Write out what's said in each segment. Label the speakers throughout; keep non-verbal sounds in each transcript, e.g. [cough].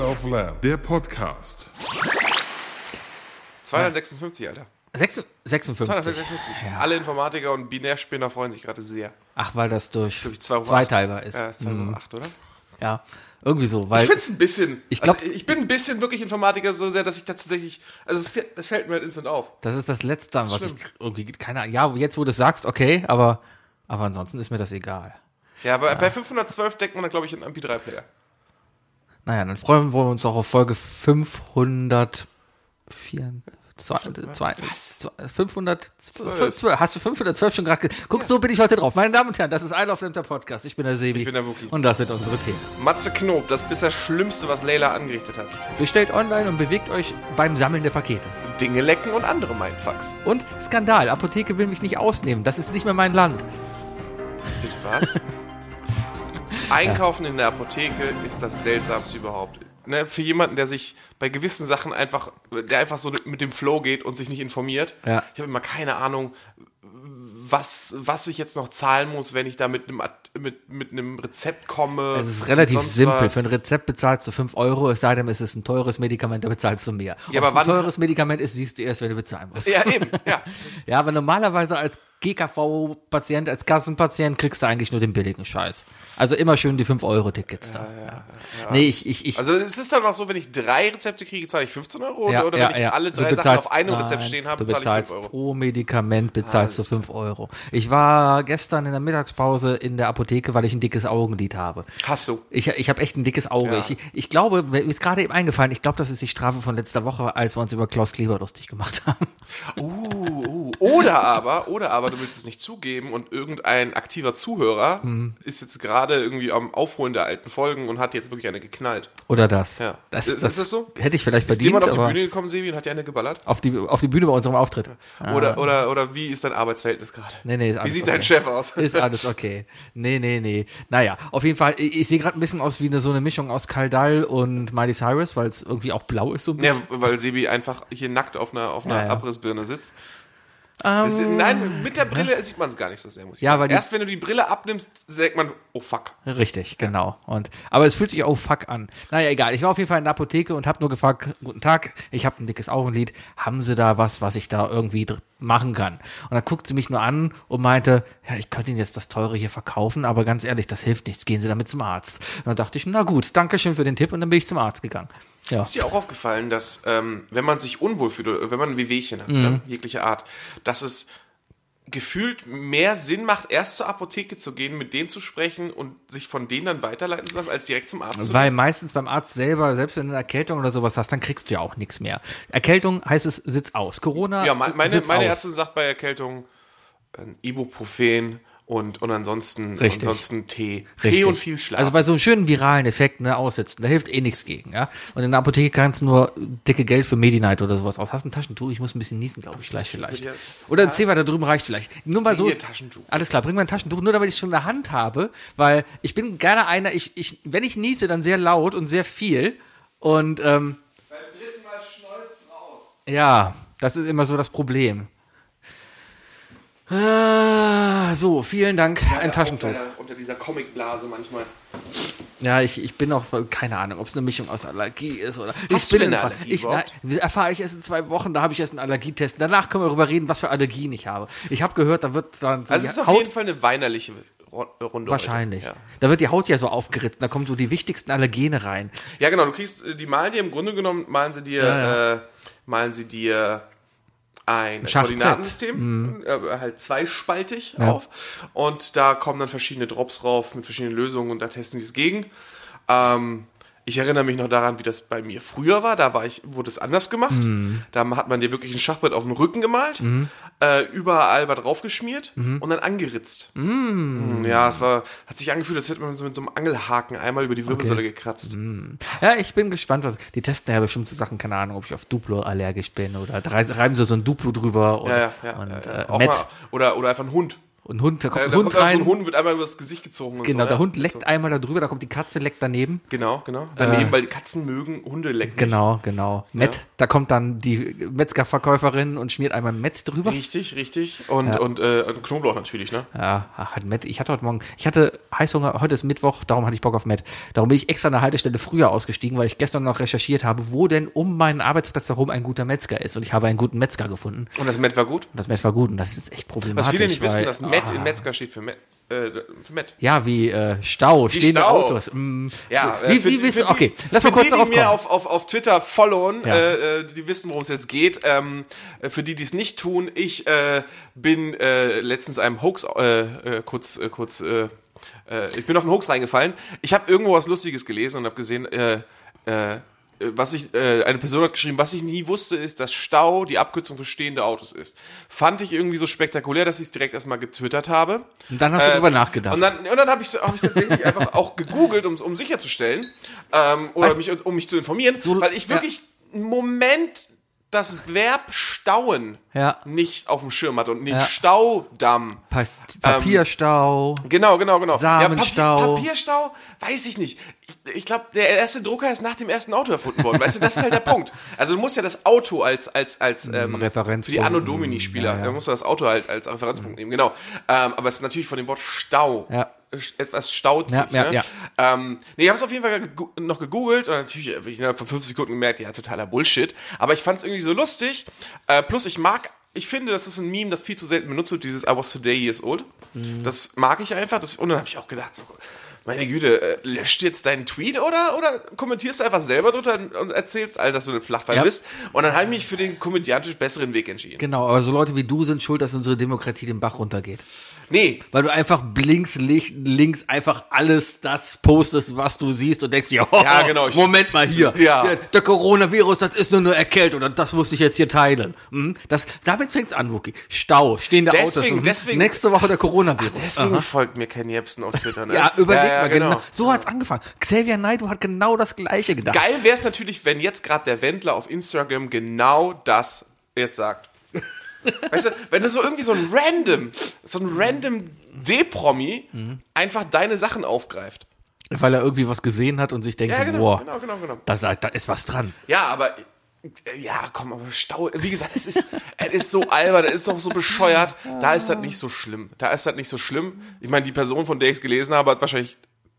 Speaker 1: of Lamb.
Speaker 2: Der Podcast.
Speaker 3: 256, Alter.
Speaker 4: Sechs- 56.
Speaker 3: 256. Alle Informatiker und Binärspinner freuen sich gerade sehr.
Speaker 4: Ach, weil das durch
Speaker 3: Durch 208.
Speaker 4: zweiteilbar ist.
Speaker 3: Ja, ist 208, oder?
Speaker 4: Ja, irgendwie so. Mhm. Weil
Speaker 3: Ich find's ein bisschen.
Speaker 4: Ich glaub-
Speaker 3: also, ich bin ein bisschen wirklich Informatiker so sehr, dass ich tatsächlich. Also, es fäll- es fällt mir halt instant auf.
Speaker 4: das ist das Letzte, an was ich
Speaker 3: Stimmt.
Speaker 4: irgendwie geht. Keine Ahnung. Ja, jetzt wo du es sagst, okay, aber, aber ansonsten ist mir das egal.
Speaker 3: Ja, aber bei 512 denkt man dann, glaube ich, an einen MP3-Player.
Speaker 4: Naja, dann freuen wir uns auch auf Folge 504. Zwei, zwei, zwei, 512. Hast du 512 schon gerade ge Guck, so bin ich heute drauf. Meine Damen und Herren, das ist I Love Lamp, der Podcast. Ich bin der Sebi.
Speaker 3: Ich bin der Wookie.
Speaker 4: Und das sind unsere Themen.
Speaker 3: Matze Knob, das bisher Schlimmste, was Layla angerichtet hat.
Speaker 4: Bestellt online und bewegt euch beim Sammeln der Pakete.
Speaker 3: Dinge lecken und andere Mindfucks.
Speaker 4: Und Skandal, Apotheke will mich nicht ausnehmen. Das ist nicht mehr mein Land.
Speaker 3: Bitte
Speaker 4: [laughs]
Speaker 3: was? Einkaufen in der Apotheke ist das seltsamste überhaupt. Ne, für jemanden, der sich bei gewissen Sachen einfach, der einfach so mit dem Flow geht und sich nicht informiert.
Speaker 4: Ja.
Speaker 3: Ich habe immer keine Ahnung, was, was ich jetzt noch zahlen muss, wenn ich da mit einem, At- mit, mit einem Rezept komme.
Speaker 4: Es ist relativ
Speaker 3: sonst
Speaker 4: simpel.
Speaker 3: was.
Speaker 4: Für ein Rezept bezahlst du 5 Euro, es sei denn, es ist ein teures Medikament, da bezahlst du mehr.
Speaker 3: Ja, aber
Speaker 4: Ob es ein
Speaker 3: wann-
Speaker 4: teures Medikament ist, siehst du erst, wenn du bezahlen musst.
Speaker 3: Ja, eben, ja.
Speaker 4: [laughs] Ja, aber normalerweise als GKV-Patient, als Kassenpatient kriegst du eigentlich nur den billigen Scheiß. Also immer schön die 5-Euro-Tickets da. Nee, ich, ich, ich.
Speaker 3: Also es ist dann auch so, wenn ich drei Rezepte kriege, zahle ich 15 Euro
Speaker 4: ja,
Speaker 3: oder
Speaker 4: ja,
Speaker 3: wenn ich
Speaker 4: ja.
Speaker 3: alle
Speaker 4: Du
Speaker 3: drei Sachen
Speaker 4: bezahlst-
Speaker 3: auf einem Rezept
Speaker 4: nein,
Speaker 3: stehen habe,
Speaker 4: du
Speaker 3: zahle ich
Speaker 4: bezahlst
Speaker 3: 5 Euro.
Speaker 4: pro Medikament bezahlst du
Speaker 3: Alles
Speaker 4: 5 Euro. Ich war gestern in der Mittagspause in der Apotheke, weil ich ein dickes Augenlid habe.
Speaker 3: Hast du.
Speaker 4: Ich, ich habe echt ein dickes Auge.
Speaker 3: Ja.
Speaker 4: Ich, ich glaube, mir ist gerade eben eingefallen, ich glaube, das ist die Strafe von letzter Woche, als wir uns über Klaus Kleber lustig gemacht [laughs] haben.
Speaker 3: Uh, uh. Oder aber, oder aber, du willst es nicht zugeben und irgendein aktiver Zuhörer
Speaker 4: Mhm.
Speaker 3: ist jetzt gerade irgendwie am Aufholen der alten Folgen und hat jetzt wirklich eine geknallt.
Speaker 4: Oder das.
Speaker 3: Ja.
Speaker 4: Das,
Speaker 3: Ist- ist
Speaker 4: das,
Speaker 3: das so?
Speaker 4: hätte ich vielleicht
Speaker 3: Ist
Speaker 4: verdient,
Speaker 3: jemand auf die
Speaker 4: aber
Speaker 3: Bühne gekommen, Sebi, und hat dir eine geballert?
Speaker 4: auf die, auf die Bühne bei unserem Auftritt.
Speaker 3: Oder, oder, oder wie ist dein Arbeitsverhältnis gerade?
Speaker 4: Ah. Nee, nee, ist
Speaker 3: Wie
Speaker 4: alles
Speaker 3: sieht
Speaker 4: okay.
Speaker 3: dein Chef aus?
Speaker 4: Ist alles okay. Nee, nee, nee. Naja, auf jeden Fall, ich, ich sehe gerade ein bisschen aus wie eine, so eine Mischung aus Kaldal und Miley Cyrus, weil es irgendwie auch blau ist so ein
Speaker 3: [laughs] Ja,
Speaker 4: bisschen.
Speaker 3: weil Sebi einfach hier nackt auf einer, auf einer
Speaker 4: Ja, ja.
Speaker 3: Abrissbirne sitzt. Ist, nein, mit der Brille sieht man es gar nicht so sehr, muss ich
Speaker 4: Ja,
Speaker 3: sagen.
Speaker 4: weil die-
Speaker 3: Erst wenn du die Brille abnimmst, sagt man, oh fuck.
Speaker 4: Richtig, genau. Und, aber es fühlt sich auch fuck an. Naja, egal. Ich war auf jeden Fall in der Apotheke und habe nur gefragt, guten Tag, ich habe ein dickes Augenlid, haben Sie da was, was ich da irgendwie dr- machen kann? Und dann guckt sie mich nur an und meinte, ja, ich könnte Ihnen jetzt das Teure hier verkaufen, aber ganz ehrlich, das hilft nichts, gehen Sie damit zum Arzt. Und dann dachte ich, na gut, danke schön für den Tipp und dann bin ich zum Arzt gegangen. Ja.
Speaker 3: Ist dir auch aufgefallen, dass ähm, wenn man sich unwohl fühlt, oder wenn man ein Wehwehchen hat,
Speaker 4: Mhm.
Speaker 3: ne, jeglicher Art, dass es gefühlt mehr Sinn macht, erst zur Apotheke zu gehen, mit denen zu sprechen und sich von denen dann weiterleiten zu lassen, als direkt zum Arzt zu
Speaker 4: Weil meistens beim Arzt selber, selbst wenn du eine Erkältung oder sowas hast, dann kriegst du ja auch nichts mehr. Erkältung heißt es, sitz aus. Corona,
Speaker 3: Ja, me- meine,
Speaker 4: sitz
Speaker 3: meine
Speaker 4: aus.
Speaker 3: Ärztin sagt bei Erkältung ein Ibuprofen und, und ansonsten,
Speaker 4: Richtig.
Speaker 3: ansonsten Tee. Tee
Speaker 4: Richtig.
Speaker 3: und viel Schlaf.
Speaker 4: Also bei so einem schönen viralen Effekt, ne, aussitzen, da hilft eh nichts gegen, ja. Und in der Apotheke kannst du nur dicke Geld für Medi-Night oder sowas aus. Hast ein Taschentuch? Ich muss ein bisschen niesen, glaube ich, gleich vielleicht.
Speaker 3: würde ja-
Speaker 4: Oder ein Zewa da drüben reicht vielleicht. Nur mal
Speaker 3: bring
Speaker 4: so.
Speaker 3: dir ein Taschentuch.
Speaker 4: Alles klar, bring mir ein Taschentuch, nur damit ich es schon in der Hand habe, weil ich bin gerne einer, ich, ich, wenn ich niese, dann sehr laut und sehr viel. Und, ähm, ja, das ist immer so das Problem. Ah, so, vielen Dank. Ein Taschentuch.
Speaker 3: Unter, unter dieser Comicblase manchmal.
Speaker 4: Ja, ich, ich bin auch, keine Ahnung, ob es eine Mischung aus Allergie ist oder.
Speaker 3: Hast
Speaker 4: ich
Speaker 3: du
Speaker 4: bin
Speaker 3: denn
Speaker 4: in-
Speaker 3: eine Allergie
Speaker 4: ich,
Speaker 3: überhaupt?
Speaker 4: nein, erfahre ich erst in zwei Wochen, da habe ich erst einen Allergietest. Danach können wir darüber reden, was für Allergien ich habe. Ich habe gehört, da wird dann so
Speaker 3: Also
Speaker 4: die
Speaker 3: es ist auf
Speaker 4: Haut
Speaker 3: jeden Fall eine weinerliche Ru- Runde. heute.
Speaker 4: wahrscheinlich.
Speaker 3: Ja.
Speaker 4: Da wird die Haut ja so aufgeritzt, da kommen so die wichtigsten Allergene rein.
Speaker 3: Ja, genau, du kriegst, äh, die malen dir im Grunde genommen, malen sie dir,
Speaker 4: Ja, ja.
Speaker 3: Äh, malen sie dir ein
Speaker 4: Schachbrett. Mhm.
Speaker 3: Koordinatensystem, äh, halt zweispaltig auf. Und da kommen dann verschiedene Drops rauf mit verschiedenen Lösungen und da testen sie es gegen. Ähm, ich erinnere mich noch daran, wie das bei mir früher war. Da war ich, wurde es anders gemacht.
Speaker 4: Mhm.
Speaker 3: Da hat man dir wirklich ein Schachbrett auf den Rücken gemalt, äh, überall war draufgeschmiert
Speaker 4: Mhm.
Speaker 3: und dann angeritzt. Mm, Ja, es war, hat sich angefühlt, als hätte man so mit so einem Angelhaken einmal über die Wirbelsäule gekratzt.
Speaker 4: Ja, ich bin gespannt, was. Die testen ja bestimmt so Sachen, keine Ahnung, ob ich auf Duplo allergisch bin oder da reiben sie so ein Duplo drüber und,
Speaker 3: Ja, ja, ja.
Speaker 4: und
Speaker 3: ja, ja.
Speaker 4: äh,
Speaker 3: Auch
Speaker 4: Met.
Speaker 3: mal, oder, oder einfach ein Hund. Äh,
Speaker 4: Und Hund, da kommt
Speaker 3: Da,
Speaker 4: ein
Speaker 3: da kommt
Speaker 4: Hund
Speaker 3: dann so
Speaker 4: rein.
Speaker 3: ein Hund, wird einmal übers Gesicht gezogen. Und
Speaker 4: genau,
Speaker 3: so,
Speaker 4: der
Speaker 3: ne?
Speaker 4: Hund leckt
Speaker 3: So.
Speaker 4: einmal da drüber, da kommt die Katze, leckt daneben.
Speaker 3: Genau, genau. Daneben, weil die Katzen mögen Hunde lecken.
Speaker 4: Genau, genau. Matt, da kommt dann die Metzgerverkäuferin und schmiert einmal Matt drüber.
Speaker 3: Richtig, richtig. Und, und, äh, und Knoblauch natürlich, ne?
Speaker 4: Ja, ach, hat Matt, ich hatte heute Morgen, ich hatte Heißhunger, heute ist Mittwoch, darum hatte ich Bock auf Matt. Darum bin ich extra an der Haltestelle früher ausgestiegen, weil ich gestern noch recherchiert habe, wo denn um meinen Arbeitsplatz herum ein guter Metzger ist. Und ich habe einen guten Metzger gefunden. Und
Speaker 3: Und das Met war gut.
Speaker 4: das Matt war gut und das ist echt problematisch.
Speaker 3: Was viele nicht wissen,
Speaker 4: weil-
Speaker 3: dass Met in
Speaker 4: Ah.
Speaker 3: Metzger steht für Met. Äh, für Met.
Speaker 4: Ja, wie äh, Stau, stehende
Speaker 3: Stau.
Speaker 4: Autos. Mm,
Speaker 3: Ja,
Speaker 4: wie,
Speaker 3: äh,
Speaker 4: wie
Speaker 3: die-
Speaker 4: wissen,
Speaker 3: die-
Speaker 4: okay, lass
Speaker 3: für
Speaker 4: mal kurz
Speaker 3: die,
Speaker 4: darauf
Speaker 3: die mir
Speaker 4: kommen.
Speaker 3: auf, auf, auf Twitter followen,
Speaker 4: Ja.
Speaker 3: äh, äh, die wissen, worum es jetzt geht. Ähm, äh, für die, die es nicht tun, ich äh, bin äh, letztens einem Hoax äh, äh, kurz, äh, kurz, äh, äh, ich bin auf einen Hoax reingefallen. Ich habe irgendwo was Lustiges gelesen und habe gesehen, äh, äh, äh, was ich, äh, eine Person hat geschrieben, was ich nie wusste, ist, dass Stau die Abkürzung für stehende Autos ist. Fand ich irgendwie so spektakulär, dass ich es direkt erstmal getwittert habe.
Speaker 4: Und dann hast du
Speaker 3: Äh,
Speaker 4: drüber nachgedacht.
Speaker 3: Und dann, und dann habe ich es hab ich's tatsächlich einfach auch gegoogelt, um, um sicherzustellen ähm, oder
Speaker 4: Weißt-
Speaker 3: mich, um mich zu informieren,
Speaker 4: So-
Speaker 3: weil ich wirklich einen Moment das Verb stauen
Speaker 4: Ja.
Speaker 3: nicht auf dem Schirm hatte und den
Speaker 4: Ja.
Speaker 3: Staudamm.
Speaker 4: pa Papierstau.
Speaker 3: Genau, genau, genau. Ja,
Speaker 4: Samenstau.
Speaker 3: Papier, Papierstau, weiß ich nicht. Ich, ich glaube, der erste Drucker ist nach dem ersten Auto erfunden worden. Weißt du, das ist halt der Punkt. Also du musst ja das Auto als als
Speaker 4: Mhm.
Speaker 3: als ähm,
Speaker 4: Referenzpunkt.
Speaker 3: für die Anno Domini Spieler. Da musst du das Auto halt als Referenzpunkt nehmen. Genau. Ähm, aber es ist natürlich von dem Wort Stau.
Speaker 4: Ja.
Speaker 3: Etwas staut
Speaker 4: Ja,
Speaker 3: sich.
Speaker 4: ja,
Speaker 3: ne?
Speaker 4: ja.
Speaker 3: Ähm, nee, ich habe es auf jeden Fall gego- noch gegoogelt und natürlich habe ich innerhalb von fünf Sekunden gemerkt, ja, totaler Bullshit. Aber ich fand es irgendwie so lustig. Äh, plus, ich mag, ich finde, das ist ein Meme, das viel zu selten benutzt wird, dieses I was today years old.
Speaker 4: Mhm.
Speaker 3: Das mag ich einfach. Das, und dann habe ich auch gedacht, so, meine Güte, äh, löscht jetzt deinen Tweet oder, oder kommentierst du einfach selber drunter und erzählst allen, dass du ein Flachbein
Speaker 4: Ja.
Speaker 3: bist. Und dann habe ich mich für den komödiantisch besseren Weg entschieden.
Speaker 4: Genau, aber so Leute wie du sind schuld, dass unsere Demokratie den Bach runtergeht.
Speaker 3: Nee,
Speaker 4: Weil du einfach blinks, licht, links einfach alles das postest, was du siehst und denkst, ja,
Speaker 3: Ja, genau, ich-
Speaker 4: Moment mal hier.
Speaker 3: Ja.
Speaker 4: Der, der Coronavirus, das ist nur eine Erkältung und das muss ich jetzt hier teilen. Mhm, das, damit fängt's an, Wookie. Stau, stehende Autos.
Speaker 3: Deswegen-
Speaker 4: mhm,
Speaker 3: deswegen-
Speaker 4: nächste Woche der Coronavirus.
Speaker 3: deswegen
Speaker 4: Aha.
Speaker 3: folgt mir Ken Jebsen auf Twitter. Ne?
Speaker 4: Ja, überleg
Speaker 3: ja,
Speaker 4: mal, genau. So hat's angefangen. Xavier Naidoo hat genau das Gleiche gedacht.
Speaker 3: Geil wäre es natürlich, wenn jetzt gerade der Wendler auf Instagram genau das jetzt sagt. Weißt du, wenn du so irgendwie so ein random, so ein random D-Promi
Speaker 4: Mhm.
Speaker 3: einfach deine Sachen aufgreift.
Speaker 4: Weil er irgendwie was gesehen hat und sich denkt,
Speaker 3: Ja,
Speaker 4: so,
Speaker 3: genau,
Speaker 4: boah,
Speaker 3: genau, genau, genau.
Speaker 4: da, da, da ist was dran.
Speaker 3: Ja, aber äh, ja, komm, aber Stau. Wie gesagt, es ist, [laughs] es ist so albern, es ist auch so bescheuert. Da ist das nicht so schlimm. Da ist das nicht so schlimm. Ich meine, die Person, von der ich es gelesen habe, hat wahrscheinlich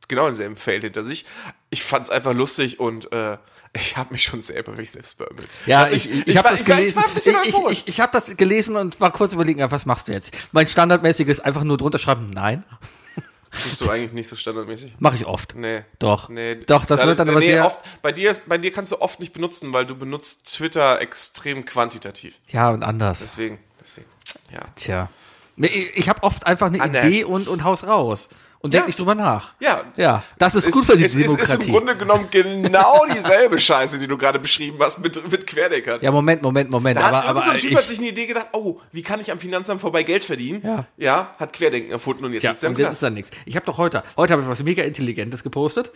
Speaker 3: genau denselben Fail hinter sich. Ich fand es einfach lustig und äh, ich habe mich schon selber mich selbst beömmelt.
Speaker 4: Ja,
Speaker 3: Also
Speaker 4: ich, ich, ich habe
Speaker 3: war-
Speaker 4: das
Speaker 3: war- Ich
Speaker 4: gelesen.
Speaker 3: war ein bisschen
Speaker 4: ich,
Speaker 3: euphorisch.
Speaker 4: ich, ich habe das gelesen und war kurz überlegen, ja, was machst du jetzt? Mein standardmäßiges einfach nur drunter schreiben, nein,
Speaker 3: Bist du eigentlich nicht so standardmäßig?
Speaker 4: mache ich oft.
Speaker 3: Nee.
Speaker 4: Doch.
Speaker 3: Nee,
Speaker 4: Doch, das wird dann aber sehr
Speaker 3: oft, bei, dir, ist- bei dir kannst du oft nicht benutzen, weil du benutzt Twitter extrem quantitativ.
Speaker 4: Ja, und anders.
Speaker 3: Deswegen, deswegen. Ja.
Speaker 4: Tja. Nee, Ich, ich habe oft einfach eine
Speaker 3: Anders.
Speaker 4: Idee und und haus raus und denk
Speaker 3: Ja.
Speaker 4: nicht drüber nach.
Speaker 3: Ja.
Speaker 4: Ja, das ist gut für die
Speaker 3: es, es
Speaker 4: Demokratie.
Speaker 3: ist im Grunde genommen genau dieselbe Scheiße, die du gerade beschrieben hast mit, mit Querdeckern.
Speaker 4: ja, Moment, Moment, Moment,
Speaker 3: Da
Speaker 4: aber
Speaker 3: hat aber,
Speaker 4: aber
Speaker 3: so ein Typ hat
Speaker 4: ich,
Speaker 3: sich eine Idee gedacht, oh, wie kann ich am Finanzamt vorbei Geld verdienen?
Speaker 4: Ja.
Speaker 3: ja hat Querdenken erfunden und jetzt
Speaker 4: ja,
Speaker 3: sitzt er im
Speaker 4: und das ist
Speaker 3: Knast.
Speaker 4: dann nichts. Ich habe doch heute, heute habe ich was mega intelligentes gepostet.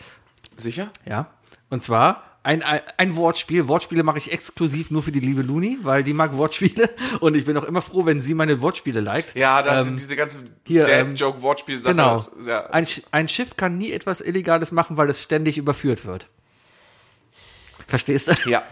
Speaker 3: Sicher?
Speaker 4: Ja. Und zwar ein, ein, ein Wortspiel. Wortspiele mache ich exklusiv nur für die liebe Luni, weil die mag Wortspiele. [laughs] Und ich bin auch immer froh, wenn sie meine Wortspiele liked.
Speaker 3: Ja, da
Speaker 4: Ähm,
Speaker 3: sind diese ganzen
Speaker 4: hier, ähm,
Speaker 3: Dad-Joke-Wortspiel-Sachen.
Speaker 4: Genau.
Speaker 3: das- Ja,
Speaker 4: ein, Sch- ein Schiff kann nie etwas Illegales machen, weil es ständig überführt wird. Verstehst du? [laughs]
Speaker 3: Ja.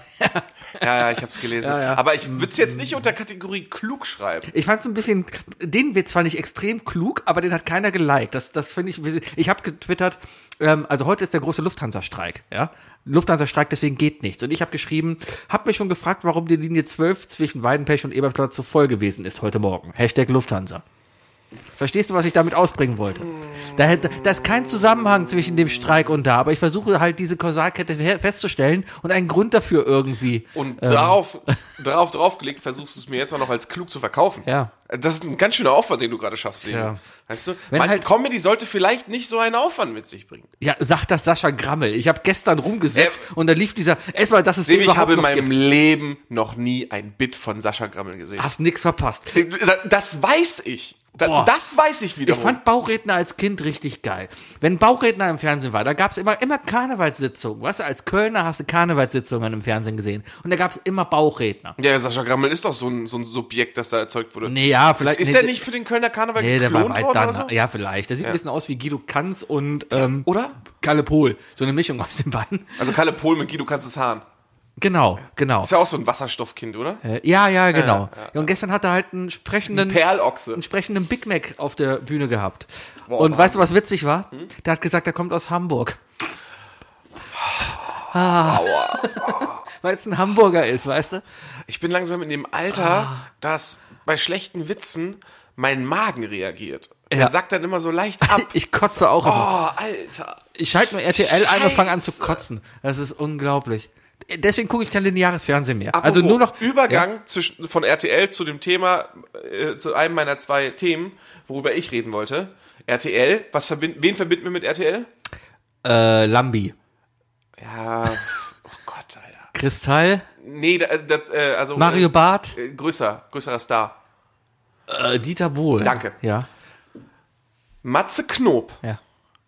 Speaker 3: Ja, ja, ich hab's gelesen.
Speaker 4: Ja, Mhm. ja.
Speaker 3: Aber ich würde es jetzt nicht unter Kategorie klug schreiben.
Speaker 4: Ich fand es ein bisschen, den Witz fand ich extrem klug, aber den hat keiner geliked. Das, das finde ich, ich habe getwittert, ähm, also heute ist der große Lufthansa-Streik, ja. Lufthansa-Streik, deswegen geht nichts. Und ich habe geschrieben, habe mich schon gefragt, warum die Linie 12 zwischen Weidenpech und Eberplatz so voll gewesen ist heute Morgen. Hashtag Lufthansa. Verstehst du, was ich damit ausbringen wollte? Da, hätte- da ist kein Zusammenhang zwischen dem Streik und da, aber ich versuche halt diese Kausalkette her- festzustellen und einen Grund dafür irgendwie.
Speaker 3: Und darauf, darauf draufgelegt, versuchst du es mir jetzt auch noch als klug zu verkaufen.
Speaker 4: Ja.
Speaker 3: Das ist ein ganz schöner Aufwand, den du gerade schaffst, Sebi.
Speaker 4: Tja.
Speaker 3: Weißt du?
Speaker 4: Wenn
Speaker 3: Manche
Speaker 4: halt-
Speaker 3: Comedy sollte vielleicht nicht so einen Aufwand mit sich bringen.
Speaker 4: Ja, sag das Sascha Grammel. Ich habe gestern rumgesäppt
Speaker 3: Äh,
Speaker 4: und da lief dieser, erstmal, dass es den
Speaker 3: Sebi, ich
Speaker 4: überhaupt
Speaker 3: habe in
Speaker 4: noch
Speaker 3: meinem
Speaker 4: gibt.
Speaker 3: Leben noch nie ein Bit von Sascha Grammel gesehen.
Speaker 4: Hast nix verpasst.
Speaker 3: Das weiß ich. Da,
Speaker 4: Boah.
Speaker 3: das weiß ich
Speaker 4: Ich
Speaker 3: wiederum.
Speaker 4: fand Bauchredner als Kind richtig geil. Wenn Bauchredner im Fernsehen war, da gab es immer, immer Karnevalssitzungen. Weißt du, als Kölner hast du Karnevalssitzungen im Fernsehen gesehen. Und da gab es immer Bauchredner.
Speaker 3: ja, Sascha Grammel ist doch so ein, so ein Subjekt, das da erzeugt wurde.
Speaker 4: Nee, ja, vielleicht.
Speaker 3: ist
Speaker 4: nee,
Speaker 3: der nicht für den Kölner Karneval
Speaker 4: Nee, der war
Speaker 3: geklont
Speaker 4: weit
Speaker 3: worden oder
Speaker 4: dann.
Speaker 3: so?
Speaker 4: Ja, vielleicht. Der sieht ein bisschen aus wie Guido Kanz und ähm,
Speaker 3: Oder?
Speaker 4: Kalle Pohl. So eine Mischung aus den beiden.
Speaker 3: Also Kalle Pohl mit Guido kannst es Hahn.
Speaker 4: Genau, genau.
Speaker 3: Ist ja auch so ein Wasserstoffkind, oder?
Speaker 4: Äh, Ja, ja, genau. Ja, Und gestern hat er halt einen sprechenden,
Speaker 3: Perlochse.
Speaker 4: einen sprechenden Big Mac auf der Bühne gehabt.
Speaker 3: Boah, Hm?
Speaker 4: und
Speaker 3: Mann.
Speaker 4: weißt du, was witzig war? Der hat gesagt, er kommt aus Hamburg. Ah. [laughs] Weil es ein Hamburger ist, weißt du?
Speaker 3: Ich bin langsam in dem Alter,
Speaker 4: Ah.
Speaker 3: dass bei schlechten Witzen mein Magen reagiert. Der
Speaker 4: Ja.
Speaker 3: sagt dann immer so leicht
Speaker 4: [laughs]
Speaker 3: ab.
Speaker 4: Ich kotze auch immer.
Speaker 3: Oh, Alter.
Speaker 4: Ich schalte nur RTL ein und
Speaker 3: Scheiße.
Speaker 4: fange an zu kotzen. Das ist unglaublich. Deswegen gucke ich kein lineares Fernsehen mehr. also nur noch.
Speaker 3: Übergang zwischen, von RTL zu dem Thema, äh, zu einem meiner zwei Themen, worüber ich reden wollte. RTL, was verbind, wen verbinden wir mit RTL?
Speaker 4: Ja, äh, Lambi.
Speaker 3: Ja, [laughs] oh Gott, Alter.
Speaker 4: Kristall.
Speaker 3: Nee, da- das, äh, also.
Speaker 4: Mario Barth.
Speaker 3: Äh, größer, größerer Star.
Speaker 4: Äh, Dieter Bohlen.
Speaker 3: Danke.
Speaker 4: Ja.
Speaker 3: Matze Knob.
Speaker 4: ja.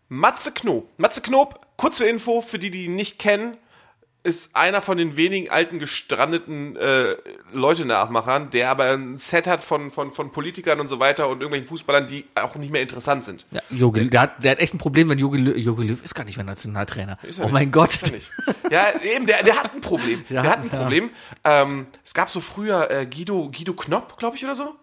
Speaker 3: Matze Knob. Matze Knob, kurze Info für die, die ihn nicht kennen, ist einer von den wenigen alten gestrandeten äh, Leute-Nachmachern, der aber ein Set hat von, von, von Politikern und so weiter und irgendwelchen Fußballern, die auch nicht mehr interessant sind.
Speaker 4: Ja, Jogi, der, hat, der hat echt ein Problem, wenn Jogi, Lö- Jogi Löw ist gar nicht mehr Nationaltrainer.
Speaker 3: Ist
Speaker 4: Oh
Speaker 3: er nicht.
Speaker 4: mein Gott.
Speaker 3: Ist er nicht. Ja, eben, der, der hat ein Problem.
Speaker 4: Ja,
Speaker 3: der hat ein
Speaker 4: ja.
Speaker 3: Problem. Ähm, es gab so früher äh, Guido, Guido Knopp, glaube ich, oder so.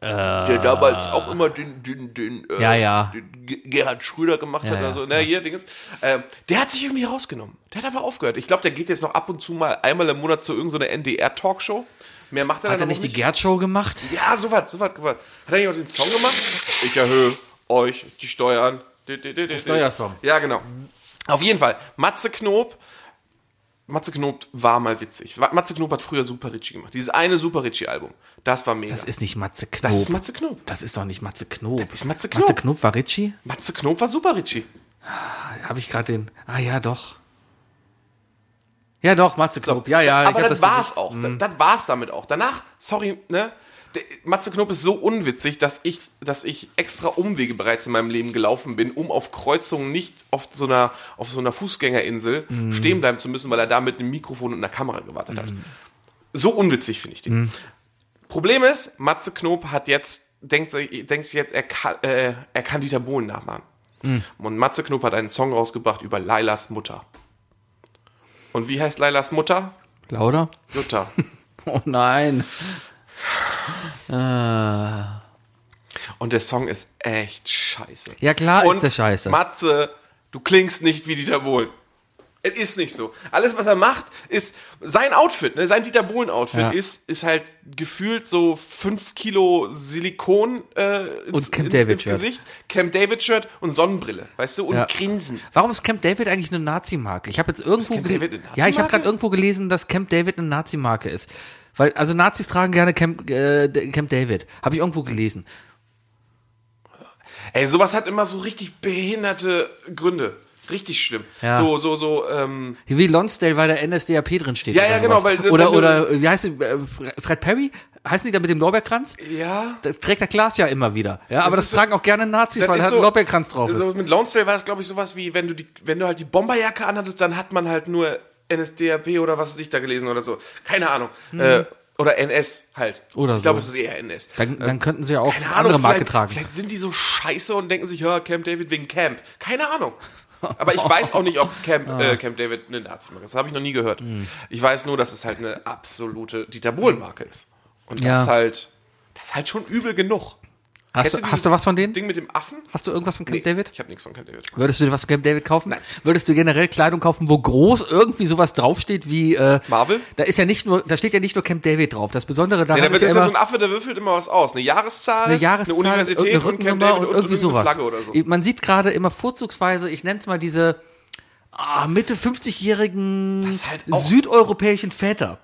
Speaker 3: der damals auch immer den, den, den, äh,
Speaker 4: Äh, Ja, ja.
Speaker 3: den Ge- Gerhard Schröder gemacht hat.
Speaker 4: ja,
Speaker 3: also, na, hier, Dings. Äh, der hat sich irgendwie rausgenommen. Der hat einfach aufgehört. Ich glaube, der geht jetzt noch ab und zu mal einmal im Monat zu irgendeiner NDR-Talkshow. Mehr macht er
Speaker 4: Hat er
Speaker 3: dann auch
Speaker 4: nicht die Gerd-Show gemacht?
Speaker 3: ja, sowas, sowas, sowas. Hat er nicht auch den Song gemacht? Ich erhöhe euch die Steuern. Di, di, di, di, di.
Speaker 4: Steuersong.
Speaker 3: Ja, genau. Auf jeden Fall. Matze Knob. Matze Knob war mal witzig. Wa- Matze Knob hat früher Super Ritchie gemacht. Dieses eine Super Ritchie-Album. Das war mega.
Speaker 4: Das ist nicht Matze Knob.
Speaker 3: Das ist Matze Knob.
Speaker 4: Das ist doch nicht Matze Knob. Das
Speaker 3: ist Matze Knob.
Speaker 4: Matze Knob war Ritchie?
Speaker 3: Matze Knob war Super Ritchie.
Speaker 4: Habe ich gerade den. Ah ja, doch. Ja, doch, Matze Knob. Ja, ja. ich
Speaker 3: Aber
Speaker 4: hab
Speaker 3: das, war's
Speaker 4: versucht. Mhm.
Speaker 3: auch. Das, das war's damit auch. Danach, sorry, ne? Der, Matze Knob ist so unwitzig, dass ich, dass ich extra Umwege bereits in meinem Leben gelaufen bin, um auf Kreuzungen nicht auf so einer, auf so einer Fußgängerinsel
Speaker 4: Mhm.
Speaker 3: stehen bleiben zu müssen, weil er da mit einem Mikrofon und einer Kamera gewartet hat. So unwitzig finde ich den.
Speaker 4: Mhm.
Speaker 3: Problem ist, Matze Knob hat jetzt, denkt, sich- denkt sich jetzt, er kann, äh, er kann Dieter Bohlen nachmachen.
Speaker 4: Mhm.
Speaker 3: Und Matze Knob hat einen Song rausgebracht über Lailas Mutter. Und wie heißt Lailas Mutter?
Speaker 4: Lauter?
Speaker 3: Jutta.
Speaker 4: [laughs] Oh nein. Äh.
Speaker 3: Und der Song ist echt scheiße.
Speaker 4: Ja, klar ist
Speaker 3: Und
Speaker 4: der scheiße.
Speaker 3: Matze, du klingst nicht wie Dieter Bohlen. Es ist nicht so. Alles, was er macht, ist sein Outfit, ne? sein Dieter Bohlen-Outfit
Speaker 4: Ja.
Speaker 3: ist, ist halt gefühlt so 5 Kilo Silikon äh, ins-
Speaker 4: Und Camp
Speaker 3: in- ins
Speaker 4: David-Shirt.
Speaker 3: Gesicht, Camp David-Shirt und Sonnenbrille, weißt du, und
Speaker 4: Ja.
Speaker 3: Grinsen.
Speaker 4: Warum ist Camp David eigentlich eine Nazi-Marke? Ich habe jetzt irgendwo
Speaker 3: Camp
Speaker 4: gele-
Speaker 3: David eine Nazi-Marke?
Speaker 4: Ja, ich habe gerade irgendwo gelesen, dass Camp David eine Nazi-Marke ist. Weil also Nazis tragen gerne Camp, äh, Camp David. Habe ich irgendwo gelesen.
Speaker 3: Ey, sowas hat immer so richtig behinderte Gründe. Richtig schlimm.
Speaker 4: Ja.
Speaker 3: So, so, so, ähm,
Speaker 4: Wie Lonsdale, weil der NSDAP drin steht.
Speaker 3: Ja,
Speaker 4: oder
Speaker 3: ja, genau,
Speaker 4: sowas.
Speaker 3: weil-
Speaker 4: oder,
Speaker 3: wenn du-
Speaker 4: oder, äh, wie heißt die, äh, Fre- Fred Perry? Heißen die da mit dem Lorbeerkranz?
Speaker 3: ja.
Speaker 4: Das trägt der Klaas ja immer wieder. Ja, aber das,
Speaker 3: ist so-
Speaker 4: tragen auch gerne Nazis,
Speaker 3: Das
Speaker 4: weil
Speaker 3: ist
Speaker 4: halt ein Lorbeerkranz drauf ist.
Speaker 3: So mit Lonsdale war das, glaube ich, sowas wie, wenn du, die, wenn du halt die Bomberjacke anhattest, dann hat man halt nur NSDAP oder was weiß ich da gelesen oder so. Keine Ahnung. Äh, oder NS halt.
Speaker 4: Hm. Oder
Speaker 3: ich glaube,
Speaker 4: so.
Speaker 3: es ist eher NS.
Speaker 4: Dann, dann könnten sie ja auch
Speaker 3: Keine
Speaker 4: eine
Speaker 3: Ahnung,
Speaker 4: andere Marke
Speaker 3: vielleicht,
Speaker 4: tragen.
Speaker 3: vielleicht sind die so scheiße und denken sich, ja, Camp David wegen Camp. Keine
Speaker 4: [laughs]
Speaker 3: Ahnung. Aber ich weiß auch nicht, ob Camp,
Speaker 4: Ah.
Speaker 3: äh, Camp David eine Nazi-Marke ist. Das habe ich noch nie gehört.
Speaker 4: Hm.
Speaker 3: Ich weiß nur, dass es halt eine absolute Dieter Bohlen-Marke ist. Und das
Speaker 4: Ja.
Speaker 3: ist halt, das ist halt schon übel genug.
Speaker 4: Hast,
Speaker 3: Kennst
Speaker 4: du,
Speaker 3: dieses
Speaker 4: hast du was von denen?
Speaker 3: Ding mit dem Affen?
Speaker 4: Hast du irgendwas von Camp
Speaker 3: Nee,
Speaker 4: David?
Speaker 3: Ich habe nichts von Camp David.
Speaker 4: Würdest du dir was von Camp David kaufen? Würdest du generell Kleidung kaufen, wo groß irgendwie sowas draufsteht wie äh,
Speaker 3: Marvel?
Speaker 4: Da ist ja nicht nur, da steht ja nicht nur Camp David drauf. Das Besondere daran
Speaker 3: Ja, da
Speaker 4: ist
Speaker 3: wird
Speaker 4: ja
Speaker 3: ist ja so
Speaker 4: immer
Speaker 3: ein Affe, der würfelt immer was aus. Eine Jahreszahl,
Speaker 4: eine Jahreszahl,
Speaker 3: eine Universität
Speaker 4: irgendeine
Speaker 3: und Camp
Speaker 4: Rückennummer
Speaker 3: David
Speaker 4: und,
Speaker 3: und
Speaker 4: irgendwie
Speaker 3: irgendeine
Speaker 4: sowas. Äh,
Speaker 3: Flagge oder so.
Speaker 4: Man sieht gerade immer vorzugsweise, ich nenne es mal diese ah, Mitte 50-jährigen
Speaker 3: ist halt auch-
Speaker 4: südeuropäischen Väter.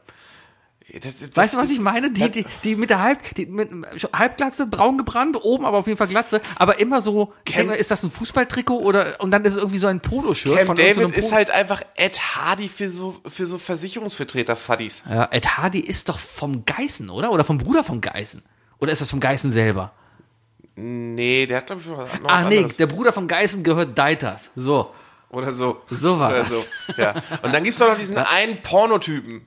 Speaker 3: Das, das,
Speaker 4: Weißt du, was ich meine? Die, die, die mit der Halb, die mit schon Halbglatze, braun gebrannt, oben aber auf jeden Fall Glatze, aber immer so, ich
Speaker 3: Camp-
Speaker 4: denke, mal, ist das ein Fußballtrikot oder, und dann ist es irgendwie so ein Poloshirt
Speaker 3: Camp
Speaker 4: irgendeinem
Speaker 3: David ist halt einfach Ed Hardy für so, für so Versicherungsvertreter-Fuddies.
Speaker 4: Polo- Ja, Ed Hardy ist doch vom Geißen, oder? Oder vom Bruder vom Geißen. Oder ist das vom Geißen selber?
Speaker 3: Nee, der hat, glaube ich, noch was
Speaker 4: Ach Ah, nee,
Speaker 3: anderes.
Speaker 4: der Bruder von Geißen gehört Deiters. So.
Speaker 3: Oder so.
Speaker 4: So war
Speaker 3: Oder
Speaker 4: das.
Speaker 3: so. Ja. Und dann gibt's doch noch diesen einen Pornotypen.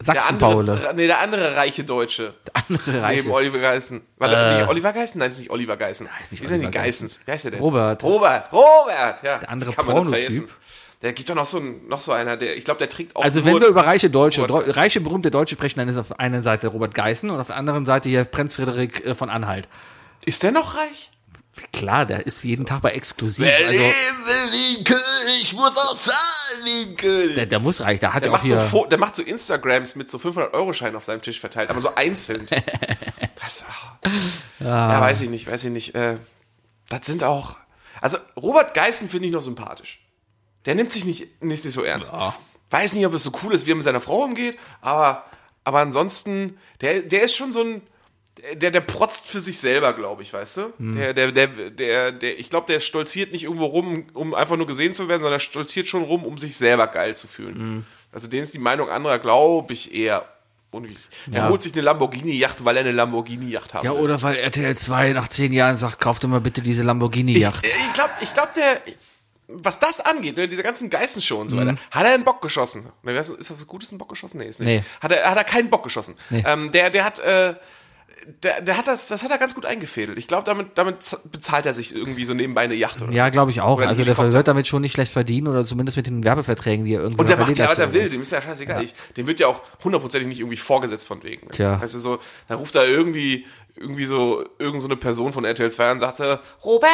Speaker 3: Der
Speaker 4: Sachsen-Paule.
Speaker 3: andere, nee, der andere reiche Deutsche.
Speaker 4: Andere
Speaker 3: Neben
Speaker 4: Reiche.
Speaker 3: Oliver Geißen. Warte, nee, Oliver Geißen? Nein, ist nicht Oliver Geißen.
Speaker 4: Äh. Nein, ist nicht
Speaker 3: Wie sind die
Speaker 4: Oliver
Speaker 3: Geissens? Wie heißt der denn?
Speaker 4: Robert.
Speaker 3: Robert, Robert, ja. Der
Speaker 4: andere Pornotyp.
Speaker 3: Der gibt doch noch so, ein, noch so einer, der, ich glaube, der trägt auch
Speaker 4: Also
Speaker 3: nur-
Speaker 4: wenn wir über reiche Deutsche,
Speaker 3: Robert
Speaker 4: Deu- reiche berühmte Deutsche sprechen, dann ist auf einer Seite Robert Geißen und auf der anderen Seite hier Prinz Frederik äh, von Anhalt.
Speaker 3: Ist der noch reich?
Speaker 4: Klar, der ist jeden Tag bei exklusiv.
Speaker 3: Der
Speaker 4: Also
Speaker 3: will den König, muss auch zahlen, den König.
Speaker 4: der, der muss reich, der hat
Speaker 3: Der
Speaker 4: ja auch
Speaker 3: macht, so
Speaker 4: hier.
Speaker 3: Fo- der macht so Instagrams mit so 500-Euro-Scheinen auf seinem Tisch verteilt, aber so
Speaker 4: [laughs]
Speaker 3: einzeln. das, ah. Ja, weiß ich nicht, weiß ich nicht. Äh, das sind auch. Also, Robert Geißen finde ich noch sympathisch. Der nimmt sich nicht, nicht so ernst.
Speaker 4: Ja.
Speaker 3: Weiß nicht, ob es so cool ist, wie er mit seiner Frau umgeht, aber, aber ansonsten, der, der ist schon so ein. Der, der protzt für sich selber, glaube ich, weißt du?
Speaker 4: Hm.
Speaker 3: Der, der, der, der, der, ich glaube, der stolziert nicht irgendwo rum, um einfach nur gesehen zu werden, sondern stolziert schon rum, um sich selber geil zu fühlen.
Speaker 4: Hm.
Speaker 3: Also denen ist die Meinung anderer, glaube ich, eher unwichtig. Er
Speaker 4: Ja.
Speaker 3: holt sich eine Lamborghini-Yacht, weil er eine Lamborghini-Yacht haben
Speaker 4: ja,
Speaker 3: will.
Speaker 4: oder weil RTL 2 nach zehn Jahren sagt, kauft immer bitte diese Lamborghini-Yacht.
Speaker 3: Ich, ich glaube, ich glaub, der, was das angeht, ne, diese ganzen Geißenshow und so
Speaker 4: Mhm.
Speaker 3: weiter, hat er einen Bock geschossen. Ne, wer Ist ist das Gutes ein Bock geschossen? Nee, ist nicht.
Speaker 4: Nee.
Speaker 3: Hat, er, hat er keinen Bock geschossen.
Speaker 4: Nee.
Speaker 3: Ähm, der, der hat, äh, der, der hat das, das hat er ganz gut eingefädelt. Ich glaube, damit, damit z- bezahlt er sich irgendwie so nebenbei eine Yacht oder
Speaker 4: Ja, glaube ich auch.
Speaker 3: Oder ein
Speaker 4: Also der
Speaker 3: Helikopter.
Speaker 4: wird damit schon nicht schlecht verdienen oder zumindest mit den Werbeverträgen, die er irgendwie
Speaker 3: Und der
Speaker 4: bei
Speaker 3: macht ja,
Speaker 4: Lidl
Speaker 3: was er
Speaker 4: erzeugt.
Speaker 3: will, dem ist ja scheißegal. Ich, dem wird ja auch hundertprozentig nicht irgendwie vorgesetzt von wegen.
Speaker 4: Tja.
Speaker 3: Weißt du, so, dann ruft da irgendwie, irgendwie so, irgend so eine Person von RTL 2 an und sagt, äh, Robert,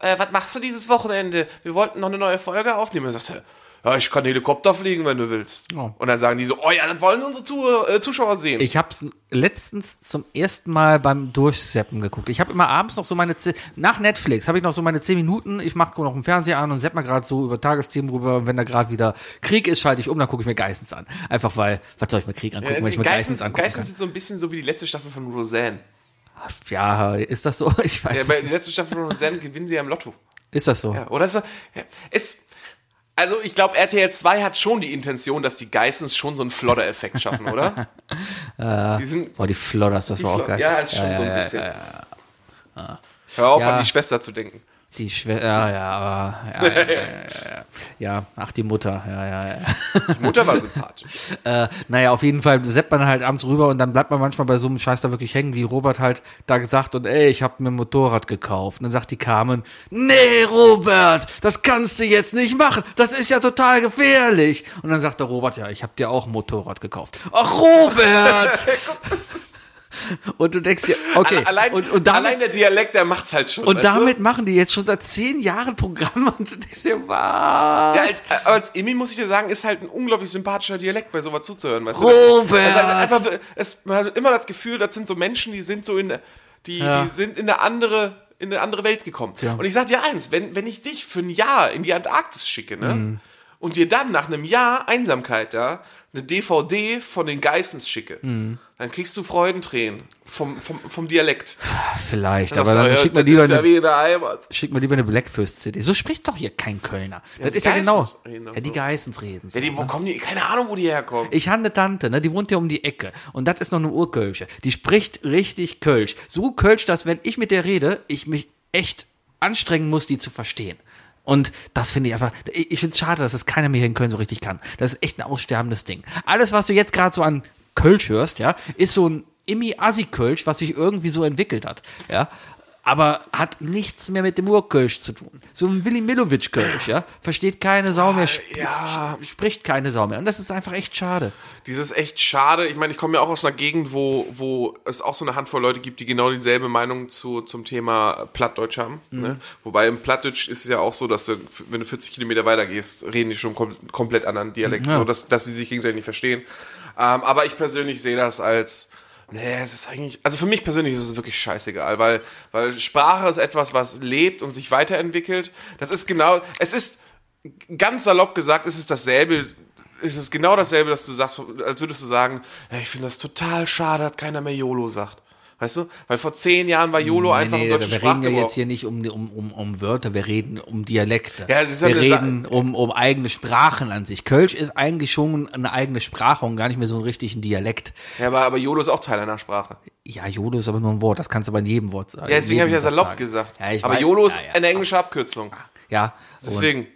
Speaker 3: äh, was machst du dieses Wochenende? Wir wollten noch eine neue Folge aufnehmen. Er sagt, ja, ich kann Helikopter fliegen, wenn du willst.
Speaker 4: Oh.
Speaker 3: Und dann sagen die so, oh ja, dann wollen unsere Zuh äh, Zuschauer sehen.
Speaker 4: Ich habe es letztens zum ersten Mal beim Durchseppen geguckt. Ich habe immer abends noch so meine zehn, nach Netflix habe ich noch so meine zehn Minuten. Ich mache noch einen Fernseher an und sepp mal gerade so über Tagesthemen rüber. Und wenn da gerade wieder Krieg ist, schalte ich um, dann gucke ich mir Geistens an. Einfach weil, was soll ich mir Krieg angucken,
Speaker 3: Äh,
Speaker 4: wenn ich mir Geistens,
Speaker 3: Geistens,
Speaker 4: angucken
Speaker 3: Geistens ist so ein bisschen so wie die letzte Staffel von Roseanne.
Speaker 4: kann? Ja, ist das so? [laughs] Ich
Speaker 3: Ja,
Speaker 4: weiß.
Speaker 3: bei
Speaker 4: es
Speaker 3: der
Speaker 4: nicht.
Speaker 3: letzten Staffel von Roseanne [laughs] gewinnen sie ja im Lotto.
Speaker 4: ist das so?
Speaker 3: Ja, oder so. ja, Es, also ich glaube, RTL 2 hat schon die Intention, dass die Geissens schon so einen Flodder-Effekt schaffen,
Speaker 4: [laughs]
Speaker 3: oder? die sind
Speaker 4: Boah, die Flodders, das war auch
Speaker 3: Flod-
Speaker 4: geil.
Speaker 3: Ja, ist schon so ein bisschen. Hör auf,
Speaker 4: Ah. Ja.
Speaker 3: an die Schwester zu denken.
Speaker 4: Die Schwester, ja, ja, aber, ja, ja, ja, ja,
Speaker 3: [laughs]
Speaker 4: ja, ja, ach, die Mutter, ja, ja, ja.
Speaker 3: Die Mutter
Speaker 4: [laughs]
Speaker 3: war sympathisch.
Speaker 4: Äh, naja, auf jeden Fall seppt man halt abends rüber und dann bleibt man manchmal bei so einem Scheiß da wirklich hängen, wie Robert halt da gesagt und ey, ich hab mir ein Motorrad gekauft. Und dann sagt die Carmen, nee, Robert, das kannst du jetzt nicht machen, das ist ja total gefährlich. Und dann sagt der Robert, ja, ich hab dir auch ein Motorrad gekauft.
Speaker 3: [laughs]
Speaker 4: Ach, Robert! und du denkst dir, okay,
Speaker 3: Alle- Allein,
Speaker 4: und, und damit,
Speaker 3: allein der Dialekt, der macht's halt schon.
Speaker 4: und
Speaker 3: weißt du?
Speaker 4: damit machen die jetzt schon seit zehn Jahren Programm [laughs] und du denkst dir, was?
Speaker 3: Ja, als, aber als Emmy muss ich dir sagen, ist halt ein unglaublich sympathischer Dialekt, bei sowas zuzuhören. Weißt
Speaker 4: Robert!
Speaker 3: Du? Das ist halt einfach, es, man hat immer das Gefühl, das sind so Menschen, die sind so in der- die,
Speaker 4: Ja.
Speaker 3: die sind in eine andere, in eine andere Welt gekommen.
Speaker 4: Tja.
Speaker 3: Und ich sag dir eins, wenn, wenn ich dich für ein Jahr in die Antarktis schicke, ne?
Speaker 4: Mhm.
Speaker 3: Und dir dann nach einem Jahr Einsamkeit da eine DVD von den Geissens schicke,
Speaker 4: Mhm.
Speaker 3: dann kriegst du Freudentränen vom, vom, vom Dialekt.
Speaker 4: Vielleicht,
Speaker 3: Das
Speaker 4: aber dann
Speaker 3: ist ja-
Speaker 4: schickt man
Speaker 3: das
Speaker 4: lieber
Speaker 3: ist ja
Speaker 4: eine
Speaker 3: wie in der Heimat.
Speaker 4: Schick mir lieber eine Blackfist-CD. So spricht doch hier kein Kölner. das
Speaker 3: die
Speaker 4: ist ja genau.
Speaker 3: Geissens reden doch
Speaker 4: Ja, die
Speaker 3: so.
Speaker 4: Geissens reden.
Speaker 3: Ja, die, wo kommen die? Keine Ahnung, wo die herkommen.
Speaker 4: Ich habe eine Tante, ne, die wohnt hier um die Ecke. Und das ist noch eine Urkölsche. Die spricht richtig Kölsch. So Kölsch, dass wenn ich mit der rede, ich mich echt anstrengen muss, die zu verstehen. Und das finde ich einfach, ich finde es schade, dass das keiner mehr hier in Köln so richtig kann. Das ist echt ein aussterbendes Ding. Alles, was du jetzt gerade so an Kölsch hörst, ja, ist so ein Immi-Assi-Kölsch, was sich irgendwie so entwickelt hat, ja. Aber hat nichts mehr mit dem Urkölsch zu tun. So ein Willi Milowitsch-Kölsch, ja. Versteht keine Sau mehr, sp
Speaker 3: Ah, Ja.
Speaker 4: spricht keine Sau mehr. Und das ist einfach echt schade.
Speaker 3: Dieses echt schade. Ich meine, ich komme ja auch aus einer Gegend, wo, wo es auch so eine Handvoll Leute gibt, die genau dieselbe Meinung zu, zum Thema Plattdeutsch haben. Ne? Wobei im Plattdeutsch ist es ja auch so, dass du, wenn du 40 Kilometer weiter gehst, reden die schon kom komplett anderen Dialekt, so dass, dass sie sich gegenseitig nicht verstehen. Ähm, aber ich persönlich sehe das als, nee, es ist eigentlich, also für mich persönlich ist es wirklich scheißegal, weil, weil Sprache ist etwas, was lebt und sich weiterentwickelt. Das ist genau, es ist, ganz salopp gesagt, ist es dasselbe, ist es genau dasselbe, dass du sagst, als würdest du sagen, ja, ich finde das total schade, dass keiner mehr YOLO sagt. Weißt du? Weil vor zehn Jahren war YOLO einfach ein deutsches
Speaker 4: wir reden ja
Speaker 3: Sprachgebrauch.
Speaker 4: jetzt hier nicht um, um, um, um Wörter, wir reden um Dialekte.
Speaker 3: Ja, es ist ja
Speaker 4: wir
Speaker 3: eine Sa-
Speaker 4: reden um, um eigene Sprachen an sich. Kölsch ist eigentlich schon eine eigene Sprache und gar nicht mehr so einen richtigen Dialekt.
Speaker 3: ja, aber, aber YOLO ist auch Teil einer Sprache.
Speaker 4: Ja, Jolo ist aber nur ein Wort, das kannst du bei jedem Wort sagen.
Speaker 3: Ja, deswegen
Speaker 4: jedem
Speaker 3: habe ich ja
Speaker 4: Satz
Speaker 3: salopp
Speaker 4: sagen.
Speaker 3: gesagt.
Speaker 4: Ja, ich
Speaker 3: aber
Speaker 4: weiß,
Speaker 3: YOLO ist
Speaker 4: ja, ja,
Speaker 3: eine englische Abkürzung.
Speaker 4: Ja, und
Speaker 3: Deswegen.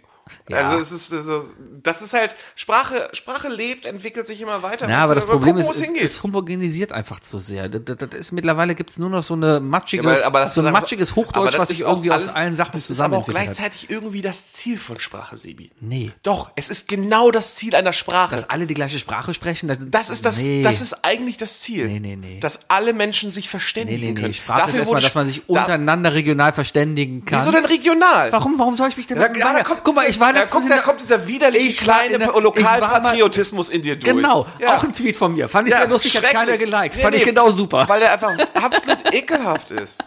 Speaker 3: Also es ist, es ist- das ist halt, Sprache, Sprache lebt, entwickelt sich immer weiter.
Speaker 4: Ja,
Speaker 3: Müssen
Speaker 4: aber
Speaker 3: wir
Speaker 4: das
Speaker 3: mal
Speaker 4: Problem
Speaker 3: gucken,
Speaker 4: ist,
Speaker 3: wo es
Speaker 4: es,
Speaker 3: hingeht.
Speaker 4: es homogenisiert einfach zu sehr. Das, das, das ist, mittlerweile gibt's nur noch so eine matschiges,
Speaker 3: Ja, aber- aber das
Speaker 4: so ein
Speaker 3: ist einfach-
Speaker 4: matschiges
Speaker 3: aber
Speaker 4: Hochdeutsch,
Speaker 3: das
Speaker 4: was
Speaker 3: ist
Speaker 4: sich
Speaker 3: auch
Speaker 4: irgendwie
Speaker 3: alles-
Speaker 4: aus allen Sachen
Speaker 3: Das ist aber auch
Speaker 4: zusammenentwickelt hat.
Speaker 3: gleichzeitig irgendwie das Ziel von Sprache, Sebi.
Speaker 4: Nee.
Speaker 3: Doch, es ist genau das Ziel einer Sprache.
Speaker 4: Dass
Speaker 3: Das,
Speaker 4: alle die gleiche Sprache sprechen, das,
Speaker 3: ist das,
Speaker 4: nee.
Speaker 3: das ist eigentlich das Ziel.
Speaker 4: Nee, nee, nee.
Speaker 3: Dass alle Menschen sich
Speaker 4: Nee,
Speaker 3: verständigen
Speaker 4: nee, nee.
Speaker 3: können.
Speaker 4: Sprache ist erstmal, dass man sich
Speaker 3: da,
Speaker 4: untereinander regional verständigen kann.
Speaker 3: Wieso denn regional?
Speaker 4: Warum, warum soll ich mich denn
Speaker 3: Da,
Speaker 4: mit
Speaker 3: ja,
Speaker 4: Bayern-
Speaker 3: da kommt,
Speaker 4: Guck mal, ich war
Speaker 3: da
Speaker 4: letztens
Speaker 3: kommt,
Speaker 4: in
Speaker 3: da
Speaker 4: der-
Speaker 3: kommt dieser widerliche
Speaker 4: Ich war
Speaker 3: kleine
Speaker 4: in der-
Speaker 3: Lokalpatriotismus in dir durch.
Speaker 4: Genau,
Speaker 3: Ja.
Speaker 4: auch ein Tweet von mir. Fand ich sehr lustig, hat
Speaker 3: schrecklich.
Speaker 4: keiner geliked.
Speaker 3: Nee,
Speaker 4: Fand ich
Speaker 3: nee,
Speaker 4: genau super. genau
Speaker 3: Weil der einfach absolut [laughs] ekelhaft ist.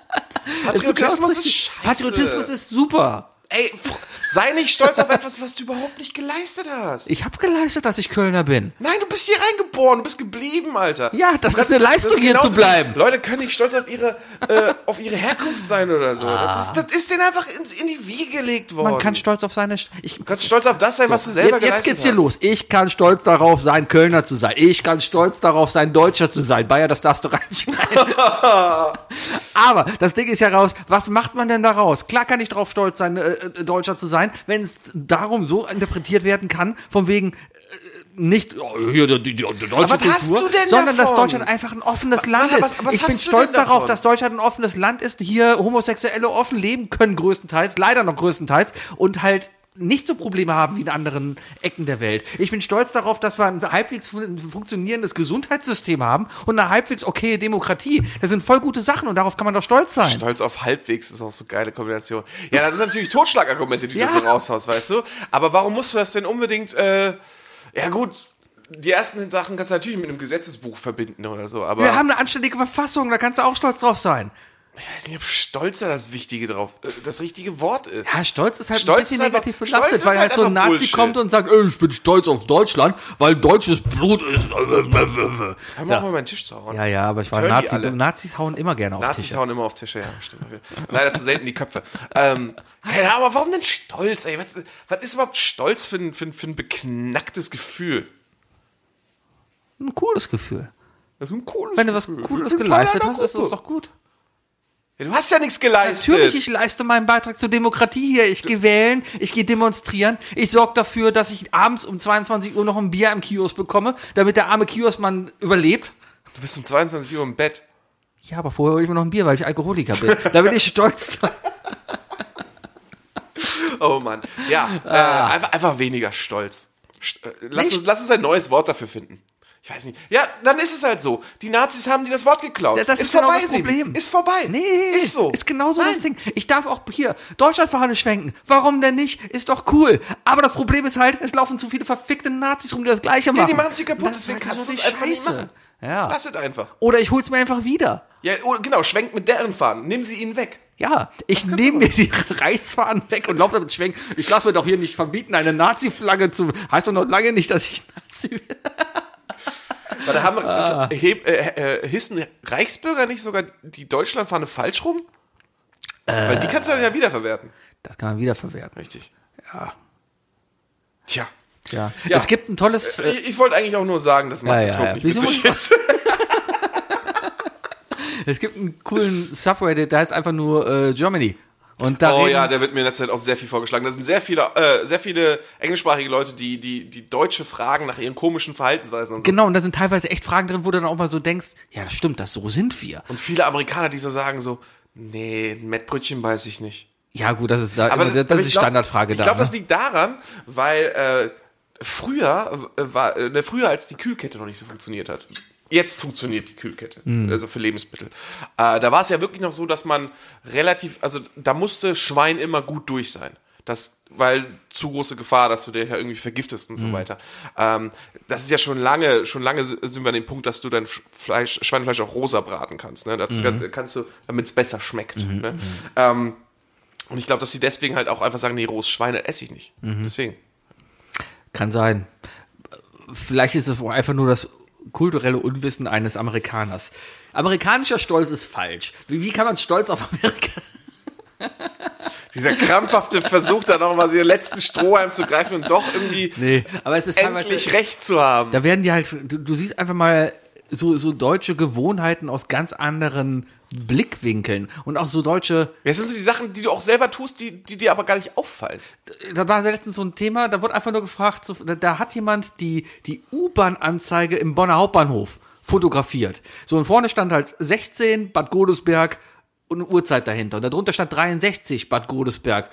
Speaker 3: Patriotismus ist, scheiße.
Speaker 4: Patriotismus ist super.
Speaker 3: Ey, pff, sei nicht stolz auf etwas, was du überhaupt nicht geleistet hast.
Speaker 4: Ich habe geleistet, dass ich Kölner bin.
Speaker 3: Nein, du bist hier reingeboren, du bist geblieben, Alter.
Speaker 4: Ja, das ist eine Leistung, hier
Speaker 3: genauso
Speaker 4: zu bleiben.
Speaker 3: Wie, Leute können nicht stolz auf ihre, äh, auf ihre Herkunft sein oder so. Das, ist, das ist denen einfach in, in die Wiege gelegt worden.
Speaker 4: Ah. Man kann stolz auf seine. Sch- Ich,
Speaker 3: du kannst stolz auf das sein, was du selber
Speaker 4: jetzt, jetzt
Speaker 3: geleistet
Speaker 4: geht's hier
Speaker 3: hast.
Speaker 4: los. Ich kann stolz darauf sein, Kölner zu sein. Ich kann stolz darauf sein, Deutscher zu sein. Bayer, das darfst du
Speaker 3: [laughs]
Speaker 4: [laughs] reinschneiden. Aber das Ding ist ja raus, was macht man denn daraus? Klar kann ich darauf stolz sein, äh, äh, Deutscher zu sein, wenn es darum so interpretiert werden kann, von wegen. äh, Nicht oh, hier, die, die, die deutsche
Speaker 3: was
Speaker 4: Kultur,
Speaker 3: hast du denn
Speaker 4: sondern dass
Speaker 3: davon?
Speaker 4: Deutschland einfach ein offenes Land
Speaker 3: was-
Speaker 4: ist.
Speaker 3: was
Speaker 4: ich
Speaker 3: hast du
Speaker 4: bin
Speaker 3: denn
Speaker 4: stolz darauf,
Speaker 3: davon?
Speaker 4: dass Deutschland ein offenes Land ist, hier Homosexuelle offen leben können, größtenteils, leider noch größtenteils, und halt nicht so Probleme haben wie in anderen Ecken der Welt. Ich bin stolz darauf, dass wir ein halbwegs fun- funktionierendes Gesundheitssystem haben und eine halbwegs okaye Demokratie. Das sind voll gute Sachen und darauf kann man doch stolz sein.
Speaker 3: Stolz auf halbwegs ist auch so eine geile Kombination. Ja, das sind natürlich Totschlagargumente, die
Speaker 4: Ja.
Speaker 3: du so raushaust, weißt du? Aber warum musst du das denn unbedingt, äh, ja gut, die ersten Sachen kannst du natürlich mit einem Gesetzesbuch verbinden oder so, aber
Speaker 4: Wir haben eine anständige Verfassung, da kannst du auch stolz drauf sein.
Speaker 3: ich weiß nicht, ob Stolz da das Wichtige drauf, äh, das richtige Wort ist.
Speaker 4: Ja, Stolz ist halt
Speaker 3: Stolz
Speaker 4: ein bisschen
Speaker 3: ist einfach-
Speaker 4: negativ
Speaker 3: Stolz
Speaker 4: belastet,
Speaker 3: ist
Speaker 4: weil
Speaker 3: halt
Speaker 4: halt so ein
Speaker 3: einfach
Speaker 4: Nazi
Speaker 3: Bullshit.
Speaker 4: kommt und sagt, "Äh, ich bin stolz auf Deutschland, weil deutsches Blut ist.
Speaker 3: Hör mal
Speaker 4: Ja.
Speaker 3: auf, mal meinen Tisch zu hauen.
Speaker 4: Ja, ja, aber ich war
Speaker 3: Hören die
Speaker 4: Nazi.
Speaker 3: alle?
Speaker 4: Nazis hauen immer gerne auf
Speaker 3: Nazis
Speaker 4: Tische.
Speaker 3: hauen immer auf Tische, ja, stimmt. Leider zu selten die Köpfe. Ähm, keine Ahnung, aber warum denn Stolz, ey? Was, was ist überhaupt Stolz für ein, für, ein, für ein beknacktes Gefühl?
Speaker 4: Ein cooles Gefühl.
Speaker 3: Das ist ein cooles
Speaker 4: Wenn du was
Speaker 3: Gefühl.
Speaker 4: Cooles
Speaker 3: Ich bin Teil
Speaker 4: geleistet
Speaker 3: einer
Speaker 4: hast, ist das
Speaker 3: Gruppe.
Speaker 4: doch gut.
Speaker 3: Ja, du hast ja nichts geleistet.
Speaker 4: Natürlich, ich leiste meinen Beitrag zur Demokratie hier. Ich gehe wählen, ich gehe demonstrieren, ich sorge dafür, dass ich abends um 22 Uhr noch ein Bier im Kiosk bekomme, damit der arme Kioskmann überlebt.
Speaker 3: Du bist um 22 Uhr im Bett.
Speaker 4: Ja, aber vorher hole ich mir noch ein Bier, weil ich Alkoholiker
Speaker 3: [laughs]
Speaker 4: bin. Da bin ich stolz drauf.
Speaker 3: Oh Mann. Ja, äh, einfach, einfach weniger stolz. St- äh, Lass
Speaker 4: Ah. Nicht-
Speaker 3: uns, lass uns ein neues Wort dafür finden. Ich weiß nicht. Ja, dann ist es halt so. Die Nazis haben dir das Wort geklaut.
Speaker 4: Ja, das ist genau das
Speaker 3: Sebi.
Speaker 4: Problem.
Speaker 3: Ist vorbei.
Speaker 4: Nee,
Speaker 3: ist so.
Speaker 4: Ist genauso
Speaker 3: Nein.
Speaker 4: das Ding. Ich darf auch hier Deutschlandfahne schwenken. Warum denn nicht? Ist doch cool. Aber das Problem ist halt, es laufen zu viele verfickte Nazis rum, die das Gleiche machen.
Speaker 3: die machen's dir kaputt,
Speaker 4: Das ist
Speaker 3: deswegen
Speaker 4: halt
Speaker 3: kannst
Speaker 4: so
Speaker 3: du's
Speaker 4: die
Speaker 3: einfach nicht
Speaker 4: Scheiße.
Speaker 3: machen.
Speaker 4: Ja.
Speaker 3: Lass es einfach.
Speaker 4: Oder ich hol's mir einfach wieder.
Speaker 3: Ja, oh, genau, schwenkt mit deren Fahnen. Nimm sie ihnen weg.
Speaker 4: Ja, ich nehme mir die [laughs] Reichsfahnen weg und laufe damit schwenken. Ich lasse mir doch hier nicht verbieten, eine Nazi-Flagge zu. Heißt doch noch lange nicht, dass ich Nazi bin.
Speaker 3: Weil da haben
Speaker 4: Ah.
Speaker 3: heb, äh, äh, hissen Reichsbürger nicht sogar die Deutschlandfahne falsch rum? Weil die kannst du
Speaker 4: Äh.
Speaker 3: dann ja wiederverwerten.
Speaker 4: Das kann man wiederverwerten.
Speaker 3: Richtig. Ja. Tja.
Speaker 4: Tja.
Speaker 3: Ja.
Speaker 4: Es gibt ein tolles. Äh,
Speaker 3: Ich, ich wollte eigentlich auch nur sagen, dass Matze
Speaker 4: ja,
Speaker 3: Knob
Speaker 4: ja.
Speaker 3: nicht
Speaker 4: Wieso
Speaker 3: witzig
Speaker 4: muss-
Speaker 3: ist.
Speaker 4: es gibt einen coolen Subreddit, der heißt einfach nur äh, Germany. Und da
Speaker 3: Oh
Speaker 4: reden-
Speaker 3: ja, der wird mir in letzter Zeit auch sehr viel vorgeschlagen. Da sind sehr viele, äh, sehr viele englischsprachige Leute, die, die, die Deutsche fragen nach ihren komischen Verhaltensweisen und so.
Speaker 4: Genau, und da sind teilweise echt Fragen drin, wo du dann auch mal so denkst, ja, das stimmt, das so sind wir.
Speaker 3: Und viele Amerikaner, die so sagen so, nee, ein Mettbrötchen weiß ich nicht.
Speaker 4: Ja, gut, das ist da immer, das,
Speaker 3: aber
Speaker 4: ist
Speaker 3: ich
Speaker 4: die
Speaker 3: glaub-
Speaker 4: Standardfrage
Speaker 3: Ich
Speaker 4: da.
Speaker 3: glaube, das
Speaker 4: ne?
Speaker 3: liegt daran, weil äh, früher äh, war, äh, ne, früher als die Kühlkette noch nicht so funktioniert hat. Jetzt funktioniert die Kühlkette,
Speaker 4: Hm.
Speaker 3: also für Lebensmittel. Äh, da war es ja wirklich noch so, dass man relativ, also da musste Schwein immer gut durch sein. Das, weil zu große Gefahr, dass du dich ja irgendwie vergiftest und
Speaker 4: Hm.
Speaker 3: so weiter. Ähm, das ist ja schon lange, schon lange si- sind wir an dem Punkt, dass du dein Sch- Fleisch, Schweinefleisch auch rosa braten kannst. Ne? Da,
Speaker 4: Mhm.
Speaker 3: da kannst du, damit es besser schmeckt. Ne? Ähm, und ich glaube, dass sie deswegen halt auch einfach sagen, nee, rohes Schweine esse ich
Speaker 4: Mhm.
Speaker 3: nicht. Deswegen.
Speaker 4: Kann sein. Vielleicht ist es auch einfach nur das kulturelle Unwissen eines Amerikaners. Amerikanischer Stolz ist falsch. Wie, wie kann man stolz auf Amerika?
Speaker 3: Dieser krampfhafte Versuch, dann auch mal den letzten Strohhalm zu greifen und doch irgendwie
Speaker 4: Nee, aber es ist
Speaker 3: endlich recht zu haben.
Speaker 4: Da werden die halt, du, du siehst einfach mal so, so deutsche Gewohnheiten aus ganz anderen Blickwinkeln und auch so deutsche
Speaker 3: Das sind so die Sachen, die du auch selber tust, die, die dir aber gar nicht auffallen.
Speaker 4: da war letztens so ein Thema, da wurde einfach nur gefragt, so, da, da hat jemand die, die U-Bahn-Anzeige im Bonner Hauptbahnhof fotografiert. So und vorne stand halt 16 Bad Godesberg und eine Uhrzeit dahinter. Und darunter stand 63 Bad Godesberg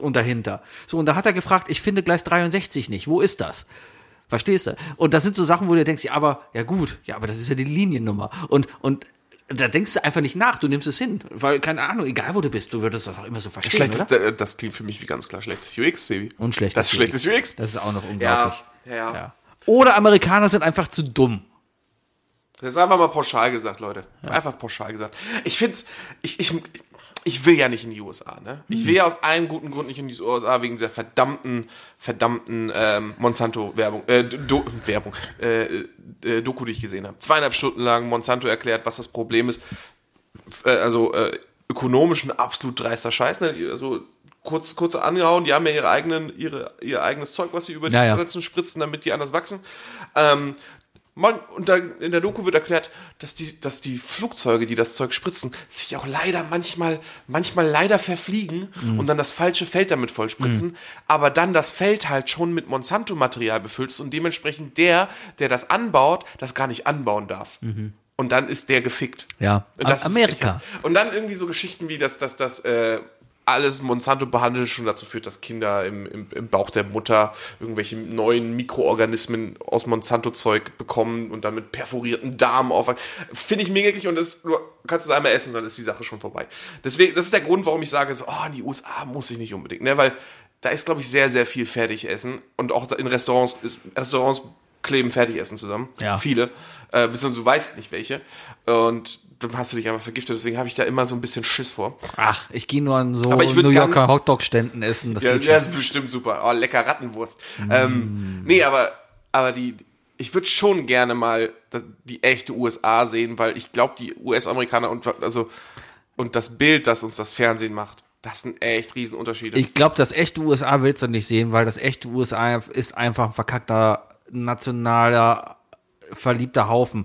Speaker 4: und dahinter. So und da hat er gefragt, ich finde Gleis 63 nicht, wo ist das? Verstehst du? Und das sind so Sachen, wo du denkst, ja, aber, ja gut, ja, aber das ist ja die Liniennummer. Und, und, da denkst du einfach nicht nach, du nimmst es hin, weil keine Ahnung, egal wo du bist, du würdest das auch immer so verstehen. oder?
Speaker 3: Schlechtes, äh, das klingt für mich wie ganz klar schlechtes UX, Sebi.
Speaker 4: Und schlechtes
Speaker 3: Das ist schlechtes UX.
Speaker 4: Das ist auch noch
Speaker 3: Ja,
Speaker 4: unglaublich.
Speaker 3: ja, ja,
Speaker 4: Ja. Oder Amerikaner sind einfach zu dumm.
Speaker 3: Das ist einfach mal pauschal gesagt, Leute. Einfach pauschal gesagt. Ich find's, ich, ich, ich will ja nicht in die USA, ne? Ich will ja aus einem guten Grund nicht in die USA wegen dieser verdammten, verdammten ähm, Monsanto-Werbung, äh, Do Werbung, äh, äh, Doku, die ich gesehen habe. Zweieinhalb Stunden lang Monsanto erklärt, was das Problem ist. F- äh, also äh, ökonomisch ein absolut dreister Scheiß, ne? Also kurz, kurz angehauen, die haben ja ihre eigenen, ihre, ihr eigenes Zeug, was sie über die
Speaker 4: Ja, ja.
Speaker 3: Pflanzen spritzen, damit die anders wachsen. Ähm, man, und da, in der Doku wird erklärt, dass die, dass die Flugzeuge, die das Zeug spritzen, sich auch leider manchmal, manchmal leider verfliegen
Speaker 4: Mhm.
Speaker 3: und dann das falsche Feld damit vollspritzen, aber dann das Feld halt schon mit Monsanto-Material befüllt ist und dementsprechend der, der das anbaut, das gar nicht anbauen darf. Und dann ist der gefickt.
Speaker 4: Mhm. Ja.
Speaker 3: Und das ist echt
Speaker 4: Amerika.
Speaker 3: krass. und dann irgendwie so Geschichten wie, dass, dass, dass äh, alles Monsanto behandelt schon dazu führt, dass Kinder im, im, im Bauch der Mutter irgendwelche neuen Mikroorganismen aus Monsanto-Zeug bekommen und dann mit perforierten Darm aufwachsen. Finde ich mega eklig und das, du kannst es einmal essen und dann ist die Sache schon vorbei. Deswegen, das ist der Grund, warum ich sage, so, oh, in die USA muss ich nicht unbedingt, ne? weil da ist, glaube ich, sehr, sehr viel Fertigessen und auch da in Restaurants, ist, Restaurants kleben Fertigessen zusammen.
Speaker 4: Ja.
Speaker 3: Viele. Äh, beziehungsweise du weißt nicht welche. Und dann hast du dich einfach vergiftet. Deswegen habe ich da immer so ein bisschen Schiss vor.
Speaker 4: Ach, ich gehe nur an so
Speaker 3: Aber ich würd
Speaker 4: New Yorker
Speaker 3: gern-
Speaker 4: Hotdog-Ständen essen. Das
Speaker 3: Ja,
Speaker 4: geht
Speaker 3: ja,
Speaker 4: schon.
Speaker 3: ist bestimmt super. Oh, lecker Rattenwurst. Ähm, nee, aber, aber die, ich würde schon gerne mal das, die echte USA sehen, weil ich glaube, die US-Amerikaner und, also, und das Bild, das uns das Fernsehen macht, das sind echt Riesenunterschiede.
Speaker 4: Ich glaube, das echte USA willst du nicht sehen, weil das echte USA ist einfach ein verkackter, nationaler, verliebter Haufen.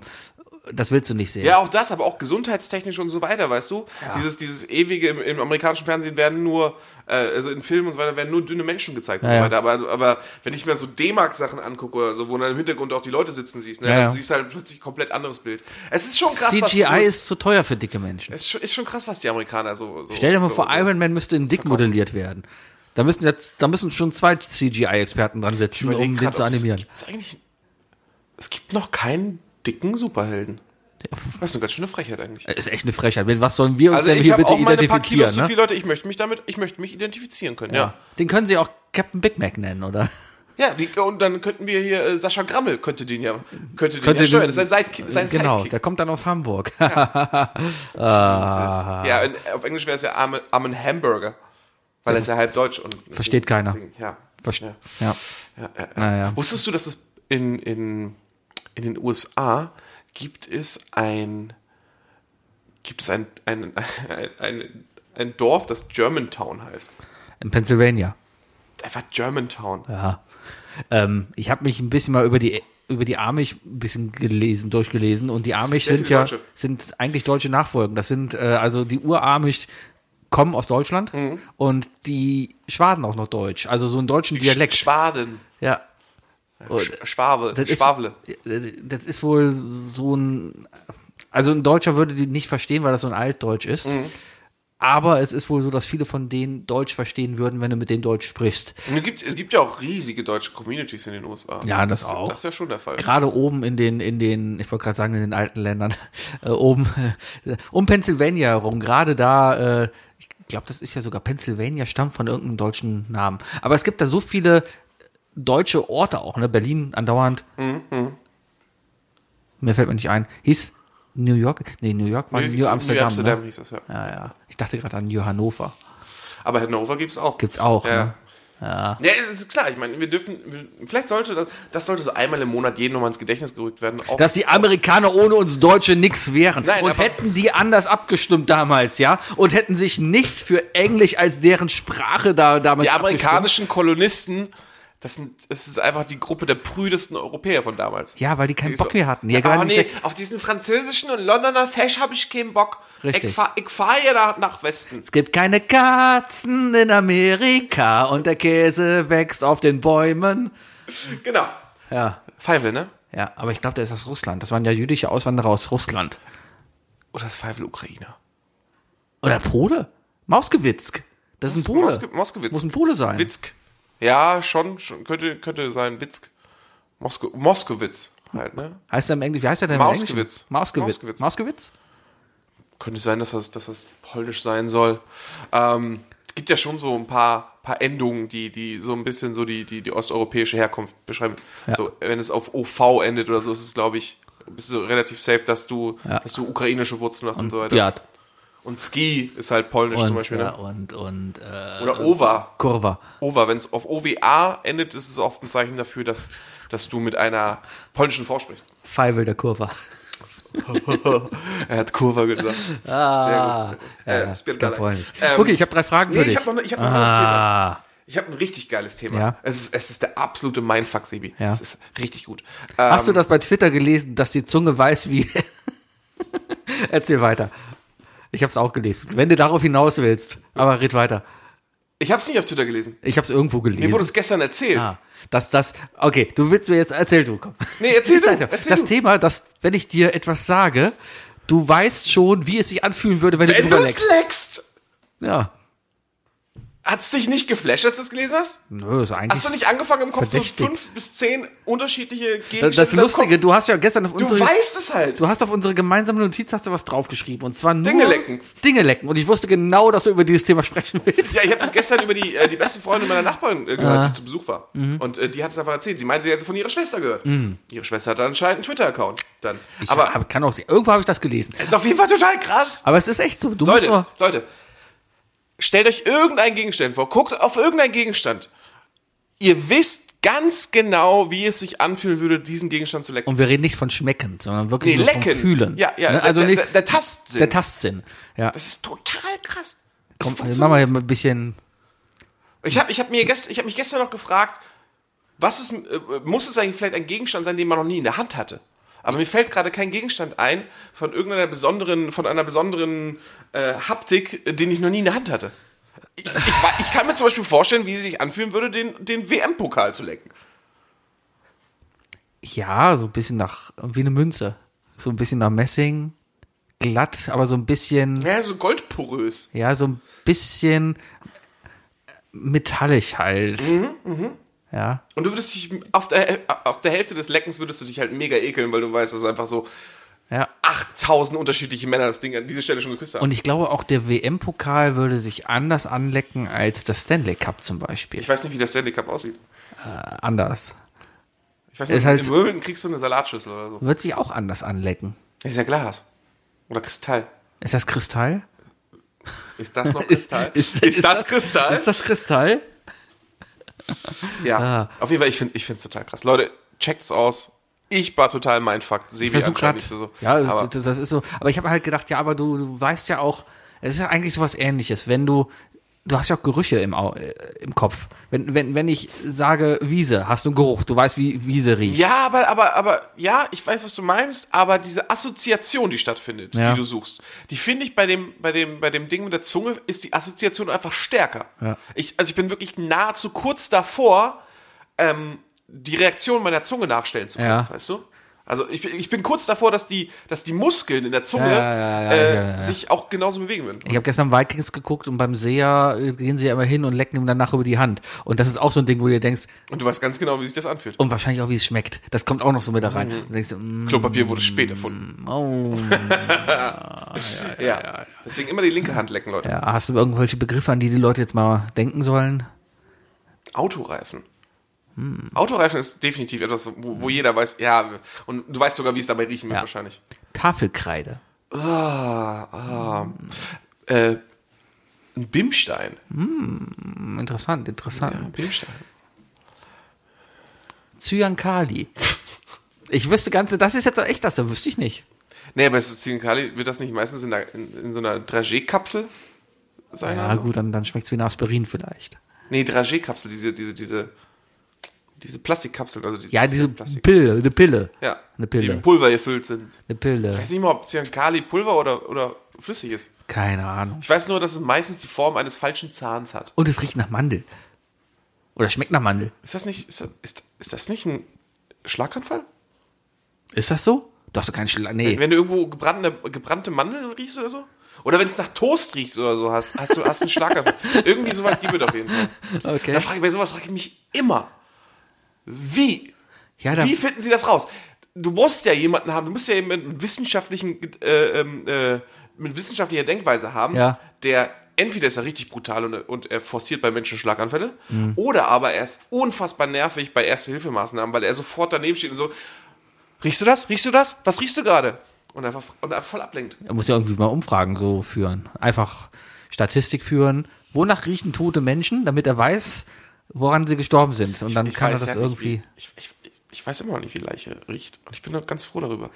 Speaker 4: Das willst du nicht sehen.
Speaker 3: Ja, auch das, aber auch gesundheitstechnisch und so weiter, weißt du? Dieses, dieses ewige im, im amerikanischen Fernsehen werden nur, äh, also in Filmen und so weiter, werden nur dünne Menschen gezeigt und
Speaker 4: Ja,
Speaker 3: so
Speaker 4: ja.
Speaker 3: weiter. Aber, aber wenn ich mir so D-Mark-Sachen angucke oder so, wo dann im Hintergrund auch die Leute sitzen siehst, ne,
Speaker 4: Ja, ja.
Speaker 3: dann siehst du halt plötzlich komplett anderes Bild. Es ist schon krass, was die
Speaker 4: CGI
Speaker 3: US
Speaker 4: ist zu teuer für dicke Menschen.
Speaker 3: es ist schon, ist schon krass, was die Amerikaner so. so
Speaker 4: Stell dir mal
Speaker 3: so,
Speaker 4: vor,
Speaker 3: so-
Speaker 4: Iron Man müsste in dick modelliert werden. Da müssen jetzt, da müssen schon zwei CGI-Experten dran sitzen,
Speaker 3: überleg
Speaker 4: um den
Speaker 3: grad,
Speaker 4: zu
Speaker 3: ob es-
Speaker 4: animieren.
Speaker 3: gibt's eigentlich, es gibt noch keinen dicken Superhelden. Das ist eine ganz schöne Frechheit eigentlich.
Speaker 4: Ist echt eine Frechheit. Mit was sollen Äh, wir uns
Speaker 3: Also
Speaker 4: denn
Speaker 3: ich
Speaker 4: hier
Speaker 3: habe
Speaker 4: bitte
Speaker 3: auch meine paar Kilos
Speaker 4: identifizieren?
Speaker 3: zu
Speaker 4: Ne?
Speaker 3: viel, Leute. Ich möchte mich damit, ich möchte mich identifizieren können. Ja.
Speaker 4: Den können sie auch Captain Big Mac nennen, [laughs] oder?
Speaker 3: Ja, die, und dann könnten wir hier, äh, Sascha Grammel könnte den ja, könnte den
Speaker 4: Könnte
Speaker 3: ja steuern.
Speaker 4: den-
Speaker 3: Das ist ein Sidekick. Sein
Speaker 4: genau,
Speaker 3: Sidekick.
Speaker 4: der kommt dann aus Hamburg. [laughs] Ah.
Speaker 3: Das ist- ja, in, auf Englisch wäre es ja Armen, Armen Hamburger. Weil er ist ja halb deutsch. Und deswegen-
Speaker 4: Versteht keiner.
Speaker 3: Deswegen, ja.
Speaker 4: Verst-
Speaker 3: Ja.
Speaker 4: ja.
Speaker 3: Ja, ja, ja.
Speaker 4: Naja.
Speaker 3: Wusstest du, dass es in, in, in den USA gibt es ein, gibt es ein, ein, [laughs] ein, ein, ein Dorf, das Germantown heißt?
Speaker 4: In Pennsylvania.
Speaker 3: Einfach Germantown.
Speaker 4: Ja. Ähm, ich habe mich ein bisschen mal über die über die Amish ein bisschen gelesen, durchgelesen und die Amish
Speaker 3: Sehr
Speaker 4: sind
Speaker 3: viele
Speaker 4: ja
Speaker 3: Deutsche.
Speaker 4: sind eigentlich deutsche Nachfolgen. Das sind äh, also die Uramish kommen aus Deutschland
Speaker 3: Mhm.
Speaker 4: und die Schwaden auch noch deutsch, also so einen deutschen Dialekt.
Speaker 3: Schwaden.
Speaker 4: ja. Und-
Speaker 3: Sch- Schwabe.
Speaker 4: Das ist,
Speaker 3: Schwable.
Speaker 4: das ist wohl so ein. Also ein Deutscher würde die nicht verstehen, weil das so ein Altdeutsch ist. Aber es ist wohl so, dass viele von denen Deutsch verstehen würden, wenn du mit denen Deutsch sprichst.
Speaker 3: Es gibt, es gibt ja auch riesige deutsche Communities in den USA.
Speaker 4: Ja, das auch.
Speaker 3: Das ist ja schon der Fall.
Speaker 4: Gerade oben in den, in den, ich wollte gerade sagen, in den alten Ländern, [laughs] äh, oben, äh, um Pennsylvania herum, gerade da, äh, ich glaube, das ist ja sogar Pennsylvania, stammt von irgendeinem deutschen Namen. Aber es gibt da so viele deutsche Orte auch, ne? Berlin andauernd. Mhm. Mir fällt mir nicht ein. Hieß New York? Nee, New York war New, Amsterdam.
Speaker 3: Amsterdam
Speaker 4: Ne?
Speaker 3: hieß das, ja.
Speaker 4: Ja, ja. Ich dachte gerade an New Hannover.
Speaker 3: Aber Hannover gibt es auch.
Speaker 4: Gibt's auch.
Speaker 3: Ja.
Speaker 4: Ne?
Speaker 3: Ja. ja, es ist klar. Ich meine, wir dürfen, wir- vielleicht sollte das, das sollte so einmal im Monat jedem nochmal ins Gedächtnis gerückt werden. Auch
Speaker 4: Dass die Amerikaner ohne uns Deutsche nix wären.
Speaker 3: Nein,
Speaker 4: und
Speaker 3: aber-
Speaker 4: hätten die anders abgestimmt damals, ja? Und hätten sich nicht für Englisch als deren Sprache da damals
Speaker 3: die amerikanischen Kolonisten, das, sind, das ist einfach die Gruppe der prüdesten Europäer von damals.
Speaker 4: abgestimmt. Ja, weil die keinen
Speaker 3: So,
Speaker 4: Bock mehr hatten. Ja,
Speaker 3: oh
Speaker 4: gar
Speaker 3: nee,
Speaker 4: nicht.
Speaker 3: auf diesen französischen und Londoner Fash habe ich keinen Bock.
Speaker 4: Richtig.
Speaker 3: Ich fahre ich fahr ja nach, nach Westen.
Speaker 4: Es gibt keine Katzen in Amerika und der Käse wächst auf den Bäumen.
Speaker 3: Genau.
Speaker 4: Ja,
Speaker 3: Feivel, ne?
Speaker 4: ja, aber ich glaube, der ist aus Russland. Das waren ja jüdische Auswanderer aus Russland.
Speaker 3: Oder ist Feivel Ukrainer?
Speaker 4: Oder Pole? Mausgewitzk. Das ist ein Pole.
Speaker 3: Moske- Moskowitz.
Speaker 4: Muss ein Pole sein.
Speaker 3: Witzk. Ja, schon, schon könnte, könnte sein. Witzk. Mosko Moskowitz halt, ne?
Speaker 4: Heißt er im Englischen? Wie heißt er denn
Speaker 3: Mauskewitz.
Speaker 4: im Englischen? Mausgewitz.
Speaker 3: Mauskewitz.
Speaker 4: Mausgewitz.
Speaker 3: Könnte sein, dass das, dass das polnisch sein soll. Ähm, gibt ja schon so ein paar, paar Endungen, die, die so ein bisschen so die, die, die osteuropäische Herkunft beschreiben. So, wenn es auf OV endet oder so, ist es, glaube ich, bist du relativ safe, dass du, dass du ukrainische Wurzeln hast und, so weiter.
Speaker 4: Ja.
Speaker 3: Und Ski ist halt polnisch
Speaker 4: Und,
Speaker 3: zum Beispiel.
Speaker 4: ja,
Speaker 3: Ne?
Speaker 4: und, und, äh,
Speaker 3: Oder Ova.
Speaker 4: Kurva.
Speaker 3: Over, wenn es auf OWA endet, ist es oft ein Zeichen dafür, dass, dass du mit einer polnischen Frau
Speaker 4: [laughs]
Speaker 3: sprichst.
Speaker 4: Pfeifel der Kurva.
Speaker 3: er hat Kurva gesagt. Ah, Sehr gut. Äh,
Speaker 4: Ja,
Speaker 3: Spiel Galei.
Speaker 4: ganz freundlich.
Speaker 3: Ähm,
Speaker 4: okay, ich habe drei Fragen
Speaker 3: nee,
Speaker 4: für dich.
Speaker 3: ich habe noch, ich hab noch ein neues Thema.
Speaker 4: ah,
Speaker 3: Ich habe ein richtig geiles Thema.
Speaker 4: Ja.
Speaker 3: Es, ist, es ist der absolute Mindfuck, Sebi.
Speaker 4: Ja.
Speaker 3: Es ist richtig gut. Ähm,
Speaker 4: Hast du das bei Twitter gelesen, dass die Zunge weiß wie... [laughs] Erzähl weiter. Ich habe es auch gelesen. Wenn du darauf hinaus willst. Aber red weiter.
Speaker 3: Ich habe es nicht auf Twitter gelesen.
Speaker 4: Ich habe es irgendwo
Speaker 3: Mir wurde
Speaker 4: gelesen.
Speaker 3: es gestern erzählt.
Speaker 4: Ah, dass das... Okay, du willst mir jetzt... Erzähl du, komm.
Speaker 3: Nee, erzähl du,
Speaker 4: das
Speaker 3: erzähl
Speaker 4: das
Speaker 3: du.
Speaker 4: Thema, dass, wenn ich dir etwas sage, du weißt schon, wie es sich anfühlen würde, wenn, du
Speaker 3: Wenn du
Speaker 4: drüber
Speaker 3: es
Speaker 4: leckst.
Speaker 3: leckst,
Speaker 4: Ja.
Speaker 3: hat es dich nicht geflasht, als du es gelesen hast?
Speaker 4: Nö, ist eigentlich...
Speaker 3: Hast du nicht angefangen im Kopf
Speaker 4: verdächtig.
Speaker 3: so fünf bis zehn unterschiedliche Gegenstände?
Speaker 4: Das, das
Speaker 3: im Kopf?
Speaker 4: Lustige, du hast ja gestern auf
Speaker 3: Du
Speaker 4: unsere,
Speaker 3: weißt es halt.
Speaker 4: du hast auf unsere gemeinsame Notiz hast du was draufgeschrieben und zwar nur
Speaker 3: Dinge lecken.
Speaker 4: Dinge lecken. Und ich wusste genau, dass du über dieses Thema sprechen willst.
Speaker 3: Ja, ich habe das gestern über die, äh, die beste Freundin meiner Nachbarin äh,
Speaker 4: Ah.
Speaker 3: gehört, die zu Besuch war.
Speaker 4: Mhm.
Speaker 3: Und äh, die hat es einfach erzählt. Sie meinte, sie hätte von ihrer Schwester gehört. Ihre Schwester hat anscheinend einen Twitter-Account. Dann.
Speaker 4: Ich
Speaker 3: Aber
Speaker 4: hab, kann auch irgendwo habe ich das gelesen.
Speaker 3: ist auf jeden Fall total krass.
Speaker 4: Aber es ist echt so. Du musst
Speaker 3: Leute,
Speaker 4: nur,
Speaker 3: Leute, stellt euch irgendeinen Gegenstand vor. Guckt auf irgendeinen Gegenstand. Ihr wisst ganz genau, wie es sich anfühlen würde, diesen Gegenstand zu lecken.
Speaker 4: und wir reden nicht von schmeckend, sondern wirklich
Speaker 3: Nee,
Speaker 4: nur
Speaker 3: lecken.
Speaker 4: Um vom Fühlen.
Speaker 3: Ja, ja.
Speaker 4: Ne? Also
Speaker 3: der,
Speaker 4: nicht
Speaker 3: der, der Tastsinn.
Speaker 4: der Tastsinn. Ja.
Speaker 3: das ist total krass. Das
Speaker 4: Komm,
Speaker 3: funktioniert.
Speaker 4: machen wir hier mal ein bisschen.
Speaker 3: Ich habe ich hab mir gest, ich hab mich gestern noch gefragt, was ist, äh, muss es eigentlich vielleicht ein Gegenstand sein, den man noch nie in der Hand hatte? Aber mir fällt gerade kein Gegenstand ein von irgendeiner besonderen, von einer besonderen äh, Haptik, äh, den ich noch nie in der Hand hatte. Ich, ich, wa- ich kann mir zum Beispiel vorstellen, wie es sich anfühlen würde, den, den WM-Pokal zu lecken.
Speaker 4: Ja, so ein bisschen nach wie eine Münze. So ein bisschen nach Messing. Glatt, aber so ein bisschen.
Speaker 3: Ja, so goldporös.
Speaker 4: Ja, so ein bisschen metallisch halt.
Speaker 3: Mhm,
Speaker 4: Ja.
Speaker 3: Und du würdest dich auf der, auf der Hälfte des Leckens würdest du dich halt mega ekeln, weil du weißt, dass einfach so
Speaker 4: Ja.
Speaker 3: 8000 unterschiedliche Männer das Ding an dieser Stelle schon geküsst haben.
Speaker 4: Und ich glaube, auch der WM-Pokal würde sich anders anlecken als der Stanley Cup zum Beispiel.
Speaker 3: ich weiß nicht, wie der Stanley Cup aussieht.
Speaker 4: anders.
Speaker 3: Ich weiß
Speaker 4: Ist
Speaker 3: nicht,
Speaker 4: halt-
Speaker 3: in Wimbledon kriegst du eine Salatschüssel oder so.
Speaker 4: Wird sich auch anders anlecken.
Speaker 3: Ist ja Glas. Oder Kristall.
Speaker 4: Ist das Kristall?
Speaker 3: Ist das
Speaker 4: [laughs]
Speaker 3: noch Kristall? ist, das, Kristall?
Speaker 4: Ist das Kristall?
Speaker 3: ja.
Speaker 4: Ah.
Speaker 3: Auf jeden Fall, ich finde es total krass. Leute, checkt's aus. Ich war total mindfuck. Sebi
Speaker 4: Ich versuch
Speaker 3: anscheinend
Speaker 4: grad.
Speaker 3: nicht so.
Speaker 4: Ja, das,
Speaker 3: aber,
Speaker 4: das, das ist so. Aber ich habe halt gedacht, ja, aber du, du weißt ja auch, es ist ja eigentlich sowas ähnliches, wenn du. Du hast ja auch Gerüche im, Au, äh, im Kopf. Wenn, wenn, wenn ich sage Wiese, hast du einen Geruch. Du weißt, wie Wiese riecht.
Speaker 3: ja aber, aber, aber, ja, ich weiß, was du meinst, aber diese Assoziation, die stattfindet,
Speaker 4: Ja.
Speaker 3: die du suchst, die finde ich bei dem, bei dem, bei dem Ding mit der Zunge, ist die Assoziation einfach stärker. Ich, also ich bin wirklich nahezu kurz davor, ähm, die Reaktion meiner Zunge nachstellen zu können,
Speaker 4: Ja.
Speaker 3: weißt du? Also ich, bin- ich bin kurz davor, dass die, dass die Muskeln in der Zunge
Speaker 4: Ja, ja, ja,
Speaker 3: äh,
Speaker 4: ja, ja, ja.
Speaker 3: sich auch genauso bewegen würden.
Speaker 4: Ich habe gestern Vikings geguckt und beim Seher äh, gehen sie ja immer hin und lecken ihm danach über die Hand. Und das ist auch so ein Ding, wo du dir denkst,
Speaker 3: Und du weißt ganz genau, wie sich das anfühlt.
Speaker 4: und wahrscheinlich auch, wie es schmeckt. Das kommt auch noch so mit da
Speaker 3: Mhm.
Speaker 4: rein. Und denkst du, mm,
Speaker 3: Klopapier wurde spät erfunden.
Speaker 4: oh.
Speaker 3: Ja, Deswegen immer die linke Hand lecken, Leute.
Speaker 4: ja, hast du irgendwelche Begriffe, an die die Leute jetzt mal denken sollen?
Speaker 3: Autoreifen. Autoreifen ist definitiv etwas, wo, wo jeder weiß, ja, und du weißt sogar, wie es dabei riechen wird
Speaker 4: Ja.
Speaker 3: wahrscheinlich.
Speaker 4: Tafelkreide.
Speaker 3: Ah, ah. Äh, Ein Bimstein.
Speaker 4: Hm, Interessant, interessant.
Speaker 3: Bimstein.
Speaker 4: Zyankali. Ich wüsste ganze, das ist jetzt auch echt das, da wüsste ich nicht.
Speaker 3: Nee, bei Sizilienkali wird das nicht meistens in, der, in, in so einer Dragé-Kapsel sein?
Speaker 4: Ja,
Speaker 3: Also?
Speaker 4: gut, dann, dann schmeckt es wie ein Aspirin vielleicht.
Speaker 3: Nee, Dragé-Kapsel, diese, diese, diese, diese Plastikkapseln, also die,
Speaker 4: Ja, diese
Speaker 3: Plastik.
Speaker 4: Pille, eine Pille.
Speaker 3: Ja, die
Speaker 4: eine Pille.
Speaker 3: mit Pulver gefüllt sind.
Speaker 4: Eine
Speaker 3: Ich
Speaker 4: Pille.
Speaker 3: weiß nicht mal, ob Zyankali Pulver oder, oder flüssig ist.
Speaker 4: Keine Ahnung.
Speaker 3: Ich weiß nur, dass es meistens die Form eines falschen Zahns hat.
Speaker 4: Und es riecht nach Mandel. Oder schmeckt nach Mandel.
Speaker 3: Ist das nicht, ist das, ist, ist das nicht ein Schlaganfall?
Speaker 4: Ist das so? Du hast doch keinen Schlag. Nee.
Speaker 3: Wenn du irgendwo gebrannte, gebrannte Mandeln riechst oder so? Oder wenn es nach Toast riecht oder so, hast, hast du hast einen Schlaganfall. [laughs] Irgendwie sowas gibt es auf jeden Fall.
Speaker 4: Okay.
Speaker 3: Da frage ich, bei sowas frage ich mich immer, wie?
Speaker 4: Ja, da-
Speaker 3: wie finden sie das raus? Du musst ja jemanden haben, du musst ja jemanden mit wissenschaftlichen, äh, ähm, äh, mit wissenschaftlicher Denkweise haben,
Speaker 4: Ja.
Speaker 3: der entweder ist er richtig brutal und, und er forciert bei Menschen Schlaganfälle,
Speaker 4: Mhm.
Speaker 3: oder aber er ist unfassbar nervig bei Erste-Hilfe-Maßnahmen, weil er sofort daneben steht und so, riechst du das? Riechst du das? Was riechst du gerade? Und einfach, und einfach voll ablenkt.
Speaker 4: Da muss ja irgendwie mal Umfragen so führen. Einfach Statistik führen. Wonach riechen tote Menschen, damit er weiß, woran sie gestorben sind. Und dann kann er das
Speaker 3: ja nicht,
Speaker 4: irgendwie.
Speaker 3: Wie, ich, ich, ich weiß immer noch nicht, wie Leiche riecht. Und ich bin noch ganz froh darüber.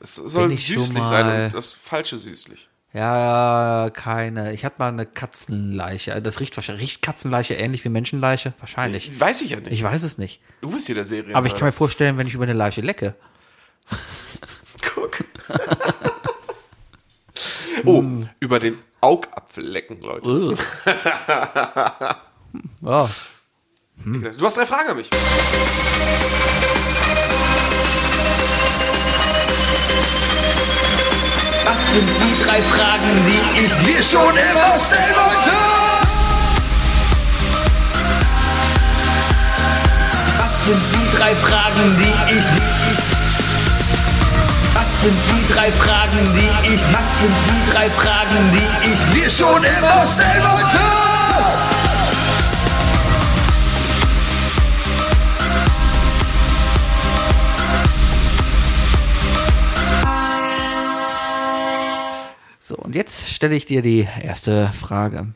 Speaker 3: Es soll
Speaker 4: ich schon
Speaker 3: süßlich sein
Speaker 4: mal-
Speaker 3: und das falsche süßlich.
Speaker 4: Ja, keine. Ich hatte mal eine Katzenleiche. Also Das riecht wahrscheinlich. Riecht Katzenleiche ähnlich wie Menschenleiche? Wahrscheinlich.
Speaker 3: Ich, weiß ich ja nicht.
Speaker 4: Ich weiß es nicht.
Speaker 3: du bist hier der Serie.
Speaker 4: Aber ich kann mir vorstellen, wenn ich über eine Leiche lecke. [laughs]
Speaker 3: gucken. oh,
Speaker 4: Hm.
Speaker 3: über den Augapfel lecken, Leute.
Speaker 4: Ugh. Hm. ja. Hm.
Speaker 3: Du hast drei Fragen an mich.
Speaker 1: Was sind die drei Fragen, die ich dir schon immer stellen wollte? Was sind die drei Fragen, die ich Was sind die drei Fragen, die ich Was sind die drei Fragen, die ich dir schon immer stellen wollte?
Speaker 4: So, und jetzt stelle ich dir die erste Frage.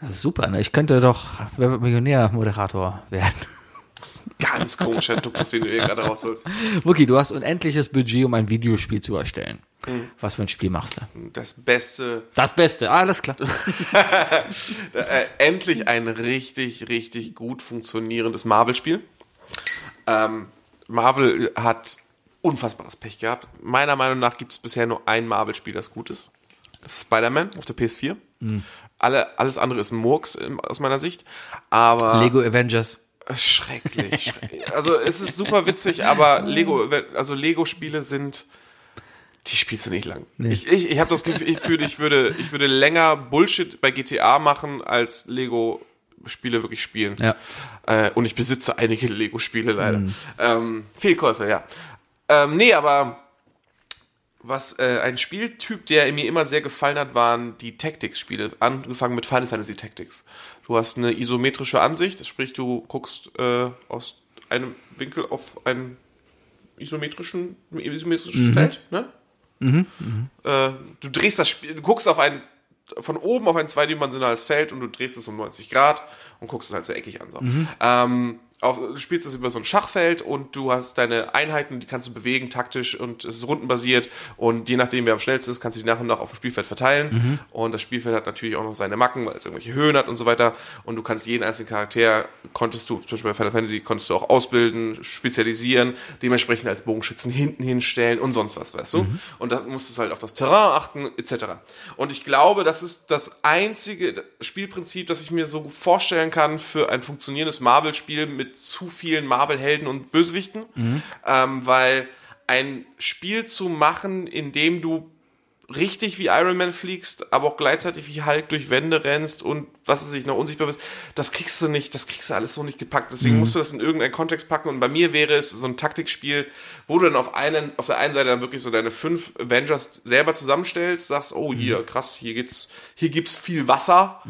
Speaker 4: Das ist super, ne? Ich könnte doch Wer wird Millionär-Moderator werden.
Speaker 3: Ganz komischer Tupus, den du hier gerade rausholst.
Speaker 4: Wookie, du hast unendliches Budget, um ein Videospiel zu erstellen. Was für ein Spiel machst du?
Speaker 3: Das Beste.
Speaker 4: Das Beste, alles klar.
Speaker 3: Äh, endlich ein richtig, richtig gut funktionierendes Marvel-Spiel. Ähm, Marvel hat unfassbares Pech gehabt. Meiner Meinung nach gibt es bisher nur ein Marvel-Spiel, das gut ist. Das ist Spider-Man auf der PS4.
Speaker 4: Hm.
Speaker 3: Alle, alles andere ist ein Murks ähm, aus meiner Sicht. Aber
Speaker 4: Lego Avengers.
Speaker 3: Schrecklich. schrecklich. Also es ist super witzig, aber Lego, also Lego-Spiele sind, die spielst du nicht lang. Ich, ich, ich habe das Gefühl, ich fühle, ich würde, ich würde länger Bullshit bei GTA machen, als Lego-Spiele wirklich spielen.
Speaker 4: Ja.
Speaker 3: Äh, und ich besitze einige Lego-Spiele leider. Ähm, Fehlkäufe, ja. Ähm, nee, aber was äh, ein Spieltyp, der mir immer sehr gefallen hat, waren die Tactics-Spiele, angefangen mit Final Fantasy Tactics. Du hast eine isometrische Ansicht, sprich du guckst äh, aus einem Winkel auf einen isometrischen, ein isometrisches Feld, ne? Äh, du drehst das Spiel, du guckst auf ein von oben auf ein zweidimensionales Feld und du drehst es um 90 Grad und guckst es halt so eckig an. So. Ähm, auf, du spielst es über so ein Schachfeld und du hast deine Einheiten, die kannst du bewegen taktisch und es ist rundenbasiert und je nachdem, wer am schnellsten ist, kannst du die nach und nach auf dem Spielfeld verteilen und das Spielfeld hat natürlich auch noch seine Macken, weil es irgendwelche Höhen hat und so weiter und du kannst jeden einzelnen Charakter, konntest du, zum Beispiel bei Final Fantasy, konntest du auch ausbilden, spezialisieren, dementsprechend als Bogenschützen hinten hinstellen und sonst was, weißt du? Und da musst du halt auf das Terrain achten, etc. Und ich glaube, das ist das einzige Spielprinzip, das ich mir so vorstellen kann für ein funktionierendes Marvel-Spiel mit zu vielen Marvel-Helden und Bösewichten, ähm, weil ein Spiel zu machen, in dem du richtig wie Iron Man fliegst, aber auch gleichzeitig wie Hulk durch Wände rennst und was weiß ich, noch unsichtbar bist, das kriegst du nicht, das kriegst du alles so nicht gepackt. Deswegen musst du das in irgendeinen Kontext packen. Und bei mir wäre es so ein Taktikspiel, wo du dann auf einen, auf der einen Seite dann wirklich so deine fünf Avengers selber zusammenstellst, sagst, oh hier, krass, hier geht's, hier gibt's viel Wasser.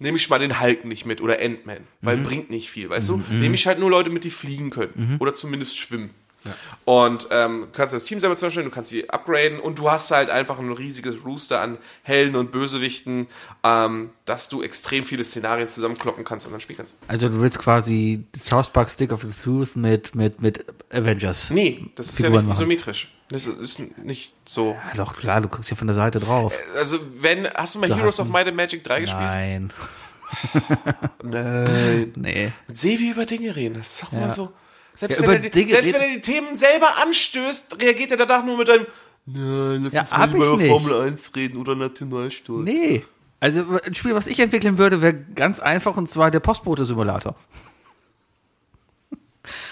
Speaker 3: Nehme ich mal den Hulk nicht
Speaker 4: Mhm.
Speaker 3: mit oder Ant-Man, weil bringt nicht viel, weißt du? Nehme ich halt nur Leute mit, die fliegen können oder zumindest schwimmen. Und ähm, du kannst das Team selber zusammenstellen, du kannst sie upgraden und du hast halt einfach ein riesiges Rooster an Helden und Bösewichten, ähm, dass du extrem viele Szenarien zusammenkloppen kannst und dann spielen kannst.
Speaker 4: Also du willst quasi South Park Stick of the Truth mit, mit, mit Avengers.
Speaker 3: Nee, das ist ja
Speaker 4: Figuren
Speaker 3: nicht
Speaker 4: machen.
Speaker 3: isometrisch. Das ist ist nicht so.
Speaker 4: Ja, doch, klar, du guckst ja von der Seite drauf.
Speaker 3: Also, wenn. Hast du mal
Speaker 4: Du
Speaker 3: Heroes
Speaker 4: hast
Speaker 3: of
Speaker 4: ein-
Speaker 3: Might and Magic 3 gespielt?
Speaker 4: Nein.
Speaker 3: Nein.
Speaker 4: Nee.
Speaker 3: Mit Sevi über Dinge reden, das ist doch immer so. Selbst,
Speaker 4: Ja,
Speaker 3: wenn,
Speaker 4: über
Speaker 3: er die,
Speaker 4: Dinge
Speaker 3: selbst wenn
Speaker 4: reden-
Speaker 3: er die Themen selber anstößt, reagiert er danach nur mit einem. Nein, lass
Speaker 4: Ja,
Speaker 3: uns mal
Speaker 4: hab ich
Speaker 3: über
Speaker 4: nicht.
Speaker 3: Formel 1 reden oder Nationalstolz.
Speaker 4: Nee. Also ein Spiel, was ich entwickeln würde, wäre ganz einfach und zwar der Postbote-Simulator. [laughs]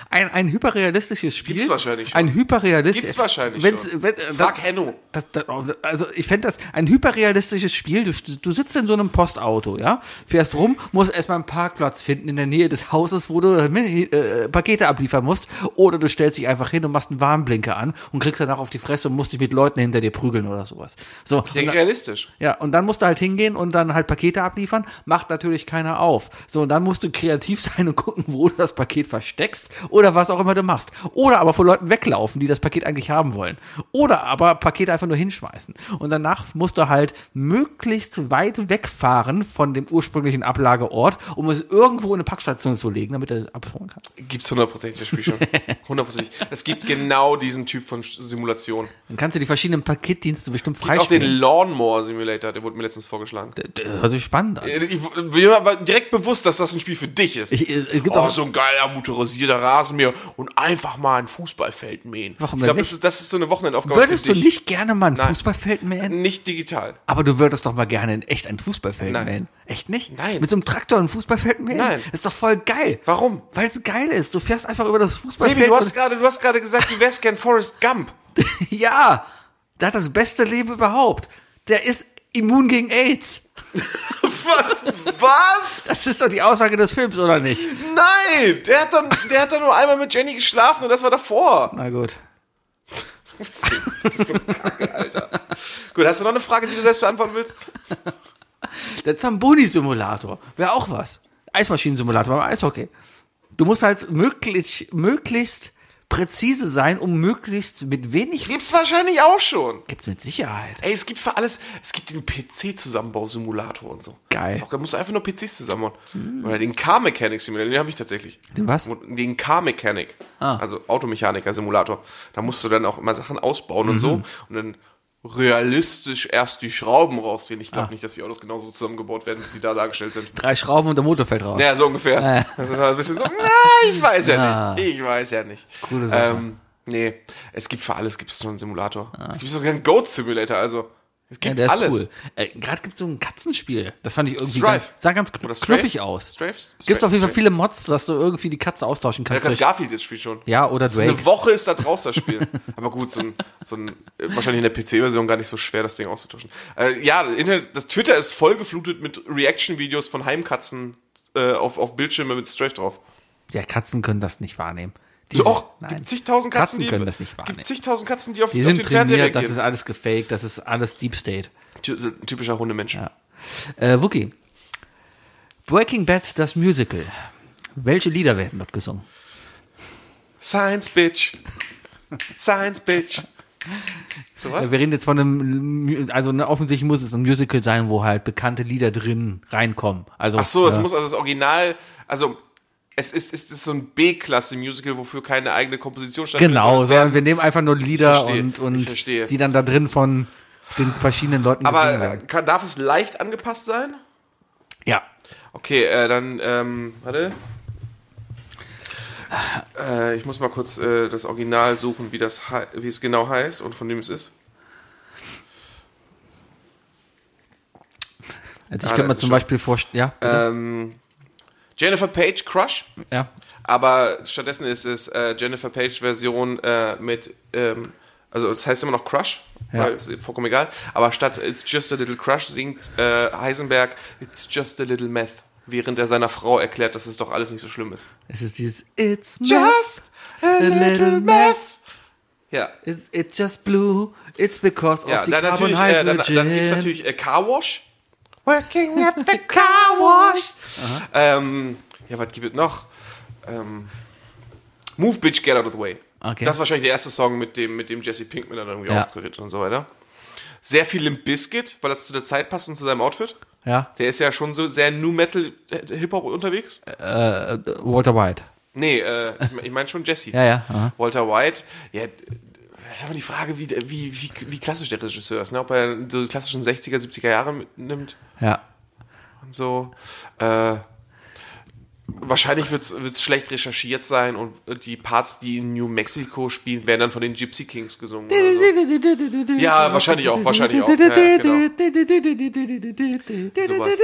Speaker 4: Ein, ein hyperrealistisches Spiel.
Speaker 3: Gibt's wahrscheinlich schon.
Speaker 4: Ein hyperrealistisches.
Speaker 3: Gibt's wahrscheinlich
Speaker 4: wenn's,
Speaker 3: schon.
Speaker 4: Wenn, äh,
Speaker 3: Frag
Speaker 4: da-
Speaker 3: Henno.
Speaker 4: Das, das, also ich fände das ein hyperrealistisches Spiel. Du, st- du sitzt in so einem Postauto, ja, fährst rum, musst erstmal einen Parkplatz finden in der Nähe des Hauses, wo du äh, Pakete abliefern musst. Oder du stellst dich einfach hin und machst einen Warnblinker an und kriegst danach auf die Fresse und musst dich mit Leuten hinter dir prügeln oder sowas. So,
Speaker 3: Ich denke realistisch.
Speaker 4: ja, und dann musst du halt hingehen und dann halt Pakete abliefern, macht natürlich keiner auf. So, und dann musst du kreativ [laughs] sein und gucken, wo du das Paket versteckst oder was auch immer du machst. Oder aber vor Leuten weglaufen, die das Paket eigentlich haben wollen. Oder aber Pakete einfach nur hinschmeißen. Und danach musst du halt möglichst weit wegfahren von dem ursprünglichen Ablageort, um es irgendwo in eine Packstation zu legen, damit er es abholen kann.
Speaker 3: Gibt's hundertprozentig das Spiel [laughs] schon. Hundertprozentig. Es gibt genau diesen Typ von Sch- Simulation.
Speaker 4: Dann kannst du die verschiedenen Paketdienste bestimmt
Speaker 3: Auch den
Speaker 4: freispielen.
Speaker 3: Lawnmower Simulator, der wurde mir letztens vorgeschlagen.
Speaker 4: Das hört sich spannend an.
Speaker 3: Äh, Ich bin mir aber direkt bewusst, dass das ein Spiel für dich ist.
Speaker 4: Ich- äh, gibt
Speaker 3: oh,
Speaker 4: auch-
Speaker 3: so ein geiler motorisierter Rasenmäher und einfach mal ein Fußballfeld mähen.
Speaker 4: Warum
Speaker 3: ich glaube,
Speaker 4: denn
Speaker 3: das ist, das ist so eine Wochenendaufgabe
Speaker 4: Würdest
Speaker 3: für
Speaker 4: du
Speaker 3: dich.
Speaker 4: nicht gerne mal ein
Speaker 3: Nein.
Speaker 4: Fußballfeld mähen?
Speaker 3: Nicht digital.
Speaker 4: Aber du würdest doch mal gerne in echt ein Fußballfeld
Speaker 3: Nein.
Speaker 4: mähen. Echt nicht?
Speaker 3: Nein.
Speaker 4: Mit so einem Traktor ein Fußballfeld mähen?
Speaker 3: Nein.
Speaker 4: Ist doch voll geil.
Speaker 3: Warum?
Speaker 4: Weil es geil ist. Du fährst einfach über das Fußballfeld.
Speaker 3: Sebi, du hast
Speaker 4: und-
Speaker 3: gerade, du hast gerade gesagt, du wärst gern Forrest Gump.
Speaker 4: [laughs] ja, der hat das beste Leben überhaupt. Der ist immun gegen AIDS.
Speaker 3: [laughs] Was?
Speaker 4: Das ist doch die Aussage des Films, oder nicht?
Speaker 3: Nein! Der hat dann, der hat dann nur einmal mit Jenny geschlafen und das war davor.
Speaker 4: Na gut.
Speaker 3: Du bist so- du bist so kacke, Alter. Gut, hast du noch eine Frage, die du selbst beantworten willst?
Speaker 4: Der Zamboni-Simulator wäre auch was. Eismaschinen-Simulator beim Eishockey. Du musst halt möglichst, möglichst präzise sein, um möglichst mit wenig.
Speaker 3: Gibt's wahrscheinlich auch schon.
Speaker 4: Gibt's mit Sicherheit.
Speaker 3: Ey, es gibt für alles, es gibt den PC-Zusammenbausimulator und so.
Speaker 4: Geil.
Speaker 3: Ist Auch, da musst du einfach nur PCs zusammenbauen. Oder den Car Mechanic Simulator, den habe ich tatsächlich.
Speaker 4: Den was?
Speaker 3: Den Car Mechanic.
Speaker 4: Ah.
Speaker 3: Also Automechaniker Simulator. Da musst du dann auch immer Sachen ausbauen und
Speaker 4: Mhm.
Speaker 3: so und dann realistisch erst die Schrauben rausziehen. Ich
Speaker 4: Ah.
Speaker 3: glaube nicht, dass die Autos genauso zusammengebaut werden, wie sie da dargestellt sind.
Speaker 4: Drei Schrauben und der Motor fällt raus.
Speaker 3: Ja, so ungefähr.
Speaker 4: Äh.
Speaker 3: Das ist halt ein bisschen so, na, ich weiß ja,
Speaker 4: Ja.
Speaker 3: nicht. Ich weiß ja nicht.
Speaker 4: Coole Sache.
Speaker 3: Ähm, nee, es gibt für alles gibt es so einen Simulator. Es gibt sogar einen Goat Simulator, also es gibt
Speaker 4: der ist
Speaker 3: alles.
Speaker 4: cool. Äh, Gerade gibt es so ein Katzenspiel. Das fand ich irgendwie
Speaker 3: Strife.
Speaker 4: ganz, sah ganz kn
Speaker 3: Oder Strafe?
Speaker 4: knuffig aus.
Speaker 3: Strafe? Strafe?
Speaker 4: Gibt auf jeden Fall
Speaker 3: Strafe.
Speaker 4: viele Mods, dass du irgendwie die Katze austauschen
Speaker 3: Ja,
Speaker 4: kannst.
Speaker 3: ganz
Speaker 4: durch-
Speaker 3: Garfield jetzt spielt schon.
Speaker 4: ja, oder
Speaker 3: Eine
Speaker 4: Drake.
Speaker 3: Woche ist da draus das
Speaker 4: [laughs]
Speaker 3: Spiel. Aber gut, so ein, so ein äh, wahrscheinlich in der PC-Version gar nicht so schwer, das Ding auszutauschen. Äh, ja, Internet, das Twitter ist voll geflutet mit Reaction-Videos von Heimkatzen äh, auf, auf Bildschirme mit Strafe drauf.
Speaker 4: Ja, Katzen können das nicht wahrnehmen. Die
Speaker 3: Doch,
Speaker 4: sind- nein.
Speaker 3: gibt zigtausend Katzen,
Speaker 4: Katzen
Speaker 3: die,
Speaker 4: können das nicht
Speaker 3: gibt
Speaker 4: wahrnehmen.
Speaker 3: zigtausend Katzen, die auf,
Speaker 4: Die
Speaker 3: auf
Speaker 4: sind
Speaker 3: den Fernseher
Speaker 4: trainiert, das ist
Speaker 3: reagieren.
Speaker 4: alles gefaked, das ist alles Deep State.
Speaker 3: Ty- so ein typischer Hundemensch.
Speaker 4: Äh, Wookie. Breaking Bad, das Musical. Welche Lieder werden dort gesungen?
Speaker 3: Science
Speaker 4: [laughs]
Speaker 3: Bitch. Science Bitch. So was?
Speaker 4: Äh, Wir reden jetzt von einem, Mu- also ne, offensichtlich muss es ein Musical sein, wo halt bekannte Lieder drin reinkommen. Also,
Speaker 3: Ach so, es
Speaker 4: äh,
Speaker 3: muss also das Original, also es ist, es ist so ein B-Klasse-Musical, wofür keine eigene Komposition stattfindet.
Speaker 4: Genau,
Speaker 3: sondern es
Speaker 4: sondern wir nehmen einfach nur
Speaker 3: Ich
Speaker 4: Lieder
Speaker 3: verstehe,
Speaker 4: und,
Speaker 3: ich
Speaker 4: und
Speaker 3: verstehe.
Speaker 4: die dann da drin von den verschiedenen Leuten
Speaker 3: werden-
Speaker 4: gesungen
Speaker 3: aber äh,
Speaker 4: werden.
Speaker 3: kann, darf es leicht angepasst sein?
Speaker 4: Ja.
Speaker 3: Okay, äh, dann, ähm, warte. Äh, ich muss mal kurz äh, das Original suchen, wie, das hei- wie es genau heißt und von wem es ist.
Speaker 4: Also
Speaker 3: Ah,
Speaker 4: ich
Speaker 3: da
Speaker 4: könnte mir
Speaker 3: ist
Speaker 4: zum
Speaker 3: es
Speaker 4: Beispiel vorstellen, ja, bitte?
Speaker 3: Ähm, Jennifer Page Crush,
Speaker 4: ja.
Speaker 3: aber stattdessen ist es äh, Jennifer Page Version äh, mit, ähm, also es heißt immer noch Crush,
Speaker 4: Ja.
Speaker 3: weil es ist vollkommen egal, aber statt It's Just a Little Crush singt äh, Heisenberg It's Just a Little Meth, während er seiner Frau erklärt, dass es doch alles nicht so schlimm ist.
Speaker 4: Es ist dieses It's just
Speaker 3: Just a Little Meth. Ja,
Speaker 4: it's just blue, it's because
Speaker 3: ja
Speaker 4: of the
Speaker 3: dann natürlich, äh, dann, dann
Speaker 4: carbohydrate.
Speaker 3: gibt's natürlich äh, Car Wash. Working at [laughs] the Car Wash. Ähm, ja, was gibt es noch? Ähm, Move, Bitch, Get Out of the Way.
Speaker 4: Okay.
Speaker 3: Das ist wahrscheinlich der erste Song, mit dem, mit dem Jesse Pinkman dann irgendwie
Speaker 4: Ja.
Speaker 3: auftritt und so weiter. Sehr viel Limp Biscuit, weil das zu der Zeit passt und zu seinem Outfit.
Speaker 4: ja.
Speaker 3: Der ist ja schon so sehr New Metal äh, Hip-Hop unterwegs.
Speaker 4: Äh, Walter White.
Speaker 3: Nee, äh, ich- ich meine schon Jesse.
Speaker 4: Ja, ja. Aha.
Speaker 3: Walter White, ja, das ist aber die Frage, wie, der- wie, wie, wie klassisch der Regisseur ist, ne? Ob er so die klassischen 60er, 70er Jahre mitnimmt
Speaker 4: Ja.
Speaker 3: und so. Äh, wahrscheinlich wird es schlecht recherchiert sein und die Parts, die in New Mexico spielen, werden dann von den Gypsy Kings gesungen. Oder so. Ja, wahrscheinlich auch, wahrscheinlich auch. Ja, ja, genau.
Speaker 4: Sowas.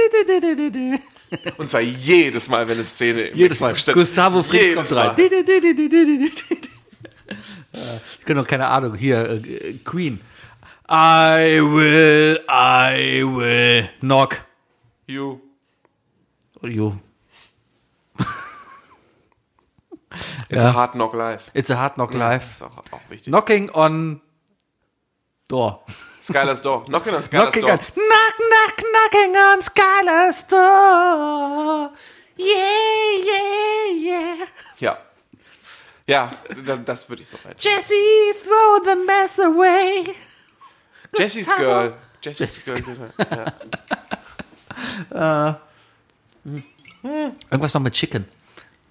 Speaker 3: Und zwar jedes Mal, wenn eine Szene im
Speaker 4: Jedes
Speaker 3: Mexiko
Speaker 4: Mal.
Speaker 3: statt-
Speaker 4: Gustavo Fritz
Speaker 3: Jedes
Speaker 4: kommt rein.
Speaker 3: Mal.
Speaker 4: Äh, Ich kann doch keine Ahnung. Hier, äh, äh, Queen. I will, I will knock
Speaker 3: You.
Speaker 4: you.
Speaker 3: It's
Speaker 4: Ja.
Speaker 3: a hard knock live.
Speaker 4: It's a hard knock live.
Speaker 3: Ist auch, auch wichtig.
Speaker 4: Knocking on door.
Speaker 3: Skylar's Door. Knocking on Skylar's
Speaker 4: Knocking
Speaker 3: Door.
Speaker 4: on. Knock, knock, knocking on Skylar's door. Yeah, yeah, yeah.
Speaker 3: Ja. Ja, das, das würde ich so rein.
Speaker 4: Jesse, throw the mess away.
Speaker 3: Jessie's
Speaker 4: Gustavo.
Speaker 3: Girl. Jessie's
Speaker 4: Jessie's
Speaker 3: Girl. Ja.
Speaker 4: Irgendwas noch mit Chicken.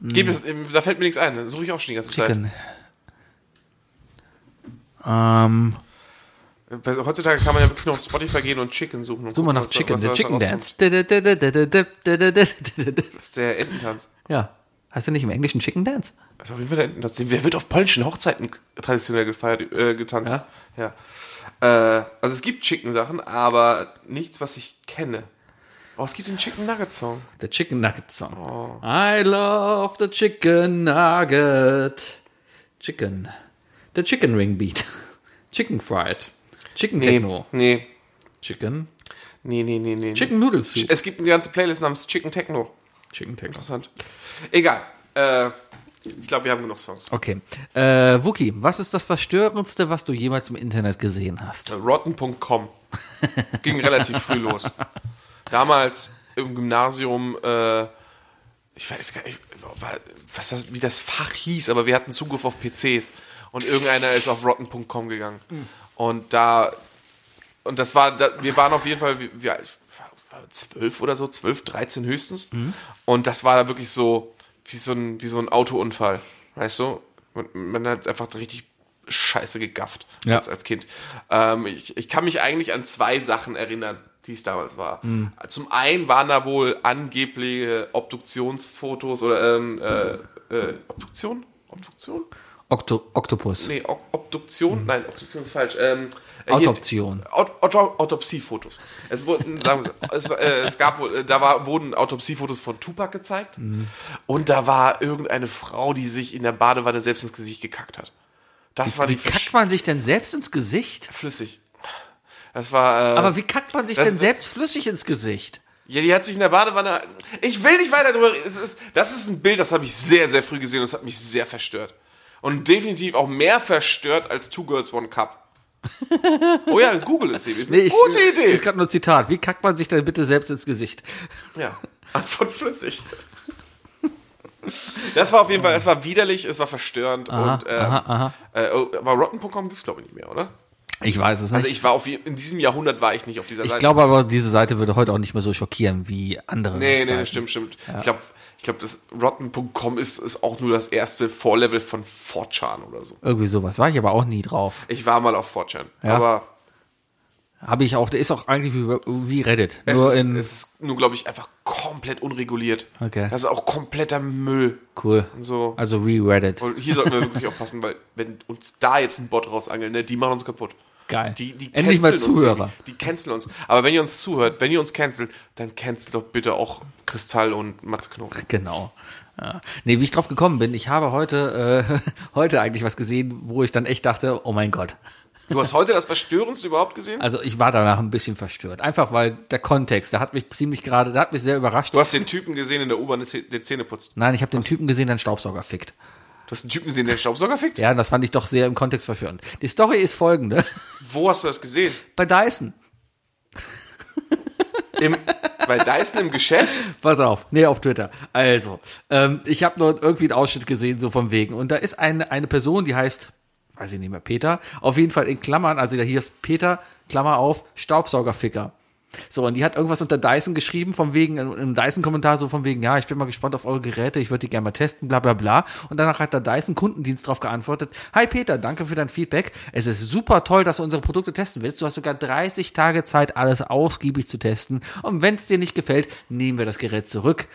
Speaker 3: Gib es, ähm, da fällt mir nichts ein. Das Suche ich auch schon die ganze
Speaker 4: Chicken. Ähm,
Speaker 3: Zeit. Bei- Heutzutage kann man ja wirklich noch auf Spotify gehen und Chicken suchen. Und
Speaker 4: such mal
Speaker 3: gucken,
Speaker 4: nach
Speaker 3: was da-
Speaker 4: Chicken,
Speaker 3: was
Speaker 4: der
Speaker 3: da
Speaker 4: Chicken
Speaker 3: rauskommt.
Speaker 4: Dance.
Speaker 3: Das ist der Ententanz.
Speaker 4: Ja. Heißt der nicht im Englischen Chicken Dance?
Speaker 3: Das ist auf jeden Fall der Ententanz. Wer wird auf polnischen Hochzeiten traditionell gefeiert, äh, getanzt? Ja. Äh, also es gibt Chicken-Sachen, aber nichts, was ich kenne. Oh, es gibt den Chicken Nugget Song.
Speaker 4: Der Chicken Nugget Song.
Speaker 3: Oh.
Speaker 4: I love the Chicken Nugget. Chicken. Der Chicken Ring Beat. [laughs] Chicken Fried. Chicken
Speaker 3: Nee,
Speaker 4: Techno.
Speaker 3: nee,
Speaker 4: Chicken.
Speaker 3: nee, nee, nee, nee.
Speaker 4: Chicken Noodle Soup.
Speaker 3: Es gibt eine ganze Playlist namens Chicken Techno.
Speaker 4: Chicken Techno.
Speaker 3: Interessant. Egal. Äh, ich glaube, wir haben genug Songs.
Speaker 4: Okay. Äh, Wookie, was ist das Verstörendste, was du jemals im Internet gesehen hast?
Speaker 3: Rotten.com. Ging relativ früh los. Damals im Gymnasium, äh, ich weiß gar nicht, wa- was das, wie das Fach hieß, aber wir hatten Zugriff auf PCs und irgendeiner ist auf Rotten.com gegangen. Und da, und das war, da, wir waren auf jeden Fall, wie, wie alt? Zwölf oder so, zwölf, dreizehn höchstens. Und das war da wirklich so, wie so ein, wie so ein Autounfall. Weißt du? Man, man hat einfach richtig scheiße gegafft
Speaker 4: Ja.
Speaker 3: als, als Kind. Ähm, ich, ich kann mich eigentlich an zwei Sachen erinnern, die es damals war. Zum einen waren da wohl angebliche Obduktionsfotos oder ähm, äh, äh, Obduktion? Obduktion?
Speaker 4: Okto Oktopus.
Speaker 3: Nee, O- Obduktion?
Speaker 4: Mhm.
Speaker 3: Nein, Obduktion ist falsch. Ähm, äh, hier-
Speaker 4: Autoption.
Speaker 3: Aut- Auto Autopsiefotos. Es wurden, [laughs] sagen wir so, es, war- äh, es gab wohl, äh, da war, wurden Autopsiefotos von Tupac gezeigt
Speaker 4: Mhm.
Speaker 3: und da war irgendeine Frau, die sich in der Badewanne selbst ins Gesicht gekackt hat. Das war die
Speaker 4: Wie kackt man sich denn selbst ins Gesicht?
Speaker 3: flüssig. Das war. Äh,
Speaker 4: Aber wie kackt man sich
Speaker 3: Das
Speaker 4: denn
Speaker 3: ist-
Speaker 4: selbst flüssig ins Gesicht?
Speaker 3: ja, die hat sich in der Badewanne. Ich will nicht weiter drüber. reden. Es ist, das ist ein Bild, das habe ich sehr, sehr früh gesehen und das hat mich sehr verstört. Und definitiv auch mehr verstört als Two Girls One Cup. Oh ja, Google es eben. Ist eine gute Idee.
Speaker 4: Ist gerade nur Zitat. Wie kackt man sich denn bitte selbst ins Gesicht?
Speaker 3: Ja, Antwort flüssig. Das war auf jeden Fall, es war widerlich, es war verstörend und äh, Äh, oh, aber Rotten.com gibt's glaube ich nicht mehr, oder?
Speaker 4: Ich weiß es nicht.
Speaker 3: Also ich war auf je- in diesem Jahrhundert war ich nicht auf dieser
Speaker 4: ich
Speaker 3: Seite.
Speaker 4: glaube aber, diese Seite würde heute auch nicht mehr so schockieren wie andere.
Speaker 3: nee, nee,
Speaker 4: Seiten.
Speaker 3: nee, stimmt, stimmt. Ich glaube, ich glaube, das Rotten.com ist, ist auch nur das erste Vorlevel von 4chan oder so.
Speaker 4: Irgendwie sowas. War ich aber auch nie drauf.
Speaker 3: Ich war mal auf 4chan,
Speaker 4: Ja.
Speaker 3: aber
Speaker 4: Habe ich auch, der ist auch eigentlich wie, wie Reddit.
Speaker 3: es,
Speaker 4: nur
Speaker 3: ist,
Speaker 4: in.
Speaker 3: es ist nur, glaube ich, einfach komplett unreguliert.
Speaker 4: Okay.
Speaker 3: Das ist auch kompletter Müll.
Speaker 4: cool.
Speaker 3: So.
Speaker 4: Also wie Reddit.
Speaker 3: Und hier sollten wir wirklich aufpassen, weil wenn uns da jetzt ein Bot rausangeln, ne, die machen uns kaputt.
Speaker 4: [laughs] Geil.
Speaker 3: Die, die
Speaker 4: Endlich mal
Speaker 3: canceln uns
Speaker 4: Zuhörer.
Speaker 3: irgendwie. Die canceln uns. Aber wenn ihr uns zuhört, wenn ihr uns cancelt, dann cancelt doch bitte auch Kristall und Mats Knochen.
Speaker 4: [laughs] Genau. Ja. Nee, wie ich drauf gekommen bin, ich habe heute, äh, [laughs] heute eigentlich was gesehen, wo ich dann echt dachte, oh mein Gott.
Speaker 3: Du hast heute das Verstörendste überhaupt gesehen?
Speaker 4: Also ich war danach ein bisschen verstört. Einfach weil der Kontext, der hat mich ziemlich gerade, der hat mich sehr überrascht.
Speaker 3: Du hast den Typen gesehen in der U-Bahn, der die Zähne putzt.
Speaker 4: Nein, ich habe den Typen gesehen, der einen Staubsauger fickt.
Speaker 3: Du hast einen Typen gesehen, der einen Staubsauger fickt?
Speaker 4: Ja, und das fand ich doch sehr im Kontext verstörend. Die Story ist folgende. [laughs]
Speaker 3: Wo hast du das gesehen?
Speaker 4: Bei Dyson.
Speaker 3: Im, Bei Dyson im Geschäft?
Speaker 4: Pass auf, nee, auf Twitter. Also, ähm, ich habe nur irgendwie einen Ausschnitt gesehen, so von wegen. Und da ist eine, eine Person, die heißt, weiß ich nicht mehr, Peter, auf jeden Fall in Klammern, also hier ist Peter, Klammer auf, Staubsaugerficker. So, und die hat irgendwas unter Dyson geschrieben, von wegen, im Dyson-Kommentar so von wegen, ja, ich bin mal gespannt auf eure Geräte, ich würde die gerne mal testen, bla bla bla. Und danach hat der Dyson-Kundendienst darauf geantwortet, hi Peter, danke für dein Feedback. Es ist super toll, dass du unsere Produkte testen willst. Du hast sogar 30 Tage Zeit, alles ausgiebig zu testen. Und wenn es dir nicht gefällt, nehmen wir das Gerät zurück.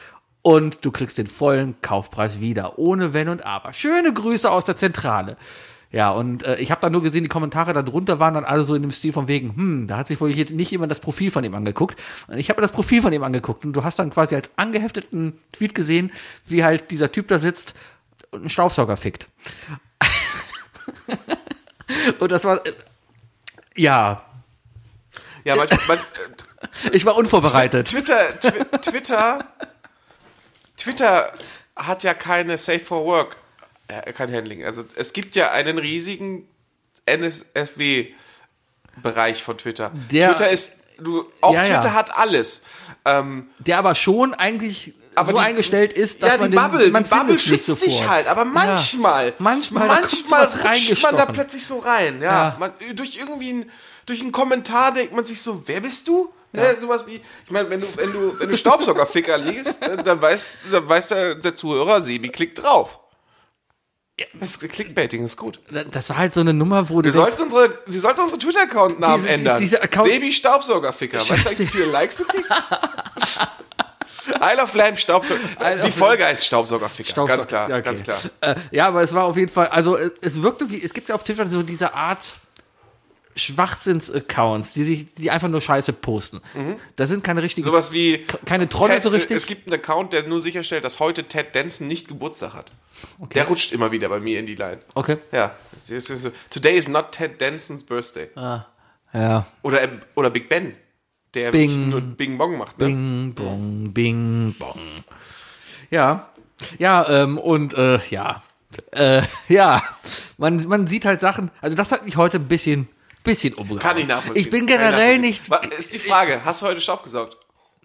Speaker 4: Und du kriegst den vollen Kaufpreis wieder, ohne Wenn und Aber. Schöne Grüße aus der Zentrale. Ja, und äh, ich habe da nur gesehen, die Kommentare da drunter waren dann alle so in dem Stil von wegen, hm, da hat sich wohl hier nicht jemand das Profil von ihm angeguckt. Und ich habe mir das Profil von ihm angeguckt und du hast dann quasi als angehefteten Tweet gesehen, wie halt dieser Typ da sitzt und einen Staubsauger fickt. [laughs] und das war, äh, ja,
Speaker 3: Ja, manchmal, man, äh,
Speaker 4: ich war unvorbereitet.
Speaker 3: Twitter, Twi Twitter, Twitter hat ja keine Safe for Work, äh, kein Handling. Also es gibt ja einen riesigen NSFW Bereich von Twitter.
Speaker 4: Der-
Speaker 3: Twitter ist, du, auch
Speaker 4: Ja, ja.
Speaker 3: Twitter hat alles. Ähm,
Speaker 4: Der aber schon eigentlich
Speaker 3: Aber
Speaker 4: so
Speaker 3: die-
Speaker 4: eingestellt ist, dass
Speaker 3: ja,
Speaker 4: man
Speaker 3: die Bubble,
Speaker 4: den, man
Speaker 3: die Bubble
Speaker 4: findet's nicht
Speaker 3: schützt dich
Speaker 4: sofort.
Speaker 3: halt, aber
Speaker 4: Ja.
Speaker 3: manchmal,
Speaker 4: Manchmal, da kriegst du
Speaker 3: manchmal
Speaker 4: was
Speaker 3: rutscht man da
Speaker 4: reingestochen.
Speaker 3: plötzlich so rein, ja.
Speaker 4: Ja.
Speaker 3: Man, durch irgendwie ein, durch einen Kommentar denkt man sich so, wer bist du? Ja. sowas wie, ich meine, wenn du, wenn du, wenn du Staubsaugerficker [laughs] liest, dann, dann weiß, dann weiß der, der Zuhörer, Sebi klickt drauf. Das ist- Clickbaiting ist gut.
Speaker 4: Das war halt so eine Nummer, wo du
Speaker 3: Wir sollten unsere, wir sollten unsere Twitter-Account-Namen
Speaker 4: Diese- die-
Speaker 3: ändern.
Speaker 4: diese Account-
Speaker 3: Sebi Staubsaugerficker. Weißt du eigentlich, wie viele Likes du
Speaker 4: [laughs]
Speaker 3: kriegst? Isle of Lamb Staubsauger.
Speaker 4: Isle
Speaker 3: die
Speaker 4: of
Speaker 3: Folge heißt Staubsaugerficker.
Speaker 4: Staubsauger-
Speaker 3: Ganz klar,
Speaker 4: Ja, okay.
Speaker 3: ganz klar.
Speaker 4: [laughs] Äh, ja, aber es war auf jeden Fall, also äh, es wirkte wie, es gibt ja auf Twitter so diese Art Schwachsinns-Accounts, die sich, die einfach nur Scheiße posten. Da sind keine richtigen,
Speaker 3: Mhm. Sowas wie.
Speaker 4: keine Trolle so richtig.
Speaker 3: Es gibt einen Account, der nur sicherstellt, dass heute Ted Danson nicht Geburtstag hat. Der rutscht immer wieder bei mir in die Line.
Speaker 4: okay.
Speaker 3: Ja. Das ist so, Today is not Ted Dansons birthday.
Speaker 4: Ah. Ja.
Speaker 3: Oder, ähm, oder Big Ben, der
Speaker 4: Bing.
Speaker 3: nur Bing Bong macht. Ne?
Speaker 4: Bing, bong, bing, bong. Ja. Ja, ähm, und äh, ja. Äh, ja. Man, man sieht halt Sachen, also das hat mich heute ein bisschen, bisschen umgehauen.
Speaker 3: Kann ich nachvollziehen.
Speaker 4: Ich bin
Speaker 3: Kann
Speaker 4: generell
Speaker 3: nachvollziehen.
Speaker 4: nicht,
Speaker 3: Was- Ist die Frage, hast du heute Staub gesaugt?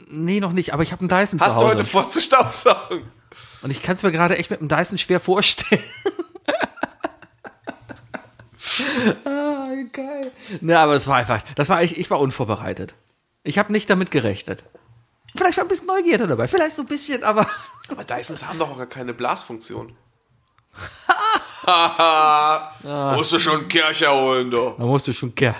Speaker 4: nee, noch nicht, aber ich habe einen Dyson
Speaker 3: Hast
Speaker 4: zu
Speaker 3: du
Speaker 4: Hause.
Speaker 3: heute vor zu Staubsaugen?
Speaker 4: Und ich kann es mir gerade echt mit dem Dyson
Speaker 3: [laughs]
Speaker 4: schwer vorstellen. ah, geil. Na, aber es war einfach, das war ich, ich war unvorbereitet. Ich habe nicht damit gerechnet. Vielleicht war ein bisschen Neugierde dabei, vielleicht so ein bisschen, aber
Speaker 3: Aber
Speaker 4: [laughs]
Speaker 3: Dysons haben doch auch gar keine Blasfunktion. [laughs] Musst du schon Kercher holen, doch.
Speaker 4: da musst du schon kehren.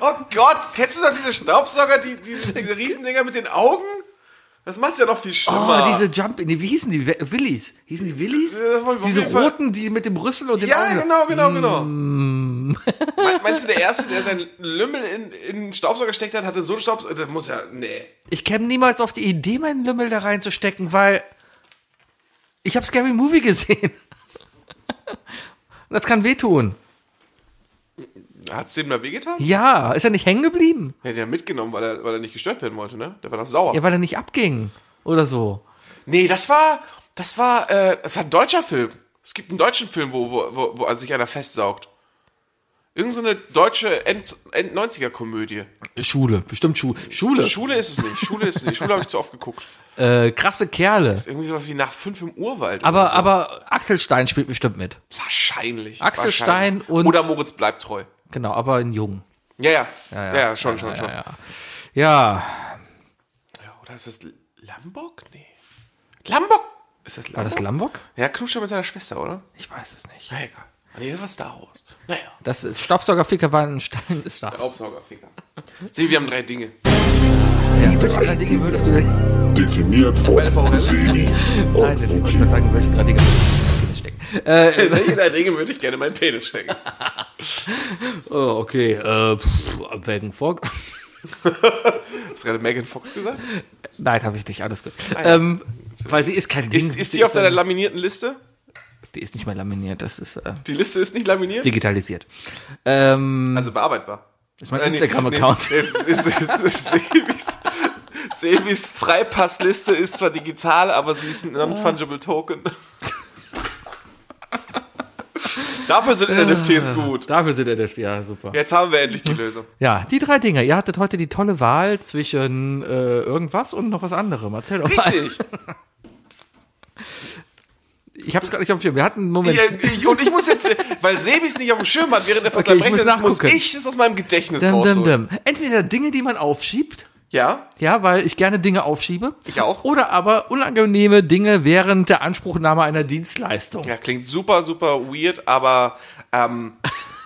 Speaker 3: Oh Gott, kennst du noch diese Staubsauger, die, diese, diese Riesendinger mit den Augen? Das macht's ja noch viel
Speaker 4: Oh,
Speaker 3: schlimmer.
Speaker 4: diese Jump, nee, wie hießen die? We- Willis? Hießen die Willis?
Speaker 3: Ja, auf jeden
Speaker 4: Diese
Speaker 3: Fall.
Speaker 4: roten, die mit dem Rüssel und den
Speaker 3: ja,
Speaker 4: Augen.
Speaker 3: genau, genau, genau. Me- Meinst du, der Erste, [laughs] der seinen Lümmel in, in den Staubsauger gesteckt hat, hatte so einen Staubsauger? Das muss ja, nee.
Speaker 4: Ich käme niemals auf die Idee, meinen Lümmel da reinzustecken, weil ich habe Scary Movie gesehen. Das kann wehtun.
Speaker 3: Hat's dem da wehgetan?
Speaker 4: Ja, ist er nicht hängen geblieben?
Speaker 3: Der hat ja mitgenommen, weil er, weil er nicht gestört werden wollte, ne? Der war doch sauer.
Speaker 4: Ja, weil er nicht abging oder so.
Speaker 3: Nee, das war, das war, äh, das war ein deutscher Film. Es gibt einen deutschen Film, wo, wo, wo, wo an sich einer festsaugt. Irgend so eine deutsche End, End 90er-Komödie.
Speaker 4: Schule, bestimmt Schu Schule.
Speaker 3: Schule ist es nicht, Schule ist es nicht. Schule habe ich zu oft geguckt.
Speaker 4: äh, krasse Kerle.
Speaker 3: Irgendwie sowas wie nach fünf im Urwald. oder
Speaker 4: Aber,
Speaker 3: so.
Speaker 4: aber Axel Stein spielt bestimmt mit.
Speaker 3: wahrscheinlich.
Speaker 4: Axel
Speaker 3: wahrscheinlich.
Speaker 4: Stein und-
Speaker 3: Oder Moritz bleibt treu.
Speaker 4: Genau, aber in Jung.
Speaker 3: Ja, ja. Ja, ja, schon, schon, schon. Ja,
Speaker 4: Ja,
Speaker 3: oder ist das Lambok? Nee. Lambok? Ist das
Speaker 4: war das
Speaker 3: Lambok?
Speaker 4: Lambok?
Speaker 3: ja, Knutscher mit seiner Schwester, oder?
Speaker 4: Ich weiß es nicht.
Speaker 3: Na egal. Nee, das war Star Wars. Naja.
Speaker 4: Das ist- Staubsaugerficker war ein Stein. Ist da.
Speaker 3: Aufsaugerfinger. Sieh, wir haben drei Dinge.
Speaker 4: Ja, drei Dinge würdest du Nein,
Speaker 2: Definiert von
Speaker 3: LVRL?
Speaker 4: [laughs]
Speaker 2: Sebi und
Speaker 4: das wollte ich
Speaker 2: Fuki.
Speaker 4: gerade sagen, welche drei Dinge würdest du stecken. Äh,
Speaker 3: In welche drei Dinge würde ich gerne meinen Penis stecken?
Speaker 4: oh, okay, äh, pff, wegen Vor.
Speaker 3: Hast du gerade Megan Fox gesagt?
Speaker 4: [laughs] Nein, habe ich nicht, alles gut.
Speaker 3: ja.
Speaker 4: Ähm, weil sie ist kein
Speaker 3: Ist,
Speaker 4: Ding.
Speaker 3: ist
Speaker 4: Sie
Speaker 3: die auf deiner
Speaker 4: ein-
Speaker 3: laminierten Liste?
Speaker 4: Die ist nicht mehr laminiert, das ist äh,
Speaker 3: Die Liste ist nicht laminiert?
Speaker 4: digitalisiert. Ähm,
Speaker 3: also bearbeitbar.
Speaker 4: ist mein
Speaker 3: Äh, nee, [laughs]
Speaker 4: Instagram-Account.
Speaker 3: nee, es ist- es ist- Sebis- Sebis Freipassliste ist zwar
Speaker 4: Ah.
Speaker 3: digital, aber sie ist ein Non-Fungible Token. [laughs] Dafür sind
Speaker 4: Ah.
Speaker 3: NFTs gut.
Speaker 4: Dafür sind NFT, ja, super.
Speaker 3: Jetzt haben wir endlich die
Speaker 4: [laughs]
Speaker 3: Lösung.
Speaker 4: Ja, die drei Dinge. Ihr hattet heute die tolle Wahl zwischen äh, irgendwas und noch was anderem. Erzähl doch mal.
Speaker 3: Richtig.
Speaker 4: Ich hab's gerade nicht auf dem Schirm. Wir hatten einen Moment.
Speaker 3: Ja, ich, und ich muss jetzt, weil Sebi es nicht auf dem Schirm hat, während er fast
Speaker 4: Okay, ich
Speaker 3: am Rechner
Speaker 4: muss
Speaker 3: sitzt, muss
Speaker 4: nachgucken.
Speaker 3: ich es aus meinem Gedächtnis
Speaker 4: Dum,
Speaker 3: rausholen.
Speaker 4: dum, dum. Entweder Dinge, die man aufschiebt,
Speaker 3: Ja,
Speaker 4: ja, weil ich gerne Dinge aufschiebe.
Speaker 3: Ich auch.
Speaker 4: Oder aber unangenehme Dinge während der Anspruchnahme einer Dienstleistung.
Speaker 3: ja, klingt super, super weird, aber
Speaker 4: [laughs]
Speaker 3: ähm,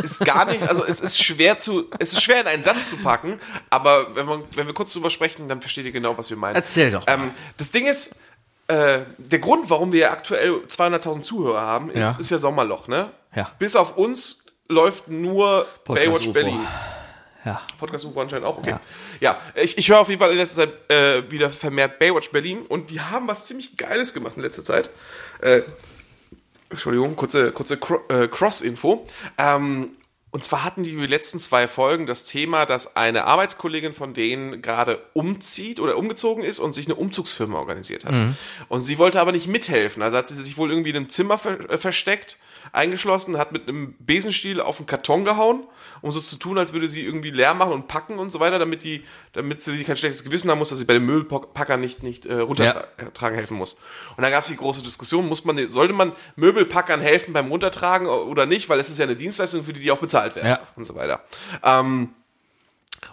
Speaker 3: ist gar nicht, also es ist schwer zu, es ist schwer in einen Satz zu packen, aber wenn, man, wenn wir kurz drüber sprechen, dann versteht ihr genau, was wir meinen.
Speaker 4: Erzähl doch mal.
Speaker 3: Ähm, das Ding ist, äh, der Grund, warum wir aktuell 200.000 Zuhörer haben, ist
Speaker 4: Ja.
Speaker 3: ja, ist ja Sommerloch, ne?
Speaker 4: Ja.
Speaker 3: Bis auf uns läuft nur
Speaker 4: Podcast
Speaker 3: Baywatch
Speaker 4: UFO.
Speaker 3: Berlin.
Speaker 4: Ja.
Speaker 3: Podcast UFO anscheinend auch, okay. Ja, ich, ich höre auf jeden Fall in letzter Zeit äh, wieder vermehrt Baywatch Berlin und die haben was ziemlich Geiles gemacht in letzter Zeit. Äh, Entschuldigung, kurze, kurze Cro- äh, Cross-Info. Ähm, und zwar hatten die letzten zwei Folgen das Thema, dass eine Arbeitskollegin von denen gerade umzieht oder umgezogen ist und sich eine Umzugsfirma organisiert hat. Und sie wollte aber nicht mithelfen. Also hat sie sich wohl irgendwie in einem Zimmer ver äh, versteckt, eingeschlossen, hat mit einem Besenstiel auf den Karton gehauen, um so zu tun, als würde sie irgendwie leer machen und packen und so weiter, damit die, damit sie kein schlechtes Gewissen haben muss, dass sie bei dem Müllpacker nicht, nicht äh, runter
Speaker 4: Ja.
Speaker 3: tragen helfen muss. Und dann gab es die große Diskussion, muss man, sollte man Möbelpackern helfen beim Runtertragen oder nicht, weil es ist ja eine Dienstleistung, für die die auch bezahlt werden
Speaker 4: Ja.
Speaker 3: und so weiter. Ähm,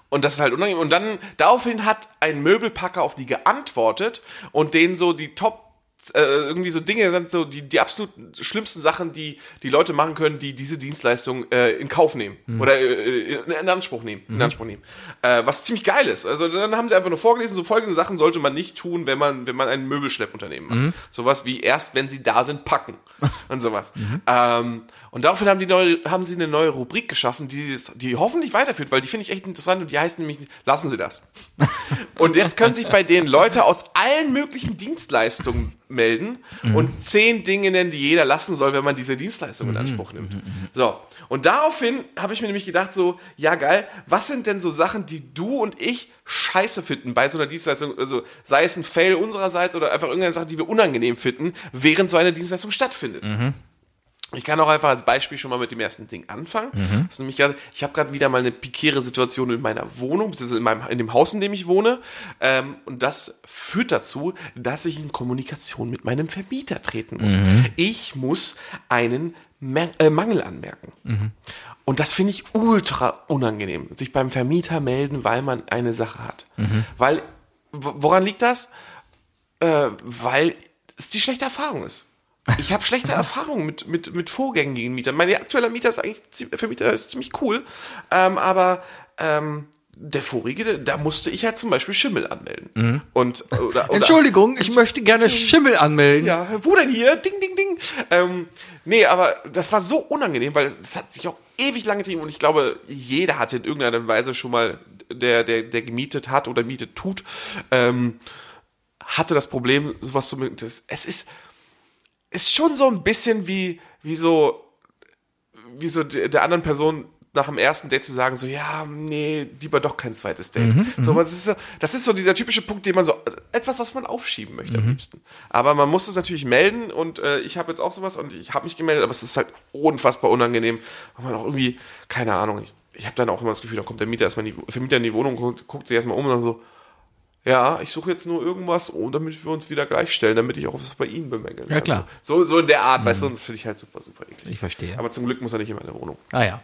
Speaker 3: und das ist halt unangenehm. Und dann daraufhin hat ein Möbelpacker auf die geantwortet und denen so die Top äh, irgendwie so Dinge sind so die, die absolut schlimmsten Sachen, die die Leute machen können, die diese Dienstleistung äh, in Kauf nehmen oder äh, in, in Anspruch nehmen, in Anspruch nehmen. Äh, was ziemlich geil ist. Also dann haben sie einfach nur vorgelesen, so folgende Sachen sollte man nicht tun, wenn man wenn man ein Möbelschleppunternehmen macht. Sowas wie erst, wenn sie da sind, packen und sowas. Ähm, und daraufhin haben die neue, haben sie eine neue Rubrik geschaffen, die die hoffentlich weiterführt, weil die finde ich echt interessant und die heißt nämlich lassen Sie das. Und jetzt können sich bei denen Leute aus allen möglichen Dienstleistungen melden und zehn Dinge nennen, die jeder lassen soll, wenn man diese Dienstleistung in Anspruch nimmt. So. Und daraufhin habe ich mir nämlich gedacht, so, ja geil, was sind denn so Sachen, die du und ich scheiße finden bei so einer Dienstleistung? Also sei es ein Fail unsererseits oder einfach irgendeine Sache, die wir unangenehm finden, während so eine Dienstleistung stattfindet. Ich kann auch einfach als Beispiel schon mal mit dem ersten Ding anfangen. Das ist nämlich gerade, ich habe gerade wieder mal eine pikiere Situation in meiner Wohnung, beziehungsweise in, meinem, in dem Haus, in dem ich wohne. Ähm, und das führt dazu, dass ich in Kommunikation mit meinem Vermieter treten muss. Ich muss einen Mer äh, Mangel anmerken. Und das finde ich ultra unangenehm, sich beim Vermieter melden, weil man eine Sache hat. Weil, wo- woran liegt das? Äh, weil es die schlechte Erfahrung ist. Ich habe schlechte Erfahrungen mit, mit, mit vorgängigen Mietern. Mein aktueller Mieter ist eigentlich zie- Vermieter ist ziemlich cool, ähm, aber ähm, der vorige, der- da musste ich halt zum Beispiel Schimmel anmelden. Und,
Speaker 4: [laughs]
Speaker 3: oder, oder,
Speaker 4: Entschuldigung, ich möchte gerne Schimmel anmelden.
Speaker 3: ja, wo denn hier? Ding, ding, ding. Ähm, nee, aber das war so unangenehm, weil es hat sich auch ewig lang getrieben und ich glaube, jeder hatte in irgendeiner Weise schon mal, der, der, der gemietet hat oder mietet tut, ähm, hatte das Problem, sowas zu das, Es ist, ist schon so ein bisschen wie, wie so, wie so der, der anderen Person nach dem ersten Date zu sagen, so, ja, nee, lieber doch kein zweites Date.
Speaker 4: Mhm,
Speaker 3: so, was ist, so- das ist so dieser typische Punkt, den man so, etwas, was man aufschieben möchte
Speaker 4: Mhm.
Speaker 3: am liebsten. Aber man muss es natürlich melden und äh, ich habe jetzt auch sowas und ich habe mich gemeldet, aber es ist halt unfassbar unangenehm, weil man auch irgendwie, keine Ahnung, ich, ich habe dann auch immer das Gefühl, dann kommt der Mieter erstmal in die, Vermieter in die Wohnung, guckt, guckt sich erstmal um und dann so, ja, ich suche jetzt nur irgendwas, oh, damit wir uns wieder gleichstellen, damit ich auch was bei Ihnen bemängeln kann.
Speaker 4: Ja, klar. Mhm.
Speaker 3: So, so in der Art, weißt du, und das finde ich halt super, super eklig.
Speaker 4: Ich verstehe.
Speaker 3: Aber zum Glück muss er nicht in meine Wohnung.
Speaker 4: Ah ja.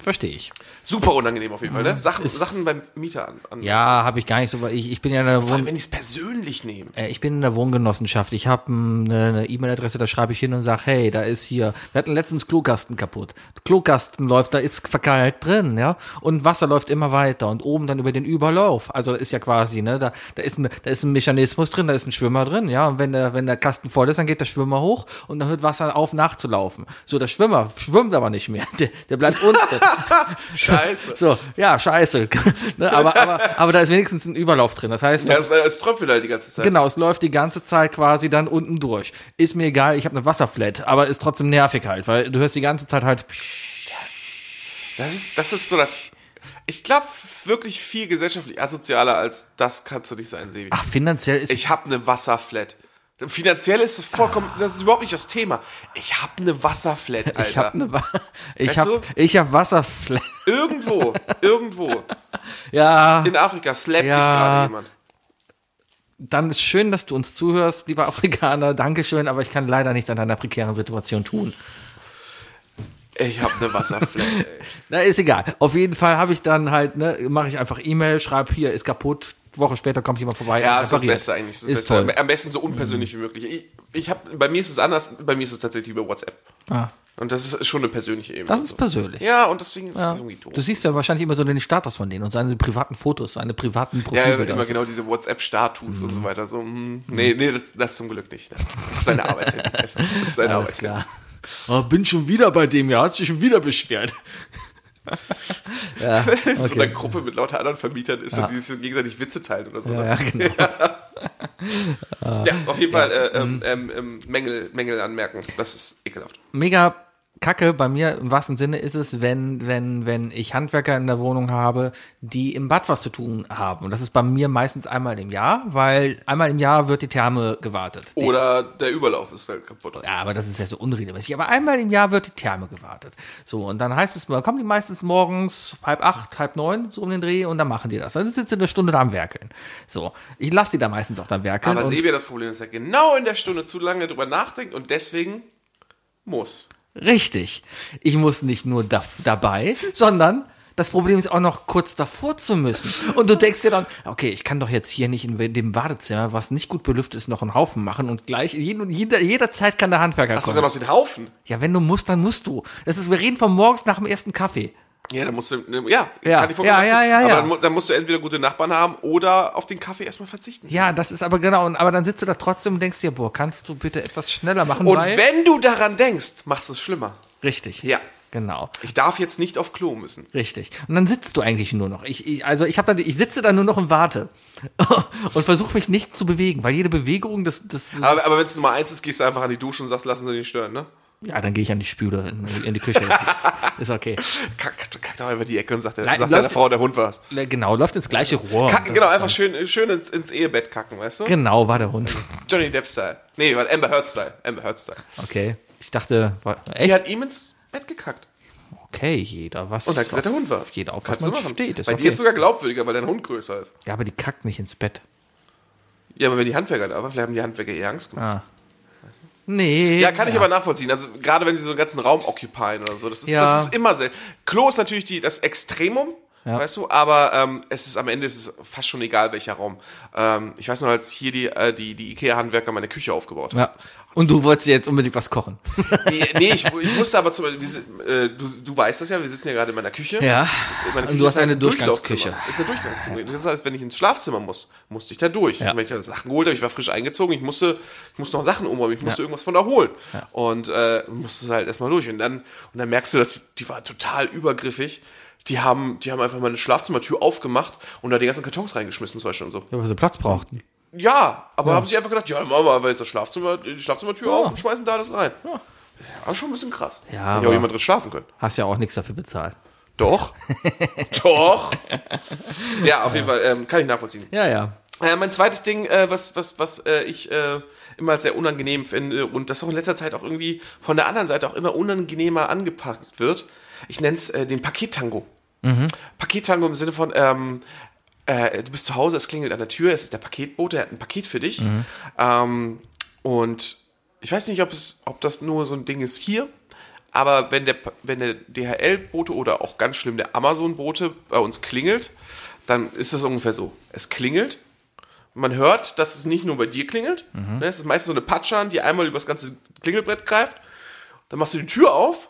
Speaker 4: Verstehe ich.
Speaker 3: Super unangenehm auf jeden Fall, ne? Sachen,
Speaker 4: Mhm. Ist-
Speaker 3: Sachen beim Mieter an. an
Speaker 4: Ja, habe ich gar nicht so. weil Ich, ich bin ja in der
Speaker 3: Vor
Speaker 4: Wohn
Speaker 3: allem, wenn die es persönlich nehmen.
Speaker 4: Äh, Ich bin in der Wohngenossenschaft. Ich habe eine eine ne E-Mail-Adresse, da schreibe ich hin und sage, hey, da ist hier, wir hatten letztens Klokasten kaputt. Klokasten läuft, da ist verkeilt drin, ja. Und Wasser läuft immer weiter und oben dann über den Überlauf. Also ist ja quasi, ne, da, da ist ein, da ist ein Mechanismus drin, da ist ein Schwimmer drin, ja. Und wenn der, wenn der Kasten voll ist, dann geht der Schwimmer hoch und dann hört Wasser auf nachzulaufen. So, der Schwimmer schwimmt aber nicht mehr. [laughs] Der, der bleibt unten. [laughs]
Speaker 3: Scheiße.
Speaker 4: so, ja, scheiße. [laughs] ne, aber, aber, aber da ist wenigstens ein Überlauf drin. Das heißt,
Speaker 3: Ja, es, es tröpfelt halt die ganze Zeit.
Speaker 4: Genau, es läuft die ganze Zeit quasi dann unten durch. Ist mir egal, ich habe eine Wasserflat, aber ist trotzdem nervig halt, weil du hörst die ganze Zeit halt.
Speaker 3: Das ist, das ist so das. Ich glaube, wirklich viel gesellschaftlich asozialer als das kannst du nicht sein, Sebi.
Speaker 4: Ach, finanziell ist.
Speaker 3: Ich habe eine Wasserflat. Finanziell ist es vollkommen, das ist überhaupt nicht das Thema. Ich habe eine Wasserflat, Alter.
Speaker 4: Ah. Ich ne- habe eine, Wa- [laughs] ich
Speaker 3: Weißt
Speaker 4: habe,
Speaker 3: du?
Speaker 4: ich habe Wasserfläche.
Speaker 3: irgendwo, irgendwo.
Speaker 4: [laughs] Ja,
Speaker 3: In Afrika slappt dich
Speaker 4: Ja.
Speaker 3: gerade jemand.
Speaker 4: dann ist schön, dass du uns zuhörst, lieber Afrikaner. Dankeschön, aber ich kann leider nichts an deiner prekären Situation tun.
Speaker 3: Ich habe eine Wasserflat, ey.
Speaker 4: Na, ist egal. Auf jeden Fall habe ich dann halt, ne, mache ich einfach E-Mail, schreibe hier, ist kaputt. Woche später kommt jemand vorbei.
Speaker 3: Ja, ist das
Speaker 4: repariert.
Speaker 3: Beste eigentlich. Ist das
Speaker 4: Ist
Speaker 3: Beste.
Speaker 4: toll.
Speaker 3: Am besten so unpersönlich wie möglich. Ich, ich hab, bei mir ist es anders, bei mir ist es tatsächlich über WhatsApp.
Speaker 4: Ah,
Speaker 3: Und das ist schon eine persönliche Ebene.
Speaker 4: das ist persönlich.
Speaker 3: Ja, und deswegen ist es
Speaker 4: Ja.
Speaker 3: irgendwie doof.
Speaker 4: Du siehst ja wahrscheinlich immer so den Status von denen und seine privaten Fotos, seine privaten
Speaker 3: ja,
Speaker 4: Profilbilder.
Speaker 3: immer
Speaker 4: und so.
Speaker 3: genau diese WhatsApp-Status
Speaker 4: Mhm.
Speaker 3: und so weiter. So, mm, nee, nee, das, das zum Glück nicht. Das ist seine Arbeit. Das ist seine
Speaker 4: Alles
Speaker 3: Arbeit. [laughs]
Speaker 4: klar. Oh, bin schon wieder bei dem, ja, hat sich schon wieder beschwert. ja,
Speaker 3: So
Speaker 4: okay.
Speaker 3: eine Gruppe mit lauter anderen Vermietern ist und die sich gegenseitig Witze teilen oder so. ne?
Speaker 4: ja,
Speaker 3: [laughs]
Speaker 4: ja, genau. Ah,
Speaker 3: Ja, auf jeden Fall äh, ähm, ähm, ähm, Mängel, Mängel anmerken. Das ist ekelhaft.
Speaker 4: mega kacke bei mir im wahrsten Sinne ist es, wenn, wenn, wenn ich Handwerker in der Wohnung habe, die im Bad was zu tun haben. Und das ist bei mir meistens einmal im Jahr, weil einmal im Jahr wird die Therme gewartet. Die,
Speaker 3: Oder der Überlauf ist halt kaputt.
Speaker 4: ja, aber das ist ja so unregelmäßig. Aber einmal im Jahr wird die Therme gewartet. So, und dann heißt es, dann kommen die meistens morgens halb acht, halb neun, so um den Dreh, und dann machen die das. Dann sitzen sie eine Stunde da am Werkeln. So, ich lasse die da meistens auch da am Werkeln.
Speaker 3: Aber
Speaker 4: und-
Speaker 3: Sebi, das Problem ist, dass er genau in der Stunde zu lange drüber nachdenkt und deswegen muss.
Speaker 4: Richtig. Ich muss nicht nur da, dabei, sondern das Problem ist auch noch kurz davor zu müssen. Und du denkst dir dann, okay, ich kann doch jetzt hier nicht in dem Badezimmer, was nicht gut belüftet ist, noch einen Haufen machen und gleich jeden, jeder, jederzeit kann der Handwerker
Speaker 3: Hast du
Speaker 4: kommen.
Speaker 3: sogar noch den Haufen?
Speaker 4: Ja, wenn du musst, dann musst du. Das ist, wir reden von morgens nach dem ersten Kaffee.
Speaker 3: Ja, dann musst du. ne, Ja,
Speaker 4: Ja,
Speaker 3: ich vollkommen
Speaker 4: ja, ja,
Speaker 3: nachvollziehen.
Speaker 4: ja,
Speaker 3: Aber
Speaker 4: ja.
Speaker 3: dann, mu- dann musst du entweder gute Nachbarn haben oder auf den Kaffee erstmal verzichten.
Speaker 4: Ja, das ist aber genau. Und, aber dann sitzt du da trotzdem und denkst dir, boah, kannst du bitte etwas schneller machen?
Speaker 3: Und
Speaker 4: weil-
Speaker 3: wenn du daran denkst, machst du es schlimmer.
Speaker 4: Richtig.
Speaker 3: Ja.
Speaker 4: Genau.
Speaker 3: Ich darf jetzt nicht auf Klo müssen.
Speaker 4: Richtig. Und dann sitzt du eigentlich nur noch. Ich, ich, also ich, hab dann, ich sitze dann nur noch und warte. [laughs] und versuche mich nicht zu bewegen, weil jede Bewegung, das. das, das
Speaker 3: Aber, aber wenn es Nummer eins ist, gehst du einfach an die Dusche und sagst, lassen Sie nicht stören, ne?
Speaker 4: ja, dann gehe ich an die Spüle, in, in die Küche. Das ist, ist okay.
Speaker 3: Kack, kack doch über die Ecke und sagt, der-
Speaker 4: Le-
Speaker 3: sagt deiner
Speaker 4: läuft-
Speaker 3: Frau, der Hund war's.
Speaker 4: Genau, läuft ins gleiche Rohr.
Speaker 3: Kacken,
Speaker 4: Und
Speaker 3: genau,
Speaker 4: das-
Speaker 3: einfach schön, schön ins, ins Ehebett kacken, weißt du?
Speaker 4: Genau, war der Hund.
Speaker 3: Johnny Depp-Style. Nee, war Amber Heard-Style. Amber Heard-Style.
Speaker 4: Okay. Ich dachte, war,
Speaker 3: Die
Speaker 4: echt?
Speaker 3: hat ihm ins Bett gekackt.
Speaker 4: Okay, jeder was.
Speaker 3: Und hat gesagt, der Hund war's.
Speaker 4: Jeder auf, was
Speaker 3: Kannst du
Speaker 4: man
Speaker 3: machen.
Speaker 4: steht. Ist
Speaker 3: Bei
Speaker 4: okay.
Speaker 3: dir ist sogar glaubwürdiger, weil dein Hund größer ist.
Speaker 4: ja, aber die kackt nicht ins Bett.
Speaker 3: Ja, aber wenn die Handwerker da waren, vielleicht haben die Handwerker eher Angst gemacht.
Speaker 4: Nee.
Speaker 3: Ja, kann ich aber nachvollziehen. Also gerade wenn sie so einen ganzen Raum occupieren oder so. Das ist,
Speaker 4: Ja.
Speaker 3: das ist immer sehr. Klo ist natürlich die, das Extremum, weißt du, aber ähm, es ist am Ende ist es fast schon egal, welcher Raum. Ähm, ich weiß noch, als hier die, äh, die, die IKEA-Handwerker meine Küche aufgebaut haben.
Speaker 4: Ja. Und du wolltest jetzt unbedingt was kochen.
Speaker 3: Nee, nee
Speaker 4: [laughs]
Speaker 3: ich, ich musste aber zum Beispiel, wir sind- äh, du, du weißt das ja, wir sitzen ja gerade in meiner Küche.
Speaker 4: Ja.
Speaker 3: Meine
Speaker 4: Und du hast
Speaker 3: ist halt
Speaker 4: eine
Speaker 3: ein Durchlaufzimmer.
Speaker 4: Durchgangsküche.
Speaker 3: Ist eine Durchgangsküche. Das heißt, wenn ich ins Schlafzimmer muss, musste ich da durch.
Speaker 4: Ja.
Speaker 3: Und wenn ich da Sachen geholt habe, ich war frisch eingezogen, ich musste, ich musste noch Sachen umräumen, ich musste irgendwas von da holen. Und äh, musste es halt erstmal durch. Und dann, und dann merkst du, dass die, die war total übergriffig. Die haben, die haben einfach meine Schlafzimmertür aufgemacht und da die ganzen Kartons reingeschmissen, zum Beispiel und so.
Speaker 4: Ja, weil sie Platz brauchten.
Speaker 3: Ja, aber haben sich einfach gedacht, ja, machen wir einfach jetzt das Schlafzimmer, die Schlafzimmertür auf und schmeißen da alles rein. Ja. Das ist schon ein bisschen krass.
Speaker 4: Ja,
Speaker 3: Hätte auch
Speaker 4: aber-
Speaker 3: jemand drin schlafen können.
Speaker 4: Hast ja auch nichts dafür bezahlt.
Speaker 3: Doch. Doch. Ja, auf jeden Fall ähm, kann ich nachvollziehen.
Speaker 4: Ja, ja.
Speaker 3: Äh, mein zweites Ding, äh, was, was, was äh, ich äh, immer sehr unangenehm finde und das auch in letzter Zeit auch irgendwie von der anderen Seite auch immer unangenehmer angepackt wird, ich nenne es äh, den Pakettango. Pakettango im Sinne von, ähm, äh, du bist zu Hause, es klingelt an der Tür, es ist der Paketbote, er hat ein Paket für dich. Ähm, und ich weiß nicht, ob, es, ob das nur so ein Ding ist hier, aber wenn der, Pa- wenn der DHL-Bote oder auch ganz schlimm der Amazon-Bote bei uns klingelt, dann ist das ungefähr so. Es klingelt man hört, dass es nicht nur bei dir klingelt. Ne, es ist meistens so eine Patschan, die einmal übers ganze Klingelbrett greift. Dann machst du die Tür auf,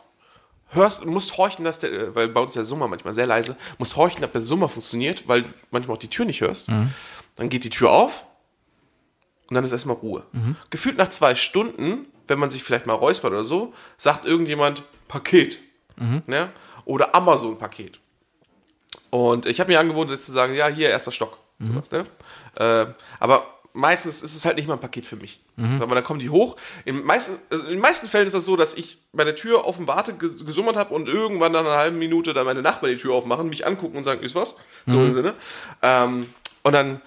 Speaker 3: hörst und musst horchen, dass der, äh, weil bei uns der Summer manchmal sehr leise, musst horchen, ob der Summer funktioniert, weil du manchmal auch die Tür nicht hörst. Dann geht die Tür auf und dann ist erstmal Ruhe. Gefühlt nach zwei Stunden, wenn man sich vielleicht mal räuspert oder so, sagt irgendjemand Paket. Ne? Oder Amazon-Paket. Und ich habe mir angewohnt, jetzt zu sagen, ja, hier, erster Stock. Sowas, ne? äh, aber meistens ist es halt nicht mal ein Paket für mich. Aber dann kommen die hoch. In, meisten, also in den meisten Fällen ist das so, dass ich bei der Tür offen warte, ge- gesummert habe und irgendwann nach einer halben Minute dann meine Nachbarn die Tür aufmachen, mich angucken und sagen, ist was? So im Sinne. Ähm, und dann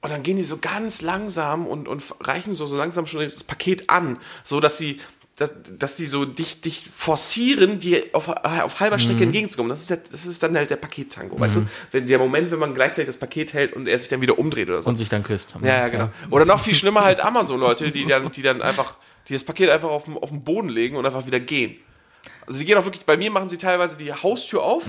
Speaker 3: Und dann gehen die so ganz langsam und, und reichen so, so langsam schon das Paket an, so dass sie, dass, dass sie so dich, dich forcieren, dir auf, auf halber Strecke entgegenzukommen. Das ist, der, das ist dann halt der Pakettango, weißt du? Wenn der Moment, wenn man gleichzeitig das Paket hält und er sich dann wieder umdreht oder so.
Speaker 4: Und sich dann küsst.
Speaker 3: Ja, ja, genau. Oder noch viel schlimmer halt Amazon-Leute, die dann, die dann einfach, die das Paket einfach auf, den- auf den Boden legen und einfach wieder gehen. Also die gehen auch wirklich, bei mir machen sie teilweise die Haustür auf,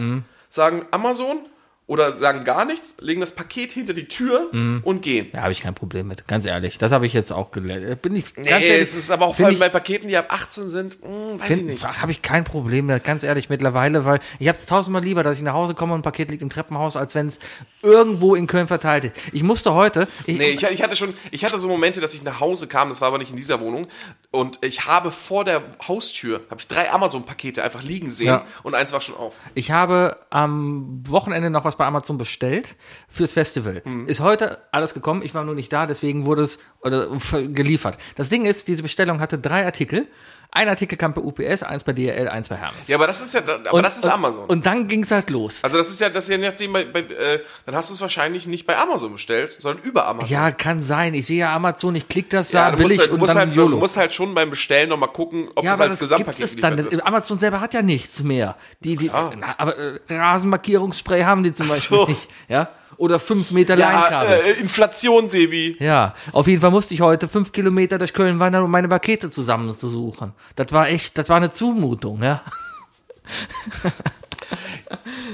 Speaker 3: sagen Amazon oder sagen gar nichts, legen das Paket hinter die Tür und gehen.
Speaker 4: Da habe ich kein Problem mit, ganz ehrlich. Das habe ich jetzt auch gelernt. Äh, Bin ich ganz
Speaker 3: nee,
Speaker 4: ehrlich,
Speaker 3: es ist aber auch vor
Speaker 4: bin
Speaker 3: allem
Speaker 4: ich-
Speaker 3: bei Paketen, die ab 18 sind, mh, weiß ich nicht.
Speaker 4: habe ich kein Problem mehr, ganz ehrlich mittlerweile, weil ich habe es tausendmal lieber, dass ich nach Hause komme und ein Paket liegt im Treppenhaus, als wenn es irgendwo in Köln verteilt ist. Ich musste heute, ich,
Speaker 3: Nee, ich, ich hatte schon, ich hatte so Momente, dass ich nach Hause kam, das war aber nicht in dieser Wohnung, und ich habe vor der Haustür, habe ich drei Amazon-Pakete einfach liegen sehen
Speaker 4: Ja.
Speaker 3: und eins war schon auf.
Speaker 4: ich habe am Wochenende noch was bei Amazon bestellt fürs Festival.
Speaker 3: Mhm.
Speaker 4: Ist heute alles gekommen, ich war nur nicht da, deswegen wurde es oder, [laughs] geliefert. Das Ding ist, diese Bestellung hatte drei Artikel. Ein Artikel kam bei UPS, eins bei DRL, eins bei Hermes.
Speaker 3: Ja, aber das ist ja, da- aber das ist
Speaker 4: und,
Speaker 3: Amazon.
Speaker 4: Und dann ging es halt los.
Speaker 3: Also das ist ja, das ist ja nachdem bei, bei äh, dann hast du es wahrscheinlich nicht bei Amazon bestellt, sondern über Amazon.
Speaker 4: Ja, kann sein. Ich sehe ja Amazon, ich klicke das da
Speaker 3: Also du
Speaker 4: billig
Speaker 3: musst halt,
Speaker 4: und
Speaker 3: musst,
Speaker 4: dann
Speaker 3: halt, du
Speaker 4: YOLO.
Speaker 3: musst halt schon beim Bestellen nochmal gucken, ob
Speaker 4: ja,
Speaker 3: das
Speaker 4: aber
Speaker 3: als
Speaker 4: das
Speaker 3: Gesamtpaket ne?
Speaker 4: gibt es
Speaker 3: geliefert
Speaker 4: dann.
Speaker 3: wird.
Speaker 4: Amazon selber hat ja nichts mehr. Die, die, na, aber äh, Rasenmarkierungsspray haben die zum Beispiel
Speaker 3: so.
Speaker 4: nicht. Ja? Oder fünf Meter
Speaker 3: Ja,
Speaker 4: Leinkabel.
Speaker 3: äh, Inflation, Sebi.
Speaker 4: Ja, auf jeden Fall musste ich heute fünf Kilometer durch Köln wandern, um meine Pakete zusammenzusuchen. Das war echt, das war eine Zumutung, ja.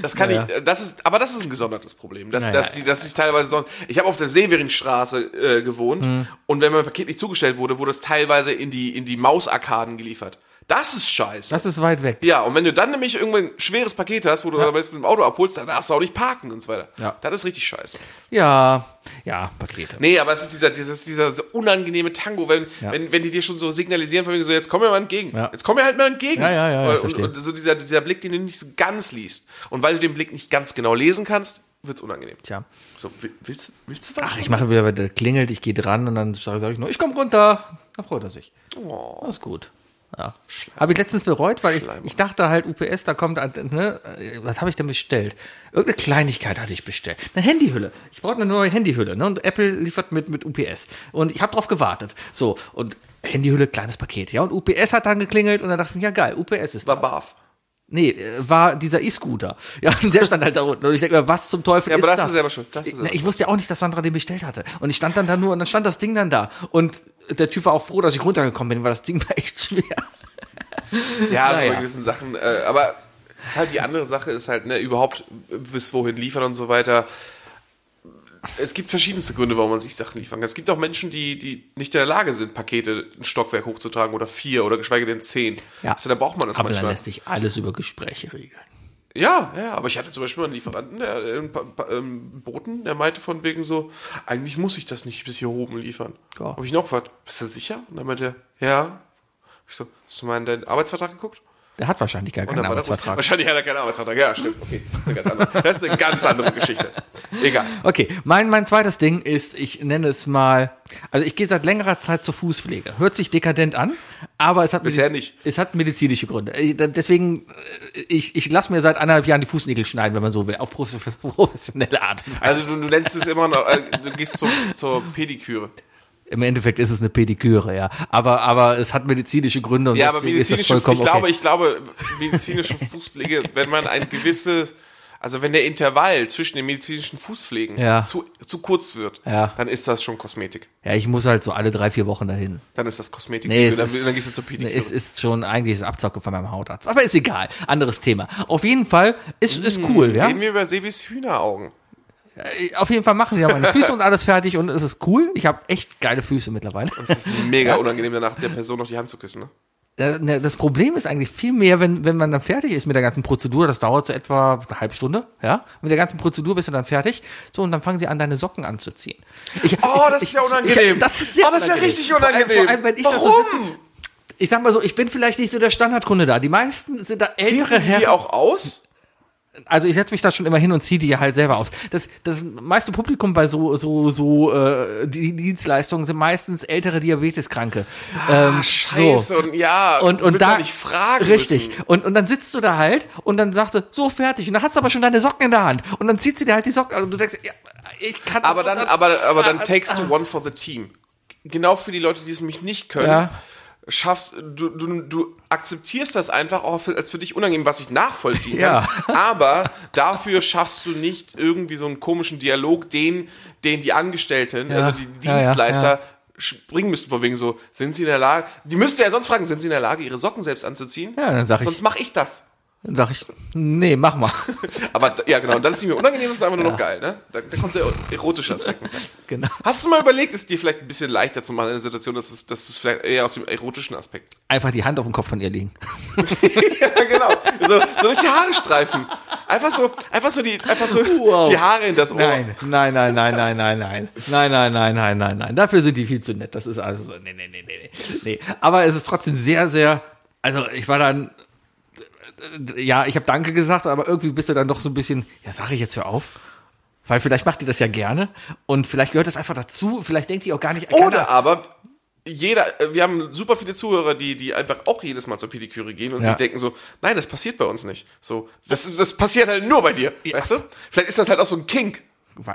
Speaker 3: Das kann
Speaker 4: Ja.
Speaker 3: ich, äh, das ist, aber das ist ein gesondertes Problem. Dass,
Speaker 4: Ja,
Speaker 3: dass,
Speaker 4: ja,
Speaker 3: die, dass ich teilweise so, ich habe auf der Severinstraße äh, gewohnt
Speaker 4: Mhm.
Speaker 3: und wenn mein Paket nicht zugestellt wurde, wurde es teilweise in die, in die Mausarkaden geliefert. Das ist scheiße.
Speaker 4: Das ist weit weg.
Speaker 3: ja, und wenn du dann nämlich irgendwann ein schweres Paket hast, wo du am besten mit dem Auto abholst, dann darfst du auch nicht parken und so weiter.
Speaker 4: Ja.
Speaker 3: Das ist richtig scheiße.
Speaker 4: Ja, ja, Pakete.
Speaker 3: Nee, aber es ist dieser, dieses, dieser so unangenehme Tango, wenn,
Speaker 4: Ja.
Speaker 3: wenn, wenn die dir schon so signalisieren, von wegen so, jetzt komm mir mal entgegen.
Speaker 4: Ja.
Speaker 3: Jetzt komm mir halt mal entgegen.
Speaker 4: Ja, ja, ja, ich
Speaker 3: und,
Speaker 4: verstehe.
Speaker 3: und so dieser, dieser Blick, den du nicht so ganz liest. Und weil du den Blick nicht ganz genau lesen kannst, wird's unangenehm.
Speaker 4: Tja.
Speaker 3: So, wi- willst, willst du was?
Speaker 4: Ach, ich mache wieder, weil der klingelt, ich gehe dran und dann sage sag ich nur, ich komme runter. Da freut er sich.
Speaker 3: Oh.
Speaker 4: Das ist gut. Ja. Habe ich letztens bereut, weil ich,
Speaker 3: Schleim.
Speaker 4: ich dachte halt, UPS, da kommt, äh, ne, äh, was habe ich denn bestellt? Irgendeine Kleinigkeit hatte ich bestellt. Eine Handyhülle. Ich brauchte eine neue Handyhülle, ne? Und Apple liefert mit, mit UPS. Und ich habe drauf gewartet. So, und Handyhülle, kleines Paket, ja. Und UPS hat dann geklingelt und dann dachte ich mir, ja geil, UPS ist da.
Speaker 3: War barf.
Speaker 4: Nee, äh, war dieser E-Scooter. [laughs] Ja, und der stand halt da unten. Und ich denke mir, was zum Teufel
Speaker 3: Ja,
Speaker 4: ist
Speaker 3: aber
Speaker 4: das? Äh,
Speaker 3: das ist selber schuld. Das ist selber
Speaker 4: Na, ich wusste ja auch nicht, dass Sandra den bestellt hatte. Und ich stand dann da nur und dann stand das Ding dann da. Und der Typ war auch froh, dass ich runtergekommen bin, weil das Ding war echt schwer.
Speaker 3: Ja, so
Speaker 4: Naja.
Speaker 3: bei gewissen Sachen. Äh, aber ist halt die andere Sache ist halt, ne, überhaupt äh, bis wohin liefern und so weiter. Es gibt verschiedenste Gründe, warum man sich Sachen liefern kann. Es gibt auch Menschen, die, die nicht in der Lage sind, Pakete ein Stockwerk hochzutragen oder vier oder geschweige denn zehn.
Speaker 4: Ja.
Speaker 3: Also da braucht man das
Speaker 4: Aber dann
Speaker 3: manchmal.
Speaker 4: lässt sich alles über Gespräche regeln.
Speaker 3: Ja, ja, aber ich hatte zum Beispiel mal einen Lieferanten, der, äh, einen Pa- Pa- ähm, Boten, der meinte von wegen so, eigentlich muss ich das nicht bis hier oben liefern.
Speaker 4: Ja.
Speaker 3: Hab ich noch gefragt, bist du sicher? Und dann meinte er, ja. Ich so, hast du mal in deinen Arbeitsvertrag geguckt?
Speaker 4: Der hat wahrscheinlich gar
Speaker 3: Und
Speaker 4: keinen
Speaker 3: dann war das-
Speaker 4: Arbeitsvertrag.
Speaker 3: Wahrscheinlich hat er keinen Arbeitsvertrag. Ja, stimmt. Okay, das ist eine ganz andere, das ist eine ganz andere Geschichte. Egal.
Speaker 4: Okay, mein, mein zweites Ding ist, ich nenne es mal, also ich gehe seit längerer Zeit zur Fußpflege. Hört sich dekadent an, aber es hat,
Speaker 3: Bisher
Speaker 4: mediz-
Speaker 3: nicht.
Speaker 4: Es hat medizinische Gründe. Ich- da- Deswegen, äh, ich, ich lasse mir seit anderthalb Jahren die Fußnägel schneiden, wenn man so will, auf profes- [laughs] professionelle Art. und Weise.
Speaker 3: Also du, du nennst es immer noch, äh, du gehst zur, zur Pediküre.
Speaker 4: Im Endeffekt ist es eine Pediküre, ja. Aber, aber es hat medizinische Gründe und
Speaker 3: Ja, aber
Speaker 4: deswegen ist das
Speaker 3: medizinische, ich
Speaker 4: vollkommen
Speaker 3: glaube,
Speaker 4: okay.
Speaker 3: ich glaube, medizinische Fußpflege, wenn man ein gewisses, also wenn der Intervall zwischen den medizinischen Fußpflegen
Speaker 4: Ja.
Speaker 3: zu, zu kurz wird,
Speaker 4: Ja.
Speaker 3: dann ist das schon Kosmetik.
Speaker 4: ja, ich muss halt so alle drei, vier Wochen dahin.
Speaker 3: Dann ist das Kosmetik.
Speaker 4: Nee, es
Speaker 3: dann,
Speaker 4: ist,
Speaker 3: dann gehst du zur
Speaker 4: nee,
Speaker 3: Pediküre.
Speaker 4: es ist schon eigentlich ist Abzocke von meinem Hautarzt. Aber ist egal. Anderes Thema. Auf jeden Fall ist, ist cool, ja.
Speaker 3: Reden wir über Sebis Hühneraugen.
Speaker 4: Äh, Auf jeden Fall machen die ja meine Füße und alles fertig und es ist cool. Ich habe echt geile Füße mittlerweile.
Speaker 3: Das ist mega unangenehm, danach der Person noch die Hand zu küssen. Ne?
Speaker 4: Äh, ne, Das Problem ist eigentlich viel mehr, wenn, wenn man dann fertig ist mit der ganzen Prozedur. Das dauert so etwa eine halbe Stunde, ja. Mit der ganzen Prozedur bist du dann fertig. So, und dann fangen sie an, deine Socken anzuziehen. Ich,
Speaker 3: Oh, das ist ja unangenehm.
Speaker 4: das ist sehr
Speaker 3: oh, das ist ja
Speaker 4: unangenehm.
Speaker 3: richtig
Speaker 4: Vor allem-
Speaker 3: unangenehm.
Speaker 4: Vor allem, wenn ich
Speaker 3: Warum?
Speaker 4: da so sitze, ich sag mal so, ich bin vielleicht nicht so der Standardkunde da. Die meisten sind da
Speaker 3: Ziehen
Speaker 4: ältere
Speaker 3: Sie die
Speaker 4: Herren.
Speaker 3: auch aus?
Speaker 4: also ich setze mich da schon immer hin und ziehe die halt selber aus. Das, das meiste Publikum bei so, so, so äh, die Dienstleistungen sind meistens ältere Diabeteskranke. Ähm,
Speaker 3: Scheiße, und ja,
Speaker 4: und,
Speaker 3: Ah, du
Speaker 4: und
Speaker 3: willst
Speaker 4: da
Speaker 3: doch nicht fragen
Speaker 4: richtig
Speaker 3: müssen.
Speaker 4: und und dann sitzt du da halt und dann sagst du so fertig und dann hast du aber schon deine Socken in der Hand und dann zieht sie dir halt die Socken und du denkst ja, ich kann
Speaker 3: Aber dann, aber, aber dann
Speaker 4: Ah,
Speaker 3: takes du one for the team. Genau für die Leute, die es nämlich nicht können,
Speaker 4: Ja.
Speaker 3: schaffst du, du, du akzeptierst das einfach auch für- als für dich unangenehm, was ich nachvollziehen
Speaker 4: Ja.
Speaker 3: kann. Aber dafür schaffst du nicht irgendwie so einen komischen Dialog, den, den die Angestellten, also die
Speaker 4: Ja, ja,
Speaker 3: Dienstleister,
Speaker 4: ja.
Speaker 3: springen müssten, von wegen so, sind sie in der Lage, die müsste ja sonst fragen, sind sie in der Lage, ihre Socken selbst anzuziehen?
Speaker 4: Ja, dann sag ich-
Speaker 3: Sonst mache ich das.
Speaker 4: dann sag ich nee mach mal
Speaker 3: Aber
Speaker 4: [laughs]
Speaker 3: d- ja, genau, und dann ist es mir unangenehm, das ist einfach nur noch geil, ne? Da, da kommt der erotische
Speaker 4: [laughs]
Speaker 3: Aspekt. mit rein.
Speaker 4: genau
Speaker 3: Hast du mal überlegt, es dir vielleicht ein bisschen leichter zu machen in der Situation, dass es, dass du es vielleicht eher aus dem erotischen
Speaker 4: [laughs]
Speaker 3: Aspekt.
Speaker 4: einfach die Hand auf den Kopf von ihr legen
Speaker 3: ja, genau. So, so durch die Haare streifen. Einfach so, einfach so die, einfach so
Speaker 4: Wow.
Speaker 3: die Haare in das Ohr.
Speaker 4: Nein, nein, nein, nein, nein, nein, nein. Nein, nein, nein, nein, nein, nein. Dafür sind die viel zu nett. Das ist also so, nee, nee, nee, nee, nee. nee. Aber es ist trotzdem sehr, sehr, also ich war dann, ja, ich habe Danke gesagt, aber irgendwie bist du dann doch so ein bisschen, ja, sage ich jetzt, hör auf. Weil vielleicht macht die das ja gerne und vielleicht gehört das einfach dazu. Vielleicht denkt die auch gar nicht.
Speaker 3: Oder aber jeder, äh, wir haben super viele Zuhörer, die, die einfach auch jedes Mal zur Pediküre gehen und
Speaker 4: Ja.
Speaker 3: sich denken so, nein, das passiert bei uns nicht. So, das, das passiert halt nur bei dir, weißt du? Vielleicht ist das halt auch so ein Kink.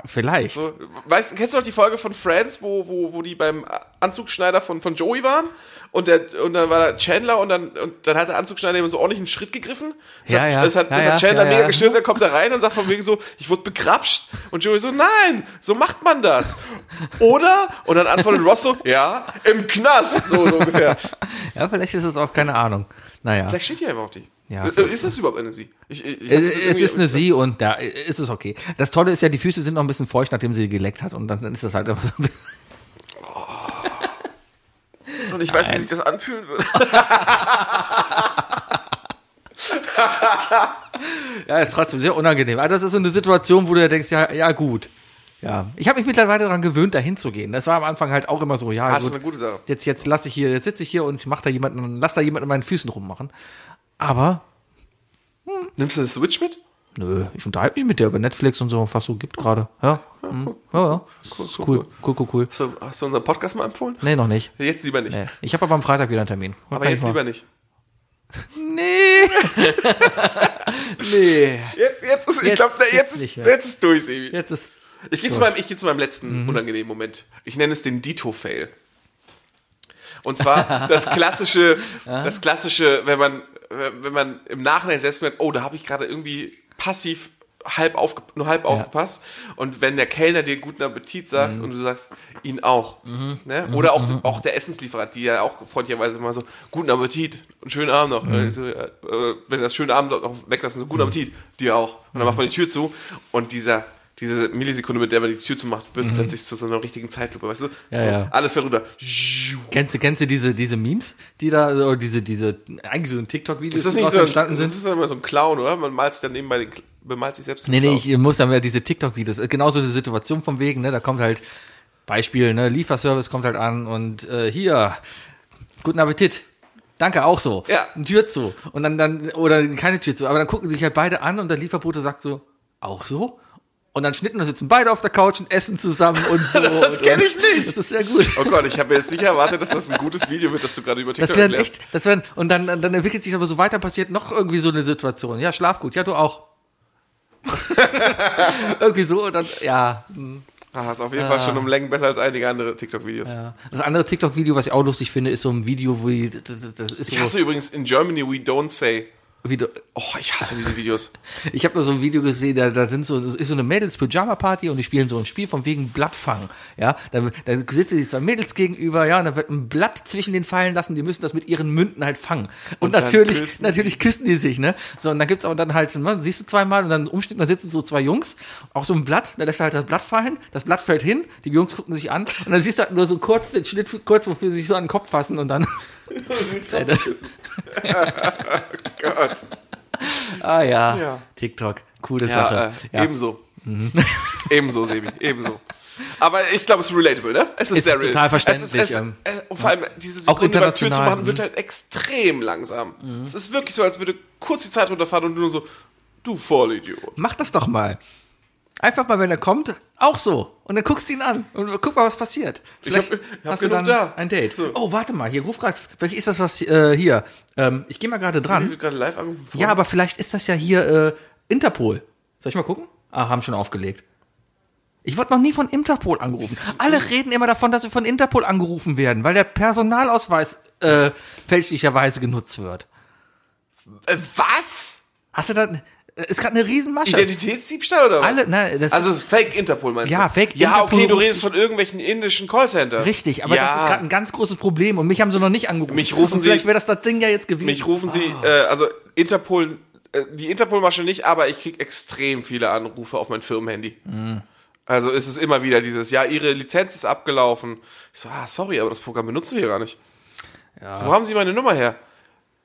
Speaker 4: Vielleicht. [laughs]
Speaker 3: So, weißt, kennst du noch die Folge von Friends, wo, wo, wo die beim Anzugschneider von, von Joey waren? Und, der, und dann war da Chandler und dann, und dann hat der Anzugschneider eben so ordentlich einen Schritt gegriffen. Das
Speaker 4: Ja,
Speaker 3: hat,
Speaker 4: ja.
Speaker 3: Das hat, das
Speaker 4: Ja,
Speaker 3: hat
Speaker 4: ja,
Speaker 3: Chandler
Speaker 4: ja,
Speaker 3: mega
Speaker 4: ja.
Speaker 3: gestört, dann kommt er rein und sagt von wegen so, ich wurde begrapscht. Und Joey so, nein, so macht man das. Oder? Und dann antwortet Ross so, ja, im Knast, so, so ungefähr.
Speaker 4: Ja, vielleicht ist es auch keine Ahnung. Naja.
Speaker 3: Vielleicht steht hier überhaupt nicht.
Speaker 4: Ja,
Speaker 3: Äh,
Speaker 4: vielleicht.
Speaker 3: ist das überhaupt eine Sie? Ich, ich, ich hab das
Speaker 4: Es
Speaker 3: irgendwie-
Speaker 4: ist eine Sie und da ist es okay. Das Tolle ist ja, die Füße sind noch ein bisschen feucht, nachdem sie geleckt hat und dann ist das halt immer so ein bisschen.
Speaker 3: Und ich weiß, wie sich das anfühlen würde.
Speaker 4: Ja, ist trotzdem sehr unangenehm. Aber das ist so eine Situation, wo du ja denkst, ja, ja gut. Ja, ich habe mich mittlerweile daran gewöhnt, dahin zu gehen. Das war am Anfang halt auch immer so, ja,
Speaker 3: Das
Speaker 4: gut,
Speaker 3: ist eine gute Sache.
Speaker 4: jetzt jetzt lasse ich hier, jetzt sitze ich hier und mach da jemanden, lass da jemanden an meinen Füßen rummachen. Aber
Speaker 3: Nimmst du eine Switch mit?
Speaker 4: nö, ich unterhalte mich mit der über Netflix und so, was so gibt gerade. Ja, hm,
Speaker 3: [laughs]
Speaker 4: ja, ja. Cool, cool, cool, cool, cool.
Speaker 3: Hast du, hast du unseren Podcast mal empfohlen?
Speaker 4: Nee, noch nicht.
Speaker 3: Jetzt lieber nicht.
Speaker 4: Nee. Ich habe aber am Freitag wieder einen Termin.
Speaker 3: Aber jetzt lieber nicht.
Speaker 4: Nee. [laughs] nee.
Speaker 3: Jetzt, jetzt ist, ich
Speaker 4: Jetzt
Speaker 3: glaube,
Speaker 4: ist
Speaker 3: jetzt, ist,
Speaker 4: nicht mehr.
Speaker 3: jetzt ist durch, Sebi.
Speaker 4: Jetzt ist Mhm.
Speaker 3: Ich gehe zu meinem, ich gehe zu meinem letzten unangenehmen Moment. Ich nenne es den Dito-Fail. Und
Speaker 4: [laughs]
Speaker 3: zwar das klassische, das klassische, wenn man, wenn man im Nachhinein selbst merkt, oh, da habe ich gerade irgendwie passiv halb aufge, nur halb aufgepasst. Und wenn der Kellner dir guten Appetit
Speaker 4: Mhm.
Speaker 3: sagt und du sagst, ihn auch. Ne? Oder auch, auch der Essenslieferant, die ja auch freundlicherweise mal so, guten Appetit und schönen Abend
Speaker 4: Mhm.
Speaker 3: noch. Und ich So, äh, äh, wenn das schönen Abend noch weglassen, so guten Appetit, dir auch. Und
Speaker 4: Mhm.
Speaker 3: dann macht man die Tür zu und dieser diese Millisekunde, mit der man die Tür zumacht, wird plötzlich zu so einer richtigen Zeitlupe, weißt du?
Speaker 4: Mhm. Ja,
Speaker 3: so,
Speaker 4: ja.
Speaker 3: Alles fährt runter.
Speaker 4: Kennst du, kennst du diese, diese Memes, die da, oder diese, diese, eigentlich so ein TikTok-Videos,
Speaker 3: Ist das
Speaker 4: die
Speaker 3: nicht
Speaker 4: draus
Speaker 3: so
Speaker 4: entstanden
Speaker 3: ein,
Speaker 4: sind?
Speaker 3: das ist immer so ein Clown, oder? Man malt sich dann nebenbei den, Cl- bemalt sich selbst. zum
Speaker 4: Nee, nee,
Speaker 3: Clown.
Speaker 4: ich muss dann ja diese TikTok-Videos, äh, genauso die Situation vom Wegen, ne, da kommt halt, Beispiel, ne, Lieferservice kommt halt an und äh, hier, guten Appetit. Danke, auch so.
Speaker 3: Ja.
Speaker 4: Eine Tür zu. Und dann, dann, oder keine Tür zu. Aber dann gucken sich halt beide an und der Lieferbote sagt so, auch so? Und dann schnitten und sitzen beide auf der Couch und essen zusammen
Speaker 3: [laughs]
Speaker 4: und so.
Speaker 3: Das
Speaker 4: Und-
Speaker 3: kenn ich nicht.
Speaker 4: Das ist sehr gut.
Speaker 3: Oh Gott, ich habe jetzt nicht erwartet, dass das ein gutes Video wird, das du gerade über TikTok
Speaker 4: Das wären
Speaker 3: erklärst.
Speaker 4: echt, das wären, und dann, dann entwickelt sich aber so weiter, passiert noch irgendwie so eine Situation. Ja, schlaf gut, ja,
Speaker 3: [laughs]
Speaker 4: du auch. [laughs] irgendwie so, und dann, ja.
Speaker 3: Ah, ist auf jeden Fall schon um Längen besser als einige andere TikTok-Videos.
Speaker 4: ja. Das andere TikTok-Video, was ich auch lustig finde, ist so ein Video, wo, die- das ist
Speaker 3: Ich hasse
Speaker 4: so,
Speaker 3: übrigens in Germany we don't say.
Speaker 4: wie du-
Speaker 3: Oh, ich hasse diese Videos.
Speaker 4: ich habe nur so ein Video gesehen, da, da sind so, ist so eine Mädels-Pyjama-Party und die spielen so ein Spiel von wegen Blattfang, ja. Da, da sitzen die zwei Mädels gegenüber, ja, und da wird ein Blatt zwischen den fallen lassen, die müssen das mit ihren Münden halt fangen. Und,
Speaker 3: dann
Speaker 4: natürlich,
Speaker 3: küssen die.
Speaker 4: natürlich küssen die sich, ne? So, und dann gibt's aber dann halt, ne, siehst du zweimal und dann umschnitt, da sitzen so zwei Jungs, auch so ein Blatt, da lässt er halt das Blatt fallen, das Blatt fällt hin, die Jungs gucken sich an und dann siehst du halt nur so kurz den Schnitt, kurz, wofür sie sich so an den Kopf fassen und dann, [laughs]
Speaker 3: [laughs] Oh Gott.
Speaker 4: ah ja,
Speaker 3: Ja.
Speaker 4: TikTok, coole
Speaker 3: Ja,
Speaker 4: Sache. Mhm.
Speaker 3: äh, ebenso. [laughs] ebenso, Sebi, ebenso. Aber ich glaube, es ist relatable, ne? Es ist,
Speaker 4: Ist
Speaker 3: sehr
Speaker 4: total
Speaker 3: relatable.
Speaker 4: verständlich,
Speaker 3: Es ist, es,
Speaker 4: ähm,
Speaker 3: äh, und vor allem diese
Speaker 4: Auch
Speaker 3: Sekunde über die Tür zu
Speaker 4: international, mhm.
Speaker 3: machen, wird halt extrem langsam. Es ist wirklich so, als würde kurz die Zeit runterfahren und du nur so Du Vollidiot.
Speaker 4: Mach das doch mal. Einfach mal, wenn er kommt, auch so. Und dann guckst du ihn an und guck mal, was passiert. Vielleicht
Speaker 3: hab- ich hab
Speaker 4: hast du
Speaker 3: genug
Speaker 4: dann
Speaker 3: da.
Speaker 4: ein Date.
Speaker 3: So.
Speaker 4: Oh, warte mal, hier ruf gerade, vielleicht ist das was äh, hier. Ähm, ich gehe mal gerade
Speaker 3: Ich
Speaker 4: dran.
Speaker 3: bin gerade live angerufen. von-
Speaker 4: Ja, aber vielleicht ist das ja hier äh, Interpol. Soll ich mal gucken? Ah, haben schon aufgelegt. Ich wurde noch nie von Interpol angerufen. Alle reden immer davon, dass sie von Interpol angerufen werden, weil der Personalausweis äh, fälschlicherweise genutzt wird.
Speaker 3: Äh, was?
Speaker 4: Hast du da... äh, Ist gerade eine Riesenmasche.
Speaker 3: Identitätsdiebstahl oder was?
Speaker 4: Alle, na, das
Speaker 3: also es ist Fake Interpol meinst
Speaker 4: Ja,
Speaker 3: du?
Speaker 4: Fake
Speaker 3: Ja,
Speaker 4: Interpol
Speaker 3: okay, du
Speaker 4: ruft-
Speaker 3: redest von irgendwelchen indischen Callcenter.
Speaker 4: Richtig, aber
Speaker 3: ja,
Speaker 4: das ist gerade ein ganz großes Problem und mich haben sie noch nicht angerufen.
Speaker 3: Mich rufen
Speaker 4: und vielleicht
Speaker 3: sie-
Speaker 4: wäre das das Ding ja jetzt gewesen.
Speaker 3: Mich rufen sie, äh, also Interpol, äh, die Interpol-Masche nicht, aber ich kriege extrem viele Anrufe auf mein Firmenhandy. Also ist es immer wieder dieses, ja, ihre Lizenz ist abgelaufen. Ich so, ah, sorry, aber das Programm benutzen wir gar nicht. So, wo haben sie meine Nummer her?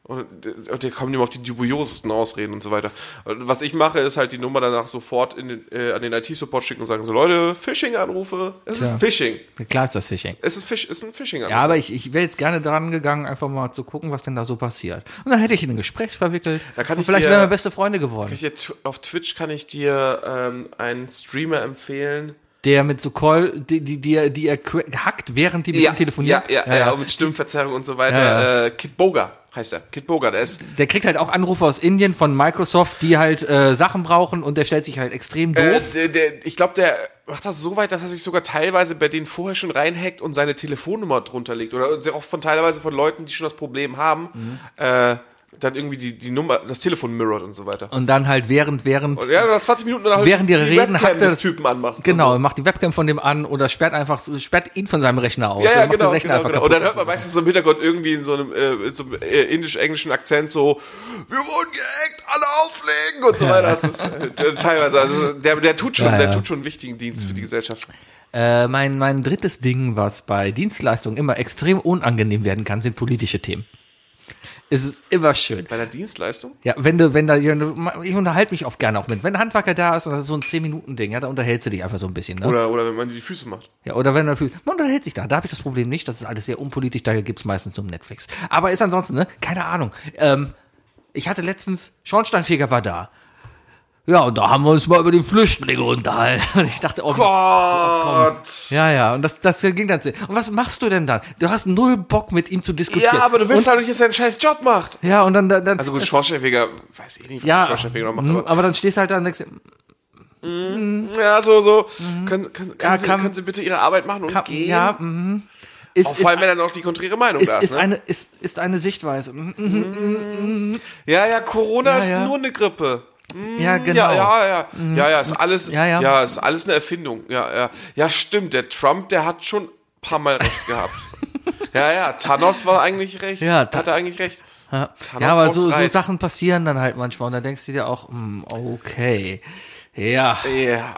Speaker 3: Und, äh, und die kommen immer auf die dubiosesten Ausreden und so weiter. Und was ich mache, ist halt die Nummer danach sofort in den, äh, an den IT-Support schicken und sagen so, Leute, Phishing-Anrufe. Es
Speaker 4: Tja.
Speaker 3: ist Phishing.
Speaker 4: Klar ist das Phishing.
Speaker 3: Es ist, Fisch, ist ein Phishing-Anruf.
Speaker 4: Ja, aber ich, ich wäre jetzt gerne dran gegangen, einfach mal zu gucken, was denn da so passiert. Und dann hätte ich in ein Gespräch verwickelt.
Speaker 3: Da kann
Speaker 4: und
Speaker 3: ich
Speaker 4: vielleicht
Speaker 3: dir-
Speaker 4: wären wir beste Freunde geworden.
Speaker 3: Hier tw- auf Twitch kann ich dir ähm, einen Streamer empfehlen.
Speaker 4: Der mit so Call, die, die, die, die er que- hackt, während die mit ihm telefonieren.
Speaker 3: Ja, ja, ja, und mit Stimmverzerrung und so weiter.
Speaker 4: Ja,
Speaker 3: Äh, Kit Boga heißt er. Kit Boga, der ist.
Speaker 4: Der kriegt halt auch Anrufe aus Indien von Microsoft, die halt äh, Sachen brauchen und der stellt sich halt extrem
Speaker 3: Äh,
Speaker 4: doof.
Speaker 3: der, der, ich glaube, der macht das so weit, dass er sich sogar teilweise bei denen vorher schon reinhackt und seine Telefonnummer drunter legt. Oder sehr oft von teilweise von Leuten, die schon das Problem haben,
Speaker 4: Mhm.
Speaker 3: äh, dann irgendwie die, die Nummer, das Telefon mirrored und so weiter.
Speaker 4: und dann halt während, während.
Speaker 3: Und ja, nach 20 Minuten danach
Speaker 4: Während
Speaker 3: die
Speaker 4: ihre Reden
Speaker 3: Webcam
Speaker 4: hackt er
Speaker 3: des
Speaker 4: das-
Speaker 3: Typen anmacht.
Speaker 4: Genau, macht die Webcam von dem an oder sperrt einfach, sperrt ihn von seinem Rechner aus.
Speaker 3: Ja, ja,
Speaker 4: oder macht
Speaker 3: genau,
Speaker 4: den Rechner
Speaker 3: genau,
Speaker 4: einfach
Speaker 3: genau.
Speaker 4: kaputt.
Speaker 3: Und dann hört man meistens so im Hintergrund irgendwie in so einem, äh, in so einem äh, indisch-englischen Akzent so, wir wurden gehackt, alle auflegen und so weiter. Das ist äh, teilweise, also der, der tut schon,
Speaker 4: Ja,
Speaker 3: der
Speaker 4: ja. Mhm.
Speaker 3: tut schon einen wichtigen Dienst für die Gesellschaft.
Speaker 4: Äh, mein, mein drittes Ding, was bei Dienstleistungen immer extrem unangenehm werden kann, sind politische Themen. Es ist immer schön.
Speaker 3: Bei der Dienstleistung?
Speaker 4: Ja, wenn du, wenn da, ich unterhalte mich oft gerne auch mit. Wenn ein Handwerker da ist und das ist so ein 10-Minuten-Ding, ja, da unterhältst du dich einfach so ein bisschen, ne?
Speaker 3: Oder, oder wenn man die Füße macht.
Speaker 4: Ja, oder wenn man fühlt, man unterhält sich da. Da habe ich das Problem nicht. Das ist alles sehr unpolitisch. Da gibt's meistens um Netflix. Aber ist ansonsten, ne? Keine Ahnung. Ähm, ich hatte letztens, Schornsteinfeger war da. Ja, und da haben wir uns mal über die Flüchtlinge unterhalten. [laughs] Und ich dachte, oh,
Speaker 3: Gott!
Speaker 4: ja, ja. Und das, das ging dann. sehr- Und was machst du denn dann? Du hast null Bock, mit ihm zu diskutieren.
Speaker 3: Ja, aber du willst
Speaker 4: und,
Speaker 3: halt nicht, dass er einen scheiß Job macht.
Speaker 4: Ja, und dann, dann, dann [laughs]
Speaker 3: Also gut, Schorschäfiger, weiß ich nicht, was
Speaker 4: ja,
Speaker 3: Schorschäfiger noch macht,
Speaker 4: mm,
Speaker 3: aber,
Speaker 4: aber, dann stehst du halt da und denkst,
Speaker 3: ja, so, so, können, können, können, Sie,
Speaker 4: Mhm. kann-
Speaker 3: können Sie bitte Ihre Arbeit machen und
Speaker 4: ka-
Speaker 3: gehen?
Speaker 4: ja, mhm. Ist,
Speaker 3: Auch
Speaker 4: ist,
Speaker 3: vor allem, wenn dann noch die konträre Meinung da
Speaker 4: ist,
Speaker 3: ist,
Speaker 4: ist
Speaker 3: ne?
Speaker 4: eine, ist, ist eine Sichtweise. Mhm.
Speaker 3: Ja, ja, Corona
Speaker 4: Ja,
Speaker 3: ist
Speaker 4: ja.
Speaker 3: nur eine Grippe. Mm,
Speaker 4: Ja,
Speaker 3: Ja,
Speaker 4: genau.
Speaker 3: ja, ja. Ja, ja, ist alles, ja, ja.
Speaker 4: Ja, ja.
Speaker 3: ist alles eine Erfindung. Ja, ja. Ja, stimmt, der Trump, der hat schon ein paar Mal
Speaker 4: [laughs]
Speaker 3: recht gehabt. ja, ja, Thanos war eigentlich recht.
Speaker 4: Ja,
Speaker 3: hat er eigentlich recht.
Speaker 4: Ja,
Speaker 3: Thanos
Speaker 4: ja aber
Speaker 3: braucht's
Speaker 4: so, so
Speaker 3: rein.
Speaker 4: Sachen passieren dann halt manchmal und dann denkst du dir auch, hm, okay. Ja,
Speaker 3: Ja, ja.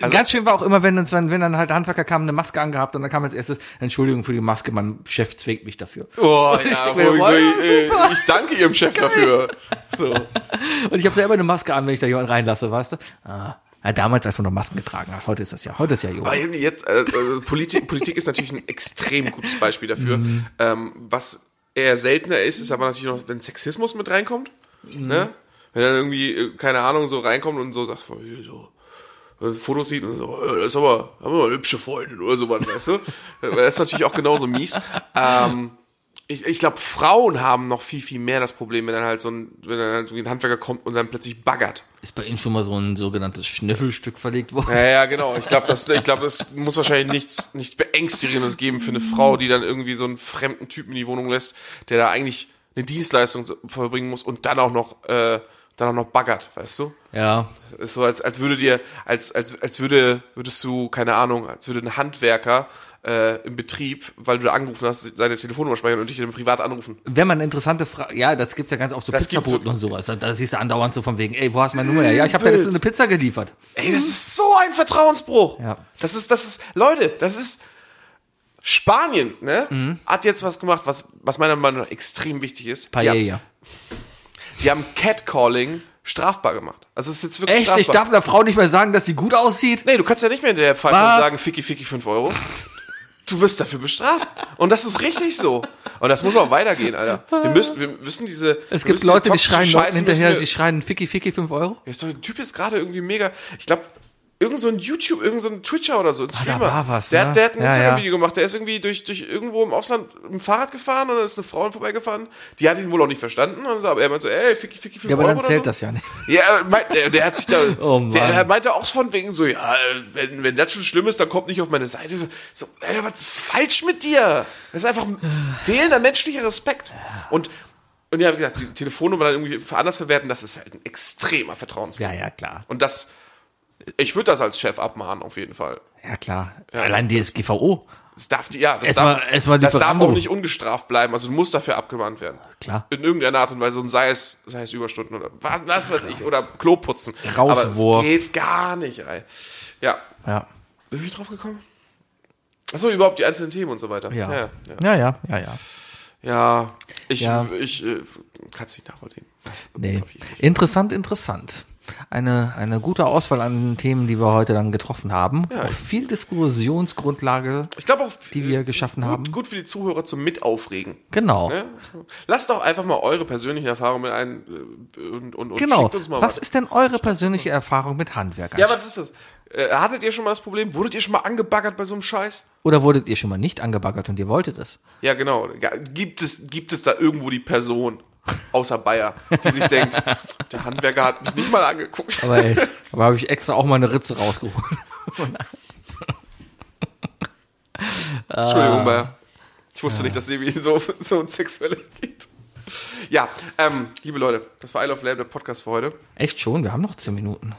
Speaker 3: Also
Speaker 4: ganz schön war auch immer, wenn, uns- wenn, wenn dann halt der Handwerker kam, eine Maske angehabt und dann kam als erstes, Entschuldigung für die Maske, mein Chef zwingt mich dafür.
Speaker 3: Oh,
Speaker 4: ich
Speaker 3: ja,
Speaker 4: denk
Speaker 3: wo
Speaker 4: mir,
Speaker 3: ich,
Speaker 4: wow,
Speaker 3: so, äh,
Speaker 4: super.
Speaker 3: ich danke ihrem Chef dafür. So.
Speaker 4: Und ich habe selber eine Maske an, wenn ich da jemanden reinlasse, weißt du? Ah, ja, damals, als man noch Masken getragen hat, heute ist das ja, heute ist ja
Speaker 3: Aber
Speaker 4: Jugend.
Speaker 3: jetzt, äh, äh, Politik, [laughs] Politik ist natürlich ein extrem gutes Beispiel dafür. Ähm, was eher seltener ist, ist aber natürlich noch, wenn Sexismus mit reinkommt. Ne? Wenn dann irgendwie, äh, keine Ahnung, so reinkommt und so sagt, so, hier, so äh, Fotos sieht und so, äh, das ist aber, haben wir mal eine hübsche Freundin oder sowas, weißt du? Äh, Das ist natürlich auch genauso mies. Ähm, ich, ich glaube, Frauen haben noch viel, viel mehr das Problem, wenn dann halt so ein, wenn dann halt so ein Handwerker kommt und dann plötzlich baggert.
Speaker 4: Ist bei Ihnen schon mal so ein sogenanntes Schnüffelstück verlegt worden?
Speaker 3: Ja, ja, genau. Ich glaube, das, ich glaub, das muss wahrscheinlich nichts, nichts Beängstigendes geben für eine Frau, die dann irgendwie so einen fremden Typen in die Wohnung lässt, der da eigentlich eine Dienstleistung so- verbringen muss und dann auch noch, äh, dann auch noch baggert, weißt du?
Speaker 4: Ja.
Speaker 3: Das ist so, als, als würde dir, als, als, als würde, würdest du, keine Ahnung, als würde ein Handwerker äh, im Betrieb, weil du da angerufen hast, seine Telefonnummer speichern und dich dann privat anrufen.
Speaker 4: Wenn man interessante Fragen, ja, das gibt's ja ganz oft so
Speaker 3: Das gibt's
Speaker 4: Pizzaboten
Speaker 3: so-
Speaker 4: und sowas. Da, da siehst du andauernd so von wegen, ey, wo hast du meine Nummer her? Ja, ich habe da jetzt eine Pizza geliefert.
Speaker 3: Ey, das ist so ein Vertrauensbruch.
Speaker 4: Ja.
Speaker 3: Das ist, das ist, Leute, das ist Spanien, ne?
Speaker 4: Mhm.
Speaker 3: Hat jetzt was gemacht, was, was meiner Meinung nach extrem wichtig ist. Die haben,
Speaker 4: Paella.
Speaker 3: die haben Catcalling strafbar gemacht. Also es ist jetzt wirklich
Speaker 4: Echt?
Speaker 3: strafbar.
Speaker 4: Ich darf einer Frau nicht mehr sagen, dass sie gut aussieht?
Speaker 3: nee, du kannst ja nicht mehr hinterher pfeifen
Speaker 4: Was?
Speaker 3: und sagen, Ficky, Ficky, 5 Euro. du wirst dafür bestraft. Und das ist richtig so. Und das muss auch weitergehen, Alter. Wir müssen, wir müssen diese.
Speaker 4: Es
Speaker 3: wir
Speaker 4: gibt
Speaker 3: müssen diese
Speaker 4: Leute, die
Speaker 3: toxische
Speaker 4: schreien Leuten
Speaker 3: Scheiße müssen
Speaker 4: hinterher,
Speaker 3: wir-
Speaker 4: die schreien Ficky Ficky 5 Euro.
Speaker 3: Jetzt ist doch der Typ jetzt gerade irgendwie mega. Ich glaube, irgend so ein YouTube, irgend so ein Twitcher oder so, ein
Speaker 4: Ah, da
Speaker 3: Streamer.
Speaker 4: war was,
Speaker 3: der,
Speaker 4: ne?
Speaker 3: hat- der hat ein
Speaker 4: Ja,
Speaker 3: Instagram-Video gemacht. Der ist irgendwie durch, durch irgendwo im Ausland im Fahrrad gefahren und dann ist eine Frau an vorbeigefahren. Die hat ihn wohl auch nicht verstanden. Und so, aber er meinte so, ey, Ficky, Ficky, Ficky.
Speaker 4: Ja, aber
Speaker 3: Euro
Speaker 4: dann zählt
Speaker 3: oder so.
Speaker 4: das ja nicht.
Speaker 3: Ja, er meint, der, der hat sich da,
Speaker 4: [laughs] Oh Mann.
Speaker 3: der, der meinte auch von wegen so, ja, wenn, wenn das schon schlimm ist, dann kommt nicht auf meine Seite. So, so Alter, was ist falsch mit dir? Das ist einfach ein fehlender menschlicher Respekt. Und, und ja, wie gesagt, die Telefonnummer dann irgendwie für anders verwerten, das ist halt ein extremer Vertrauensbruch.
Speaker 4: Ja, ja, klar.
Speaker 3: Und das, ich würde das als Chef abmahnen, auf jeden Fall.
Speaker 4: Ja, klar. Allein DSGVO.
Speaker 3: Das darf, die- ja, das
Speaker 4: Erstmal-
Speaker 3: darf,
Speaker 4: erstmal die
Speaker 3: das darf
Speaker 4: Verarmung.
Speaker 3: auch nicht ungestraft bleiben. Also du musst dafür abgemahnt werden.
Speaker 4: Klar.
Speaker 3: In irgendeiner Art und Weise. Und sei es, sei es Überstunden oder was, was weiß ich. Oder Klo putzen.
Speaker 4: Rauswurf.
Speaker 3: Aber es geht gar nicht, ey. Ja.
Speaker 4: Ja.
Speaker 3: Bin ich drauf gekommen? Achso, überhaupt die einzelnen Themen und so weiter.
Speaker 4: Ja.
Speaker 3: Ja, ja.
Speaker 4: Ja, ja, ja, ja.
Speaker 3: ja ich,
Speaker 4: Ja.
Speaker 3: ich äh, kann es nicht nachvollziehen. Das-
Speaker 4: Nee.
Speaker 3: glaub ich nicht.
Speaker 4: Interessant, interessant. Eine, eine gute Auswahl an Themen, die wir heute dann getroffen haben.
Speaker 3: Ja.
Speaker 4: Auch viel Diskussionsgrundlage,
Speaker 3: Ich glaube auch, äh,
Speaker 4: die wir geschaffen
Speaker 3: gut,
Speaker 4: haben.
Speaker 3: gut für die Zuhörer zum Mitaufregen.
Speaker 4: Genau.
Speaker 3: Ne? Lasst doch einfach mal eure persönlichen Erfahrungen mit ein äh, und, und, und
Speaker 4: Genau.
Speaker 3: schickt uns mal
Speaker 4: Was
Speaker 3: was.
Speaker 4: ist denn eure persönliche Erfahrung mit Handwerkern?
Speaker 3: Ja, was ist das? Äh, hattet ihr schon mal das Problem? Wurdet ihr schon mal angebaggert bei so einem Scheiß?
Speaker 4: Oder wurdet ihr schon mal nicht angebaggert und ihr wolltet es?
Speaker 3: Ja, genau. Ja, gibt, es, gibt es da irgendwo die Person, außer Bayer, die sich denkt, [laughs] der Handwerker hat mich nicht mal angeguckt.
Speaker 4: Aber
Speaker 3: [laughs]
Speaker 4: ey, aber habe ich extra auch mal eine Ritze rausgeholt. Ah.
Speaker 3: Entschuldigung, Bayer. Ich wusste nicht, dass Sebi so, so ein Sexueller geht. Ja, ähm, liebe Leute, das war I Love Lab, der Podcast für heute.
Speaker 4: Echt schon? Wir haben noch zehn Minuten.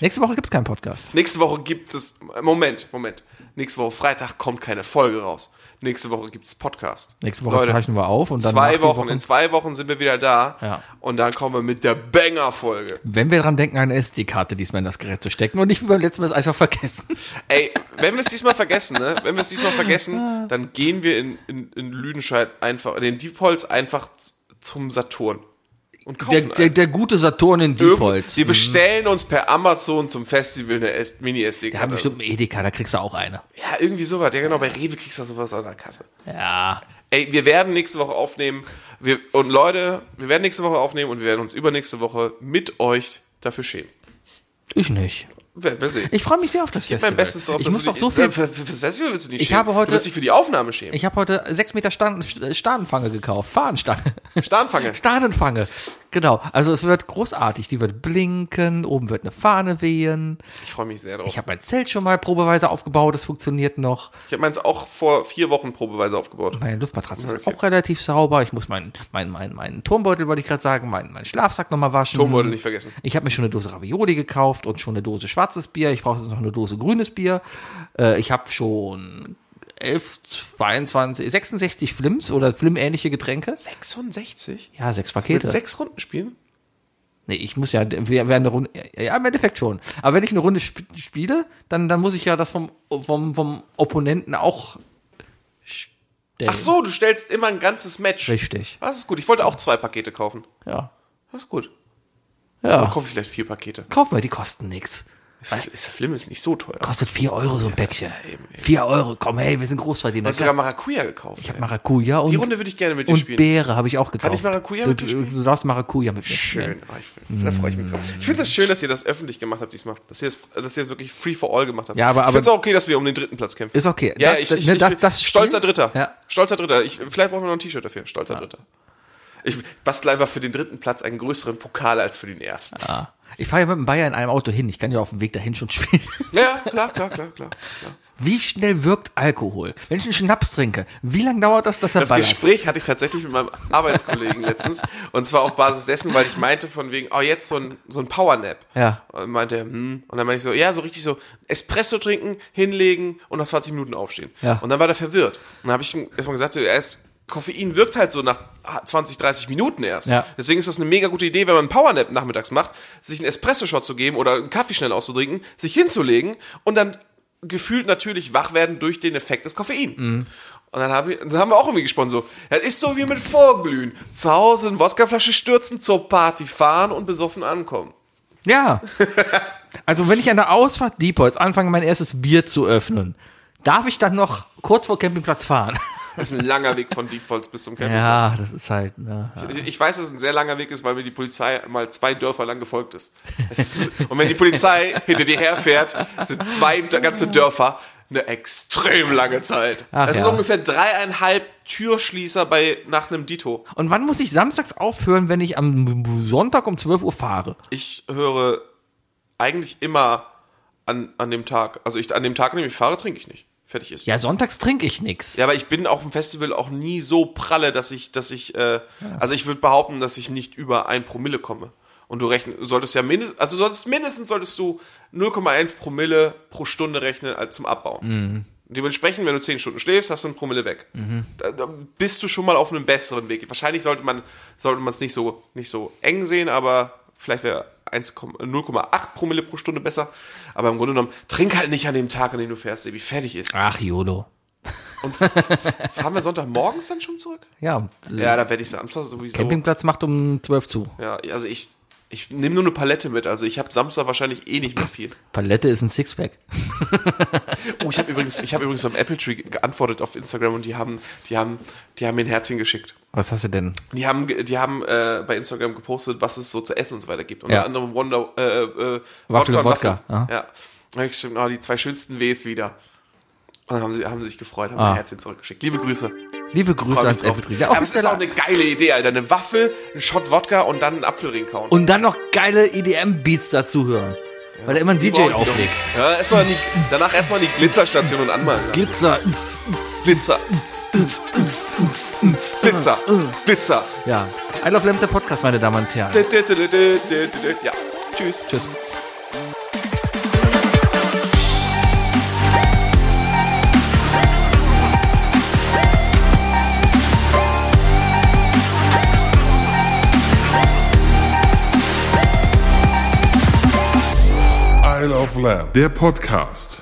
Speaker 4: Nächste Woche gibt es keinen Podcast.
Speaker 3: Nächste Woche gibt es. Moment, Moment. Nächste Woche Freitag kommt keine Folge raus. Nächste Woche gibt es Podcast.
Speaker 4: Nächste Woche zeichnen wir auf und dann nach
Speaker 3: Zwei
Speaker 4: die
Speaker 3: Wochen,
Speaker 4: Woche-
Speaker 3: in zwei Wochen sind wir wieder da.
Speaker 4: Ja.
Speaker 3: Und dann kommen wir mit der Banger-Folge.
Speaker 4: Wenn wir dran denken, eine SD-Karte diesmal in das Gerät zu stecken und nicht wie beim letzten Mal es einfach vergessen.
Speaker 3: Ey, wenn wir es diesmal vergessen, ne? Wenn wir es diesmal vergessen, dann gehen wir in, in, in Lüdenscheid einfach, den Diepholz einfach z- zum Saturn. Und kaufen
Speaker 4: Der, der, Mhm.
Speaker 3: einen.
Speaker 4: der gute Saturn in
Speaker 3: Irgend-
Speaker 4: Diepholz.
Speaker 3: Wir bestellen uns per Amazon zum Festival eine S-
Speaker 4: Wir haben
Speaker 3: Mini-SD-Karte.
Speaker 4: bestimmt einen Edeka, da kriegst du auch eine.
Speaker 3: Ja, irgendwie sowas. Ja, genau. Bei Rewe kriegst du sowas an der Kasse.
Speaker 4: Ja.
Speaker 3: Ey, wir werden nächste Woche aufnehmen. Wir, und Leute, wir werden nächste Woche aufnehmen und wir werden uns übernächste Woche mit euch dafür schämen.
Speaker 4: Ich nicht.
Speaker 3: Wir, wir sehen.
Speaker 4: Ich freue mich sehr auf das Festival.
Speaker 3: mein Bestes drauf.
Speaker 4: ich
Speaker 3: dass
Speaker 4: muss
Speaker 3: du
Speaker 4: doch
Speaker 3: dich-
Speaker 4: so viel.
Speaker 3: Für, für, fürs Festival wirst du nicht
Speaker 4: Ich
Speaker 3: schämen.
Speaker 4: habe heute-
Speaker 3: Du wirst dich für die Aufnahme schämen.
Speaker 4: Ich habe heute sechs Meter Stan Stadenfange gekauft. Fahnenstange.
Speaker 3: Starnfange.
Speaker 4: [laughs] Stadenfange. Genau. Also es wird großartig. Die wird blinken. Oben wird eine Fahne wehen.
Speaker 3: Ich freue mich sehr drauf.
Speaker 4: Ich habe mein Zelt schon mal probeweise aufgebaut. Das funktioniert noch.
Speaker 3: Ich habe meins auch vor vier Wochen probeweise aufgebaut.
Speaker 4: Meine Luftmatratze ist
Speaker 3: Okay.
Speaker 4: auch relativ sauber. Ich muss meinen meinen meinen meinen Turmbeutel, wollte ich gerade sagen, meinen meinen Schlafsack nochmal waschen.
Speaker 3: Turmbeutel nicht vergessen.
Speaker 4: Ich habe mir schon eine Dose Ravioli gekauft und schon eine Dose schwarzes Bier. Ich brauche jetzt noch eine Dose grünes Bier. Äh, ich habe schon 11, 22, 66 Flims oder Flim-ähnliche Getränke.
Speaker 3: 66?
Speaker 4: Ja, sechs
Speaker 3: Mit
Speaker 4: Pakete.
Speaker 3: sechs Runden spielen?
Speaker 4: Nee, ich muss ja, wir werden eine Runde, ja, im Endeffekt schon. Aber wenn ich eine Runde sp spiele, dann, dann muss ich ja das vom, vom, vom Opponenten auch stellen.
Speaker 3: Ach so, du stellst immer ein ganzes Match.
Speaker 4: Richtig.
Speaker 3: Das ist gut. Ich wollte auch zwei Pakete kaufen.
Speaker 4: Ja.
Speaker 3: Das ist gut.
Speaker 4: Ja.
Speaker 3: Kaufe ich vielleicht vier Pakete.
Speaker 4: Kauf mal, die kosten nichts.
Speaker 3: Ist, ist, der Film ist nicht so teuer.
Speaker 4: Kostet 4 Euro so ein Päckchen. 4 Euro, komm, hey, wir sind Großverdiener.
Speaker 3: Du hast sogar Maracuja gekauft.
Speaker 4: Ich habe Maracuja und,
Speaker 3: Die Runde würde ich gerne mit dir
Speaker 4: und
Speaker 3: spielen.
Speaker 4: Beere habe ich auch gekauft.
Speaker 3: ich Maracuja
Speaker 4: du,
Speaker 3: mit dir
Speaker 4: du,
Speaker 3: spielen?
Speaker 4: du darfst Maracuja mit mir spielen.
Speaker 3: Schön. Oh, ich,
Speaker 4: Mhm.
Speaker 3: da freue ich mich drauf. Ich finde es das schön, dass ihr das öffentlich gemacht habt diesmal. Dass ihr es dass ihr es wirklich free for all gemacht habt.
Speaker 4: Ja, aber-
Speaker 3: ich
Speaker 4: aber-
Speaker 3: finde es auch okay, dass wir um den dritten Platz kämpfen.
Speaker 4: Ist okay.
Speaker 3: Ja,
Speaker 4: Das-
Speaker 3: ich,
Speaker 4: das-
Speaker 3: ich,
Speaker 4: ne,
Speaker 3: ich,
Speaker 4: das- das
Speaker 3: stolzer
Speaker 4: Spiel-
Speaker 3: Dritter.
Speaker 4: Ja.
Speaker 3: Stolzer Dritter. Ich, vielleicht brauchen wir noch ein T-Shirt dafür. Stolzer Dritter. Ich bastle einfach für den dritten Platz einen größeren Pokal als für den ersten.
Speaker 4: Ah. Ich fahre ja mit dem Bayer in einem Auto hin. Ich kann ja auf dem Weg dahin schon [laughs] spielen.
Speaker 3: Ja, ja, klar, klar, klar, klar. klar.
Speaker 4: Wie schnell wirkt Alkohol? Wenn ich einen Schnaps trinke, wie lange dauert das, dass er
Speaker 3: Das
Speaker 4: ballert?
Speaker 3: Gespräch hatte ich tatsächlich mit meinem Arbeitskollegen
Speaker 4: [laughs]
Speaker 3: letztens. Und zwar auf Basis dessen, weil ich meinte von wegen, oh, jetzt so ein, so ein Powernap.
Speaker 4: Ja.
Speaker 3: Und meinte, er, hm. Und dann meinte ich so, ja, so richtig so Espresso trinken, hinlegen und nach 20 Minuten aufstehen.
Speaker 4: Ja.
Speaker 3: Und dann war der verwirrt. Und dann habe ich ihm erstmal gesagt, so, erst, Koffein wirkt halt so nach 20, 30 Minuten erst.
Speaker 4: Ja.
Speaker 3: Deswegen ist das eine mega gute Idee, wenn man einen Powernap nachmittags macht, sich einen Espresso-Shot zu geben oder einen Kaffee schnell auszutrinken, sich hinzulegen und dann gefühlt natürlich wach werden durch den Effekt des Koffein. Und dann, hab ich, dann haben wir auch irgendwie gesponnen so. Das ist so wie mit Vorglühen. Zu Hause in Wodkaflasche stürzen, zur Party fahren und besoffen ankommen. [laughs]
Speaker 4: Ja. Also wenn ich an der Ausfahrt Depots anfange, mein erstes Bier zu öffnen, darf ich dann noch kurz vor Campingplatz fahren? [laughs]
Speaker 3: Das ist ein langer Weg von Diepholz bis zum Campingplatz.
Speaker 4: Ja, das ist halt, ne, ja.
Speaker 3: Ich, ich weiß, dass es ein sehr langer Weg ist, weil mir die Polizei mal zwei Dörfer lang gefolgt ist. Es ist und wenn die Polizei hinter dir herfährt, sind zwei d- ganze Dörfer eine extrem lange Zeit.
Speaker 4: Ach
Speaker 3: das ist
Speaker 4: ja.
Speaker 3: ungefähr dreieinhalb Türschließer bei nach einem Dito.
Speaker 4: Und wann muss ich samstags aufhören, wenn ich am Sonntag um 12 Uhr fahre?
Speaker 3: Ich höre eigentlich immer an, an dem Tag. Also ich, an dem Tag, an dem ich fahre, trinke ich nicht. Fertig ist.
Speaker 4: Ja, sonntags trinke ich nix.
Speaker 3: Ja, aber ich bin auch im Festival auch nie so pralle, dass ich, dass ich, äh, also ich würde behaupten, dass ich nicht über ein Promille komme. Und du rechnen, solltest ja mindestens, also solltest, mindestens solltest du 0,1 Promille pro Stunde rechnen als zum Abbau. Dementsprechend, wenn du 10 Stunden schläfst, hast du ein Promille weg. Da, da bist du schon mal auf einem besseren Weg. Wahrscheinlich sollte man sollte man es nicht so, nicht so eng sehen, aber vielleicht wäre 1,0 0,8 Promille pro Stunde besser. Aber im Grunde genommen, trink halt nicht an dem Tag, an dem du fährst, Sebi. Fertig ist.
Speaker 4: Ach, YOLO.
Speaker 3: Und fahren wir Sonntagmorgens dann schon zurück?
Speaker 4: Ja, äh,
Speaker 3: Ja, da werde ich Samstag sowieso.
Speaker 4: Campingplatz macht um 12 zu.
Speaker 3: Ja, also ich, ich nehme nur eine Palette mit. Also ich habe Samstag wahrscheinlich eh nicht mehr viel.
Speaker 4: Palette ist ein Sixpack.
Speaker 3: Oh, ich habe übrigens, ich habe übrigens beim Apple Tree geantwortet auf Instagram und die haben, die haben, die haben mir ein Herzchen geschickt.
Speaker 4: Was hast du denn?
Speaker 3: Die haben, ge- die haben äh, bei Instagram gepostet, was es so zu essen und so weiter gibt. Unter
Speaker 4: Ja.
Speaker 3: anderem Wonder, äh, äh,
Speaker 4: Waffel und Wodka,
Speaker 3: Ja.
Speaker 4: aha.
Speaker 3: ja. Da hab ich geschrieben, oh, die zwei schönsten Ws wieder. Und dann haben sie, haben sie sich gefreut, haben mir
Speaker 4: Ah.
Speaker 3: ein Herzchen zurückgeschickt. Liebe Grüße.
Speaker 4: Liebe Grüße
Speaker 3: Freu
Speaker 4: ans
Speaker 3: mich drauf.
Speaker 4: Apple Tree.
Speaker 3: Ja,
Speaker 4: Ja,
Speaker 3: aber es ist
Speaker 4: offiziell-
Speaker 3: auch eine geile Idee, Alter. Eine Waffel, ein Shot Wodka und dann einen Apfelring kauen.
Speaker 4: Und dann noch geile EDM-Beats dazu hören. Weil da immer ein
Speaker 3: Die
Speaker 4: DJ
Speaker 3: brauch ich
Speaker 4: auflegt.
Speaker 3: wiederum. Ja, erstmal nicht, danach erstmal die Glitzerstation und anmachen.
Speaker 4: Glitzer.
Speaker 3: Glitzer, Glitzer, Glitzer.
Speaker 4: Ja. I Love Lamp, der Podcast, meine Damen und Herren.
Speaker 3: Ja, tschüss.
Speaker 4: Tschüss.
Speaker 2: Isle of Lamb, der Podcast.